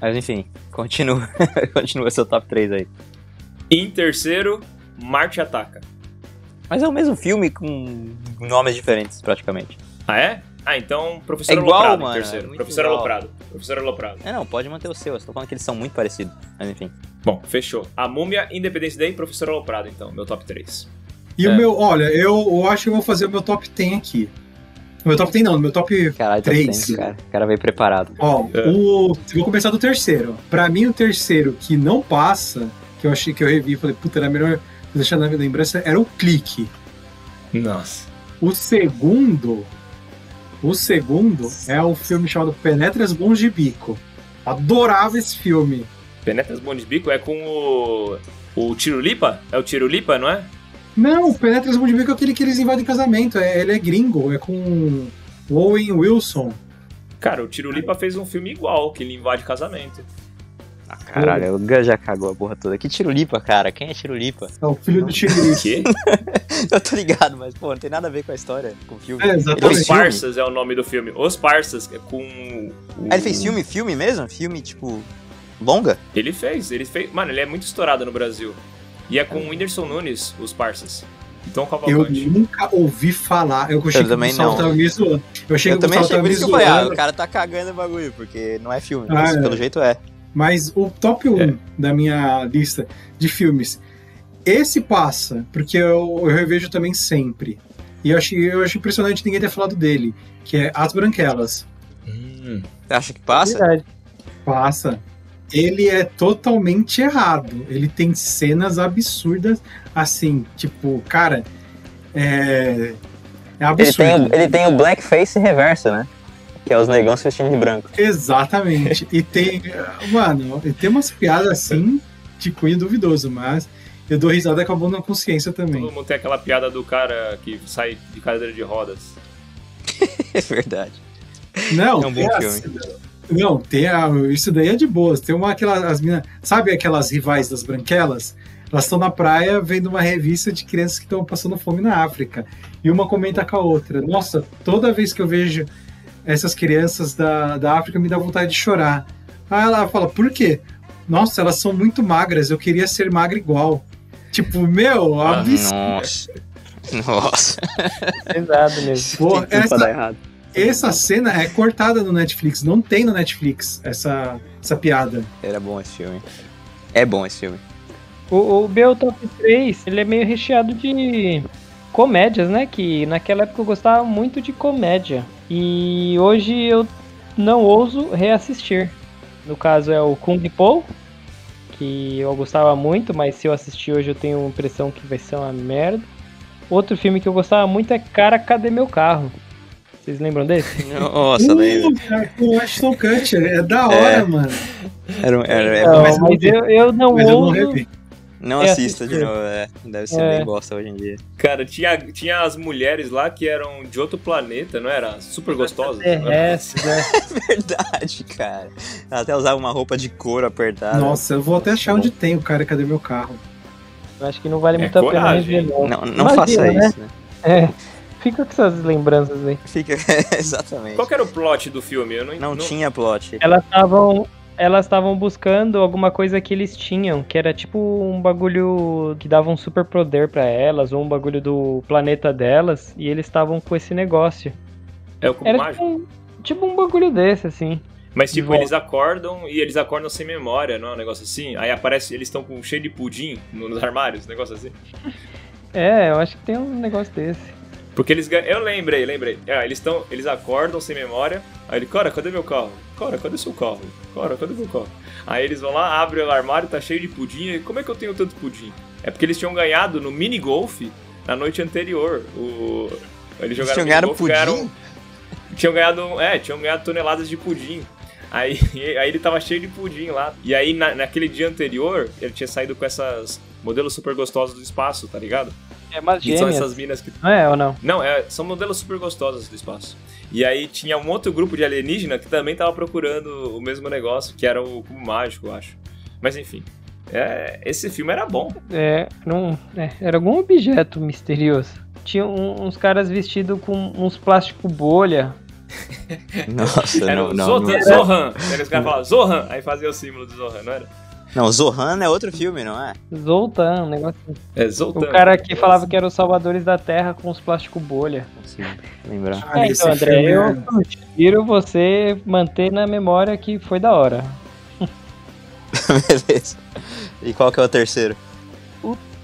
S4: Mas enfim, continua, continua seu top 3 aí.
S2: E em terceiro, Marte Ataca.
S4: Mas é o mesmo filme com nomes diferentes, praticamente.
S2: Ah, é? Ah, então, Professor
S4: É igual,
S2: Aloprado em
S4: mano, é
S2: terceiro.
S4: muito
S2: Professor
S4: igual.
S2: Aloprado. Professor Aloprado.
S4: É, não, pode manter o seu, eu tô falando que eles são muito parecidos. Mas enfim.
S2: Bom, fechou. A Múmia, Independence Day e Professor Aloprado, então, meu top 3.
S3: E
S2: É.
S3: o meu, olha, eu, eu acho que eu vou fazer o meu top 10 aqui. O meu top 10 não, o meu top
S4: Caralho, top
S3: Três.
S4: 10, cara. O cara veio preparado.
S3: Ó,
S2: É.
S3: o, vou começar do terceiro. Pra mim, o terceiro que não passa, que eu achei que eu revi e falei, puta, era melhor deixar na minha lembrança, era o clique.
S2: Nossa.
S3: O segundo, o segundo é o filme chamado Penetras Bons de Bico. Adorava esse filme.
S2: Penetras Bom de Bico é com o. O Tiro Lipa? É o Tiro Lipa, não é?
S3: Não, o Penetras Bons de Bico é aquele que eles invadem casamento. É, ele é gringo, é com o Owen Wilson.
S2: Cara, o Tiro Lipa fez um filme igual, que ele invade casamento.
S4: Ah, caralho, o Gun já cagou a porra toda. Que tirulipa, cara? Quem é tirulipa?
S3: É o filho do
S2: O
S3: Tigre.
S2: quê?
S4: Eu tô ligado, mas, pô, não tem nada a ver com a história, com o filme.
S3: É,
S4: Ele
S3: exatamente.
S2: Os
S4: fez filme?
S2: Parsas é o nome do filme. Os Parsas, é com. o-
S4: Ah, ele fez filme, filme mesmo? Filme, tipo, longa?
S2: Ele fez, ele fez. Mano, ele é muito estourado no Brasil. E é com o Whindersson Nunes, os Parsas. Então,
S3: Eu
S2: Cavalcante.
S3: nunca ouvi falar. Eu achei
S4: Eu
S3: que o
S4: também
S3: Gustavo
S4: não.
S3: tava me zoando. Eu achei
S4: Eu,
S3: que o
S4: também
S3: Gustavo
S4: achei,
S3: tava
S4: por
S3: me
S4: isso que eu falei, ah,
S3: zoando.
S4: o cara tá cagando o bagulho, porque não é filme,
S3: Ah,
S4: mas
S3: é.
S4: pelo jeito é.
S3: Mas o top 1
S2: É.
S3: da minha lista de filmes, esse passa, porque eu, eu revejo também sempre. E eu acho, eu acho impressionante ninguém ter falado dele, que é As Branquelas.
S2: Hum.
S4: Você acha que passa?
S1: Verdade.
S3: Passa. Ele é totalmente errado. Ele tem cenas absurdas, assim, tipo, cara, é, é absurdo.
S4: ele tem o blackface reverso, né? Que é os negões vestindo de branco.
S3: Exatamente. E tem. Mano, e tem umas piadas assim de cunho duvidoso, mas eu dou risada com a mão na consciência também.
S2: Todo mundo tem aquela piada do cara que sai de cadeira de rodas.
S4: É verdade.
S3: Não,
S4: É um bom
S3: tem as- Não, tem a, isso daí é de boas. Tem uma aquelas as mina, sabe aquelas rivais das branquelas? Elas estão na praia vendo uma revista de crianças que estão passando fome na África. E uma comenta com a outra. Nossa, toda vez que eu vejo essas crianças da, da África me dá vontade de chorar. Aí ela fala, por quê? Nossa, elas são muito magras, eu queria ser magra igual. Tipo, meu,
S2: Ah,
S3: absurdo.
S4: Nossa. Nossa.
S1: Pesado mesmo.
S3: Porra,
S4: Tem tudo pra
S3: essa-
S4: dar errado.
S3: Essa cena é cortada no Netflix, não tem no Netflix essa, essa piada.
S4: Era bom esse filme. É bom esse filme.
S1: O, o meu top 3, ele é meio recheado de comédias, né? Que naquela época eu gostava muito de comédia. E hoje eu não ouso reassistir. No caso é o Kung Po, que eu gostava muito, mas se eu assistir hoje eu tenho a impressão que vai ser uma merda. Outro filme que eu gostava muito é Cara, Cadê Meu Carro? Vocês lembram desse?
S4: Nossa,
S2: né?
S4: daí.
S3: Uh, cara, o Ashton Kutcher, é da hora,
S4: É.
S3: mano.
S4: Era, um, era, era-
S1: Não, é
S4: mas
S1: mas eu, eu não
S3: É, Mas eu não
S1: ouso.
S3: revi.
S4: não
S1: é,
S4: assista de
S1: assisti.
S4: novo, é. Deve ser
S1: É.
S4: bem bosta hoje em dia.
S2: Cara, tinha, tinha as mulheres lá que eram de outro planeta, não era? Super gostosas.
S1: Terrestre, né?
S4: Verdade, cara. Ela até usava uma roupa de couro apertada.
S3: Nossa, eu vou até achar onde tem o cara, cadê meu carro?
S1: Eu Acho que não vale
S2: É
S1: muito a pena
S2: coragem.
S1: rever, não.
S4: Não, não
S1: Imagina,
S4: faça
S1: né?
S4: isso, né?
S1: É. Fica com essas lembranças aí.
S4: Fica. Exatamente.
S2: Qual que é? era o plot do filme? Eu não,
S4: Não tinha plot.
S1: Elas estavam. Elas estavam buscando alguma coisa que eles tinham, que era tipo um bagulho que dava um super poder pra elas, ou um bagulho do planeta delas, e eles estavam com esse negócio.
S2: É o cubo
S1: Era
S2: mágico?
S1: tipo um, tipo um bagulho desse, assim.
S2: Mas tipo,
S1: Volta.
S2: eles acordam e eles acordam sem memória, não é um negócio assim? Aí aparece, eles estão com cheio de pudim no- nos armários, um negócio assim.
S1: É, eu acho que tem um negócio desse.
S2: Porque eles ganham. Eu lembrei, lembrei. É, eles estão. Eles acordam sem memória. Aí ele, cara, cadê meu carro? Cara, cadê seu carro? Cara, cadê meu carro? Aí eles vão lá, abrem o armário, tá cheio de pudim. E como é que eu tenho tanto pudim? É porque eles tinham ganhado no mini golf na noite anterior. O... Eles jogaram,
S4: Eles jogaram
S2: minigolf,
S4: pudim?
S2: ganharam- tinham ganhado. É, tinham ganhado toneladas de pudim. Aí, aí ele tava cheio de pudim lá. E aí, na- naquele dia anterior, ele tinha saído com essas modelos super gostosas do espaço, tá ligado?
S1: É umas
S2: Que são
S1: gêmeas.
S2: essas minas que
S1: Não é ou não?
S2: não, é- são modelos super gostosos do espaço. E aí tinha um outro grupo de alienígena que também tava procurando o mesmo negócio, que era o cubo mágico, eu acho. Mas enfim, é, esse filme era bom.
S1: É, não, é, era algum objeto misterioso. Tinha um- uns caras vestidos com uns plástico bolha.
S4: Nossa,
S2: Era
S4: não,
S2: o
S4: não,
S2: Zohan.
S4: não.
S2: Zohan. Aí os caras falavam Zohan, aí fazia o símbolo do Zohan, não era?
S4: Não, Zohan é outro filme, não é?
S1: Zoltan, um negócio. assim.
S2: É
S1: O
S2: Zoltan.
S1: cara que falava que era os salvadores da terra com os plástico bolha.
S4: Não consigo lembrar.
S3: Cara,
S1: É,
S3: Ah, esse
S1: então, André,
S3: filme
S1: eu
S3: é-
S1: sugiro você manter na memória que foi da hora.
S4: Beleza. E qual que é o terceiro?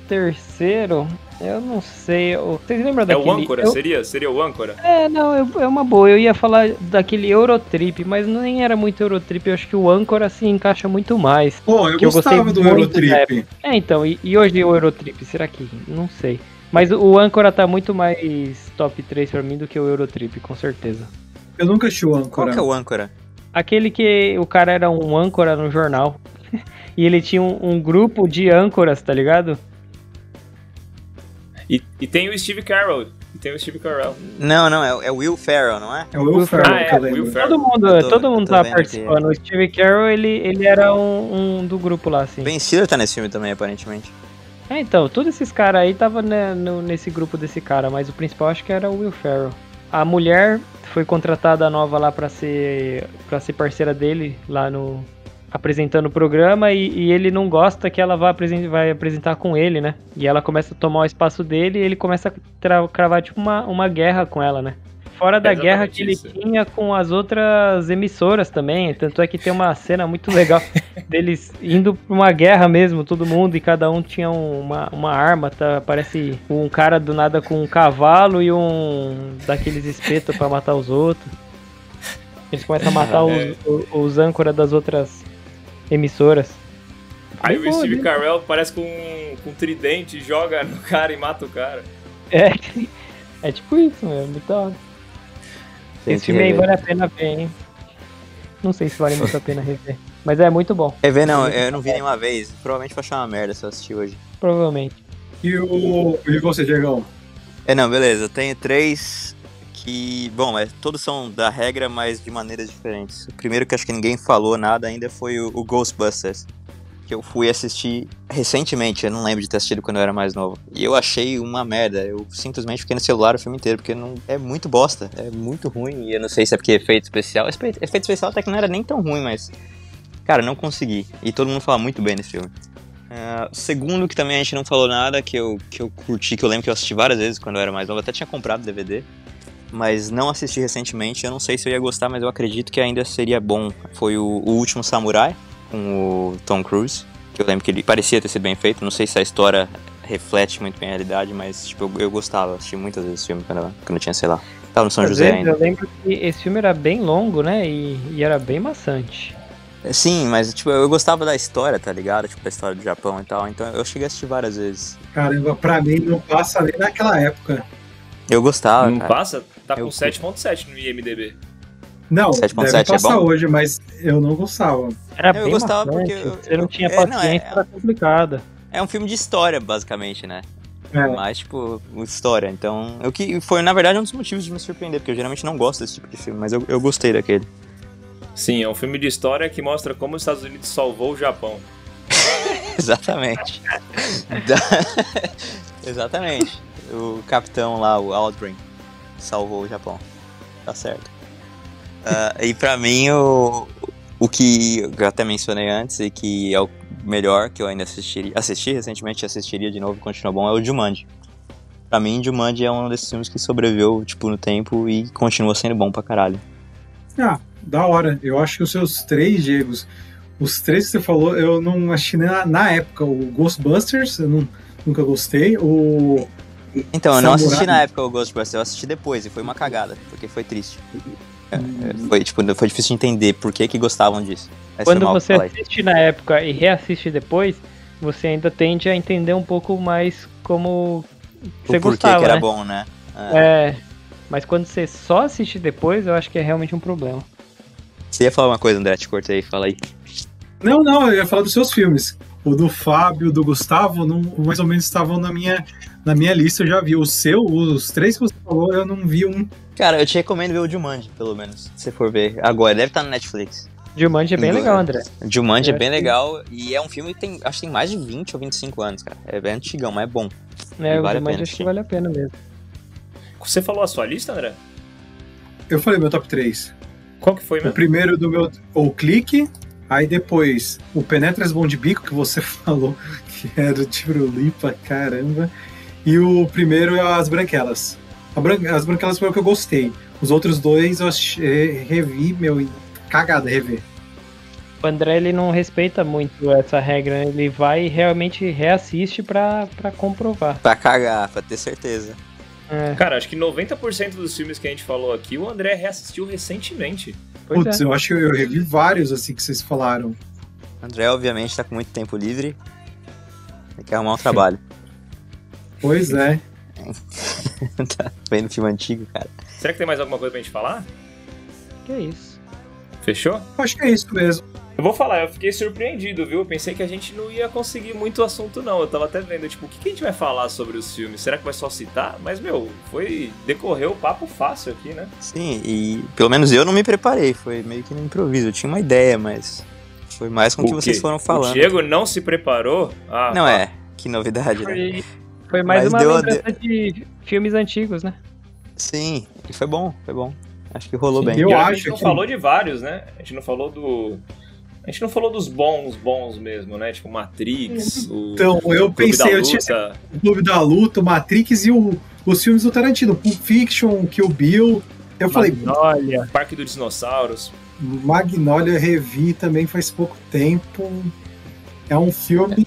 S1: Terceiro, eu não sei. eu- Vocês lembram
S2: É
S1: daquele.
S2: o âncora,
S1: eu-
S2: seria? Seria o âncora?
S1: É, não, eu- é uma boa. Eu ia falar daquele Eurotrip, mas nem era muito Eurotrip. Eu acho que o âncora se encaixa muito mais.
S3: Pô, eu
S1: Que eu gostei
S3: gostava do
S1: muito da
S3: Eurotrip.
S1: É, então, e, e hoje o Eurotrip, será que? Não sei. Mas o, o Âncora tá muito mais top 3 pra mim do que o Eurotrip, com certeza.
S3: Eu nunca achei o
S4: Qual
S3: âncora.
S4: que é o âncora?
S1: Aquele que o cara era um âncora no jornal. e ele tinha um, um grupo de âncoras, tá ligado?
S2: E, e tem o Steve Carell. E tem o Steve Carell.
S4: Não, não, é, o- é o Will Ferrell, não é?
S3: É o Will Ferrell
S2: Ah, é,
S3: que eu
S2: o Will
S3: lembro.
S2: Ferrell.
S1: Todo mundo,
S4: Eu tô-
S1: todo
S4: eu
S1: mundo
S4: tô
S1: tava
S4: vendo
S1: participando. O Steve Carroll, ele, ele era um, um do grupo lá, assim.
S4: Ben Stiller tá nesse filme também, aparentemente.
S1: É, então, todos esses caras aí tava né, no- nesse grupo desse cara, mas o principal acho que era o Will Ferrell. A mulher foi contratada nova lá pra ser para ser parceira dele lá no apresentando o programa e, e ele não gosta que ela vá apresen- vai apresentar com ele, né? E ela começa a tomar o espaço dele e ele começa a tra- cravar tipo uma, uma guerra com ela, né? Fora da
S2: exatamente
S1: guerra que ele
S2: isso.
S1: tinha com as outras emissoras também, tanto é que tem uma cena muito legal deles indo pra uma guerra mesmo, todo mundo, e cada um tinha um- uma, uma arma, tá? Parece um cara do nada com um cavalo e um daqueles espetos pra matar os outros. Eles começam a matar
S2: É.
S1: os, o- os âncoras das outras emissoras.
S2: Aí
S1: Bem
S2: o
S1: bom,
S2: Steve
S1: né?
S2: Carell parece com um, com um tridente, joga no cara e mata o cara.
S1: É, é tipo isso, meu. Muito da hora.
S4: Tem
S1: Esse
S4: que
S1: filme é aí
S4: rever.
S1: vale a pena ver, hein? Não sei se vale muito a pena rever. Mas é muito bom,
S4: Rever não, eu não vi nenhuma vez. Provavelmente vou achar uma merda se eu assistir hoje.
S1: provavelmente.
S3: E o. E você, Diegão?
S4: É, não, beleza. Eu tenho três que, bom, é, todos são da regra, mas de maneiras diferentes. O primeiro que acho que ninguém falou nada ainda foi o, o Ghostbusters, que eu fui assistir recentemente. Eu não lembro de ter assistido quando eu era mais novo. E eu achei uma merda. Eu simplesmente fiquei no celular o filme inteiro, porque não é muito bosta. É muito ruim. E eu não sei se é porque é efeito especial. Espe- Efeito especial até que não era nem tão ruim, mas. Cara, não consegui. E todo mundo fala muito bem nesse filme. Ah, O segundo, que também a gente não falou nada, que eu, que eu curti, que eu lembro que eu assisti várias vezes quando eu era mais novo, até tinha comprado DVD, mas não assisti recentemente, eu não sei se eu ia gostar, mas eu acredito que ainda seria bom. Foi o, o Último Samurai, com o Tom Cruise, que eu lembro que ele parecia ter sido bem feito, não sei se a história reflete muito bem a realidade, mas tipo, eu, eu gostava, assisti muitas vezes esse filme quando, eu- quando eu tinha, sei lá, tava no São
S1: Às
S4: Tá, José
S1: vezes,
S4: ainda.
S1: eu lembro que esse filme era bem longo, né? E, e era bem maçante.
S4: Sim, mas tipo, eu gostava da história, tá ligado? Tipo, da história do Japão e tal, então eu cheguei a assistir várias vezes.
S3: Caramba, pra mim não passa nem naquela época.
S4: Eu gostava,
S2: não
S4: Ah, cara. É
S2: passa? Tá
S4: Eu
S2: com
S4: curto.
S2: 7.7 no IMDB.
S3: Não,
S4: 7.7
S3: deve
S4: é
S3: passar
S4: bom?
S3: hoje, mas eu não gostava.
S1: Era
S4: Eu
S1: bem
S4: gostava
S1: maçante,
S4: porque eu-
S1: Você não tinha
S4: é, não, é-
S1: paciência, era complicado.
S4: É um filme de história, basicamente, né?
S3: É,
S4: Mas, tipo, uma história. Então, o que foi, na verdade, um dos motivos de me surpreender, porque eu geralmente não gosto desse tipo de filme, mas eu, eu gostei daquele.
S2: Sim, é um filme de história que mostra como os Estados Unidos salvou o Japão.
S4: Exatamente. Da- Exatamente. O capitão lá, o Aldrin, salvou o Japão. Tá certo. Ah, e pra mim, o, o que eu até mencionei antes e que é o melhor que eu ainda assistiria, assisti recentemente, assistiria de novo e continua bom, é o Jumanji. Pra mim, Jumanji é um desses filmes que sobreviveu, tipo, no tempo e continua sendo bom pra caralho.
S3: ah, da hora. Eu acho que os seus três, Diego, os três que você falou, eu não achei na, na época. O Ghostbusters, eu não- nunca gostei. O.
S4: Então, eu não
S3: Samurai.
S4: assisti na época o Ghostbusters, eu assisti depois e foi uma cagada, porque foi triste. É, Foi, tipo, foi difícil de entender por que que gostavam disso.
S1: Hum.
S4: Essa é
S1: Quando
S4: foi mal
S1: você
S4: falar isso.
S1: assiste na época e reassiste depois, você ainda tende a entender um pouco mais como você
S4: o porquê
S1: gostava,
S4: que era
S1: né?
S4: bom, né? É.
S1: É, mas quando você só assiste depois, eu acho que é realmente um problema.
S4: Você ia falar uma coisa, André, te cortei, fala aí.
S3: Não, não, eu ia falar dos seus filmes. O do Fábio, do Gustavo, não, mais ou menos estavam na minha, na minha lista, eu já vi. O seu, os três que você falou, eu não vi um.
S4: Cara, eu te recomendo ver o Jumanji, pelo menos, se você for ver. Agora, deve estar no Netflix.
S1: Jumanji é bem
S4: Não,
S1: legal,
S4: é.
S1: André.
S4: O Jumanji
S1: Eu
S4: é bem
S1: acho que-
S4: legal e é um filme que tem, acho que tem mais de 20 ou 25 anos, cara. É bem antigão, mas é bom.
S1: É, o
S4: vale a
S1: Jumanji
S4: pena,
S1: acho que
S4: sim.
S1: vale a pena mesmo.
S2: Você falou a sua lista, André?
S3: Eu falei meu top 3.
S2: Qual que foi
S3: O
S2: mesmo?
S3: primeiro do meu. O Clique, aí depois o Penetras Bom de Bico, que você falou que era do Tirolipa, caramba. E o primeiro é As Branquelas. A Bran- As Branquelas foi o que eu gostei. Os outros dois eu achei- revi, meu, e cagada rever.
S1: O André, ele não respeita muito essa regra, né? ele vai e realmente reassiste pra, pra comprovar.
S4: Pra cagar, pra ter certeza.
S1: É,
S2: Cara, acho que 90% dos filmes que a gente falou aqui, o André reassistiu recentemente.
S1: pois
S3: Putz,
S1: é.
S3: eu acho que eu revi vários assim que vocês falaram.
S4: André, obviamente, tá com muito tempo livre. Tem que arrumar um trabalho.
S3: Pois é.
S4: tá vendo filme antigo, cara.
S2: Será que tem mais alguma coisa pra gente falar?
S1: Que é isso.
S2: Fechou?
S3: Acho que é isso mesmo.
S2: Eu vou falar, eu fiquei surpreendido, viu? Eu pensei que a gente não ia conseguir muito assunto, não. Eu tava até vendo, tipo, o que que a gente vai falar sobre os filmes? Será que vai só citar? Mas, meu, foi. decorreu o papo fácil aqui, né?
S4: Sim, e pelo menos eu não me preparei, foi meio que no improviso. Eu tinha uma ideia, mas foi mais com o que
S2: O
S4: vocês
S2: quê?
S4: foram falando.
S2: O Diego não se preparou? Ah,
S4: Não
S2: tá.
S4: é, que novidade, né?
S1: Foi, foi mais
S4: Mas
S1: uma
S4: deu a
S1: lembrança de filmes antigos, né?
S4: Sim, e foi bom, foi bom. Acho que rolou bem.
S2: E
S3: eu
S2: olha, A
S3: acho
S2: gente não
S3: que-
S2: falou de vários, né? A gente não falou do. A gente não falou dos bons, bons mesmo, né? Tipo Matrix, o.
S3: Então, eu
S2: Clube
S3: pensei,
S2: da
S3: eu tinha
S2: Luta.
S3: o Clube da Luta, o Matrix e o- os filmes do Tarantino, Pulp Fiction, Kill Bill. Eu falei,
S1: Olha,
S2: Parque dos Dinossauros.
S3: Magnolia eu revi também faz pouco tempo. É um filme,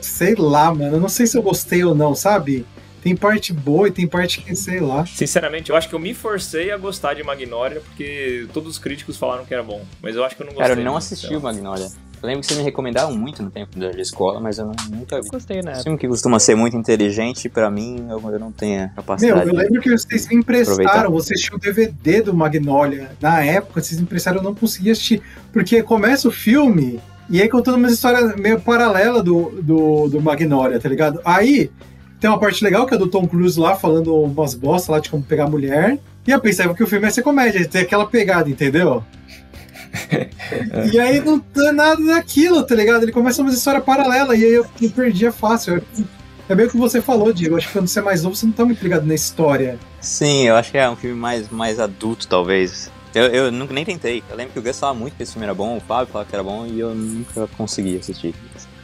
S3: sei lá, mano. Eu não sei se eu gostei ou não, sabe? Tem parte boa e tem parte que, sei lá.
S2: Sinceramente, eu acho que eu me forcei a gostar de Magnolia, porque todos os críticos falaram que era bom. Mas eu acho que eu não gostei.
S4: Cara, eu não
S2: né?
S4: assisti
S2: Então,
S4: o Magnolia. Eu lembro que vocês me recomendaram muito no tempo da de escola, mas eu não- nunca
S1: eu
S4: vi.
S1: gostei né? na
S4: Esse
S1: época.
S4: filme que costuma ser muito inteligente, pra mim, eu, eu não tenho a
S3: Meu,
S4: capacidade.
S3: eu lembro que vocês me
S4: Aproveitar.
S3: emprestaram, vocês tinham o DVD do Magnolia. Na época, vocês me emprestaram, eu não conseguia assistir. Porque começa o filme e aí contando uma história meio paralela do, do, do Magnolia, tá ligado? Aí tem uma parte legal que é do Tom Cruise lá falando umas bosta lá de como pegar mulher. E eu pensava que o filme ia ser comédia, tem aquela pegada, entendeu? e aí não tem nada daquilo, tá ligado? Ele começa uma história paralela e aí eu me perdia fácil. Eu- É meio que você falou, Diego. Acho que quando você é mais novo, você não tá muito ligado na história.
S4: Sim, eu acho que é um filme mais, mais adulto, talvez. Eu, eu nunca nem tentei. Eu lembro que o Gus falava muito que esse filme era bom, o Fábio falava que era bom, e eu nunca consegui assistir.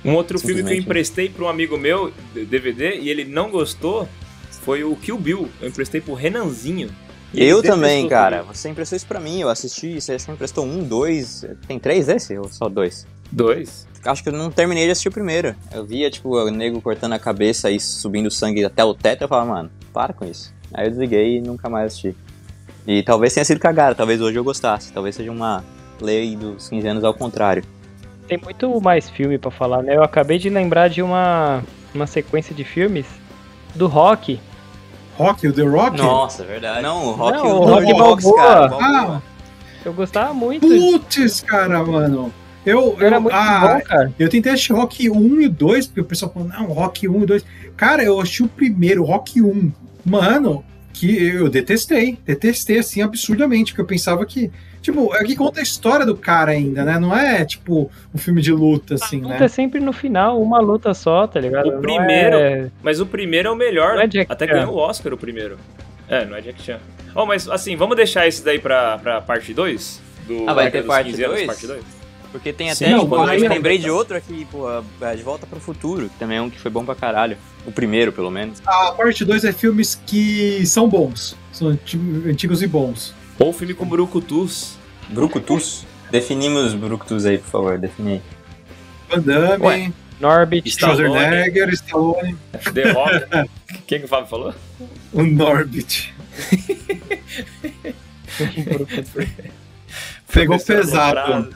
S2: Um outro filme que eu
S4: Simplesmente.
S2: emprestei para um amigo meu, d- DVD, e ele não gostou, foi o Kill Bill. Eu emprestei pro Renanzinho. E ele
S4: Eu
S2: detestou
S4: também,
S2: o
S4: cara.
S2: filme.
S4: Você emprestou isso pra mim, eu assisti, você acho que emprestou um, dois. Tem três desse? Ou só dois?
S2: Dois.
S4: Acho que eu não terminei de assistir o primeiro. Eu via, tipo, o nego cortando a cabeça e subindo sangue até o teto, eu falava, mano, para com isso. Aí eu desliguei e nunca mais assisti. E talvez tenha sido cagada, talvez hoje eu gostasse, talvez seja uma lei dos 15 anos ao contrário.
S1: Tem muito mais filme pra falar, né? Eu acabei de lembrar de uma, uma sequência de filmes do Rock.
S3: Rock, o The Rock?
S4: Nossa, verdade. Não, o Rock,
S1: Não,
S4: o
S1: o Rock
S4: Box,
S1: Balboa.
S4: cara.
S3: Ah,
S4: Balboa.
S1: Eu gostava muito.
S3: putz, cara, mano. Eu, eu,
S1: Era muito
S3: ah,
S1: bom, cara.
S3: eu tentei assistir Rock 1 e 2, porque o pessoal falou, não, Rock 1 e 2. Cara, eu assisti o primeiro, Rock 1. Mano, que eu detestei. Detestei, assim, absurdamente, porque eu pensava que. Tipo, é que conta a história do cara ainda, né? Não é, tipo, um filme de luta, assim,
S1: A
S3: né?
S1: luta é sempre no final, uma luta só, tá ligado?
S2: O
S1: Não
S2: primeiro-
S1: é-
S2: Mas o primeiro é o melhor.
S1: Não é Jack
S2: Até
S1: Chan.
S2: ganhou o Oscar o primeiro. É, não é Jack Chan. Oh, mas assim, vamos deixar isso daí pra, pra parte 2? Do
S4: Ah, vai
S2: Regra
S4: ter
S2: dos
S4: parte
S2: 15 anos,
S4: dois?
S2: parte 2?
S4: Porque tem
S3: Sim,
S4: até,
S3: não,
S4: tipo,
S3: mas aí-
S4: eu lembrei de outro aqui, pô, a- De Volta pro Futuro, que também é um que foi bom pra caralho. O primeiro, pelo menos.
S3: A parte 2 é filmes que são bons. São anti- antigos e bons.
S2: Ou o filme com Brucutus.
S4: Brucutus. Definimos Brucutus aí, por favor, defini aí.
S3: Van Damme,
S4: Ué,
S1: Norbit.
S2: Stallone.
S3: Schwarzenegger, Stallone,
S2: The Rock. Quem que o Fábio falou?
S3: o Um Norbit. Pegou pesado.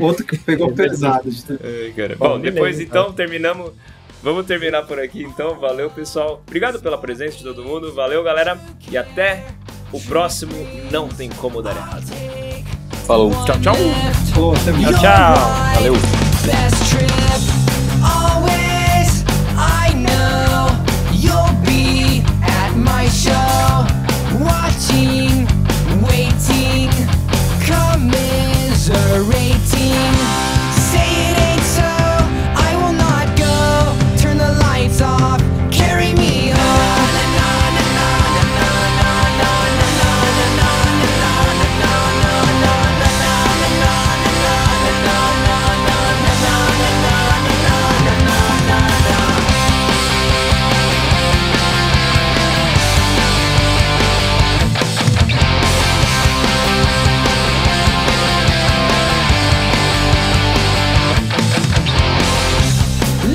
S3: Outro que pegou pesado. de ter-
S2: Ai, cara.
S1: Bom,
S2: Bom, depois
S1: beleza,
S2: então terminamos. Vamos terminar por aqui então. Valeu, pessoal. Obrigado pela presença de todo mundo. Valeu, galera. E até o próximo Não Tem Como Dar Errado.
S4: Falou.
S2: Tchau, tchau.
S3: Pô, até mais.
S2: Tchau.
S4: Valeu.
S6: best trip. Always, I know you'll be at my show, watching, waiting, commiserating. Say it ain't so, I will not go. Turn the lights off, carry me home.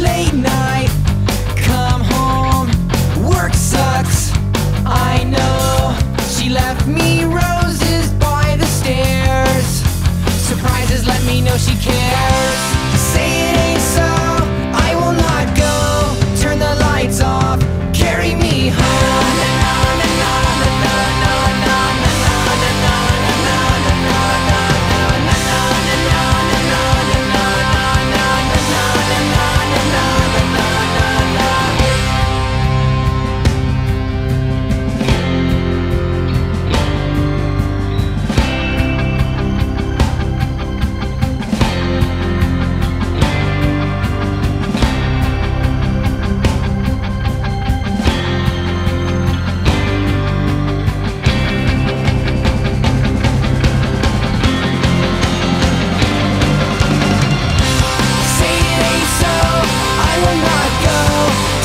S6: late night, come home, work sucks. I know she left me roses by the stairs. Surprises let me know she cares. Say it ain't so, I will not go. Turn the lights off, carry me home. Say it ain't so, I will not go.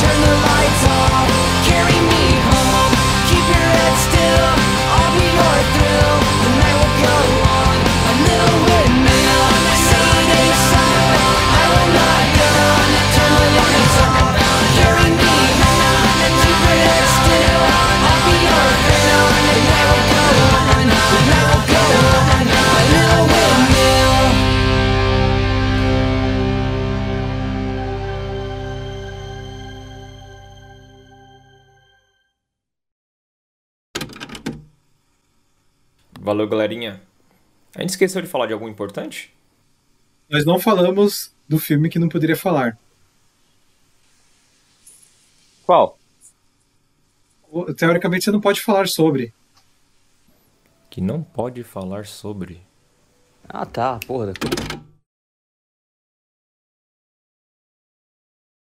S6: Turn the lights off, carry me home. Keep your head still, I'll be your thrill. The night will go on, a little windmill. Say it ain't so, I will not go. Turn the lights off, carry me home. Keep your head still, I'll be your thrill. The night will go on, the night will go on, a little windmill.
S2: Valeu, galerinha. A gente esqueceu de falar de algum importante?
S3: Nós não falamos do filme que não poderia falar.
S4: Qual?
S3: O- Teoricamente, você não pode falar sobre.
S2: Que não pode falar sobre.
S4: Ah, tá, porra.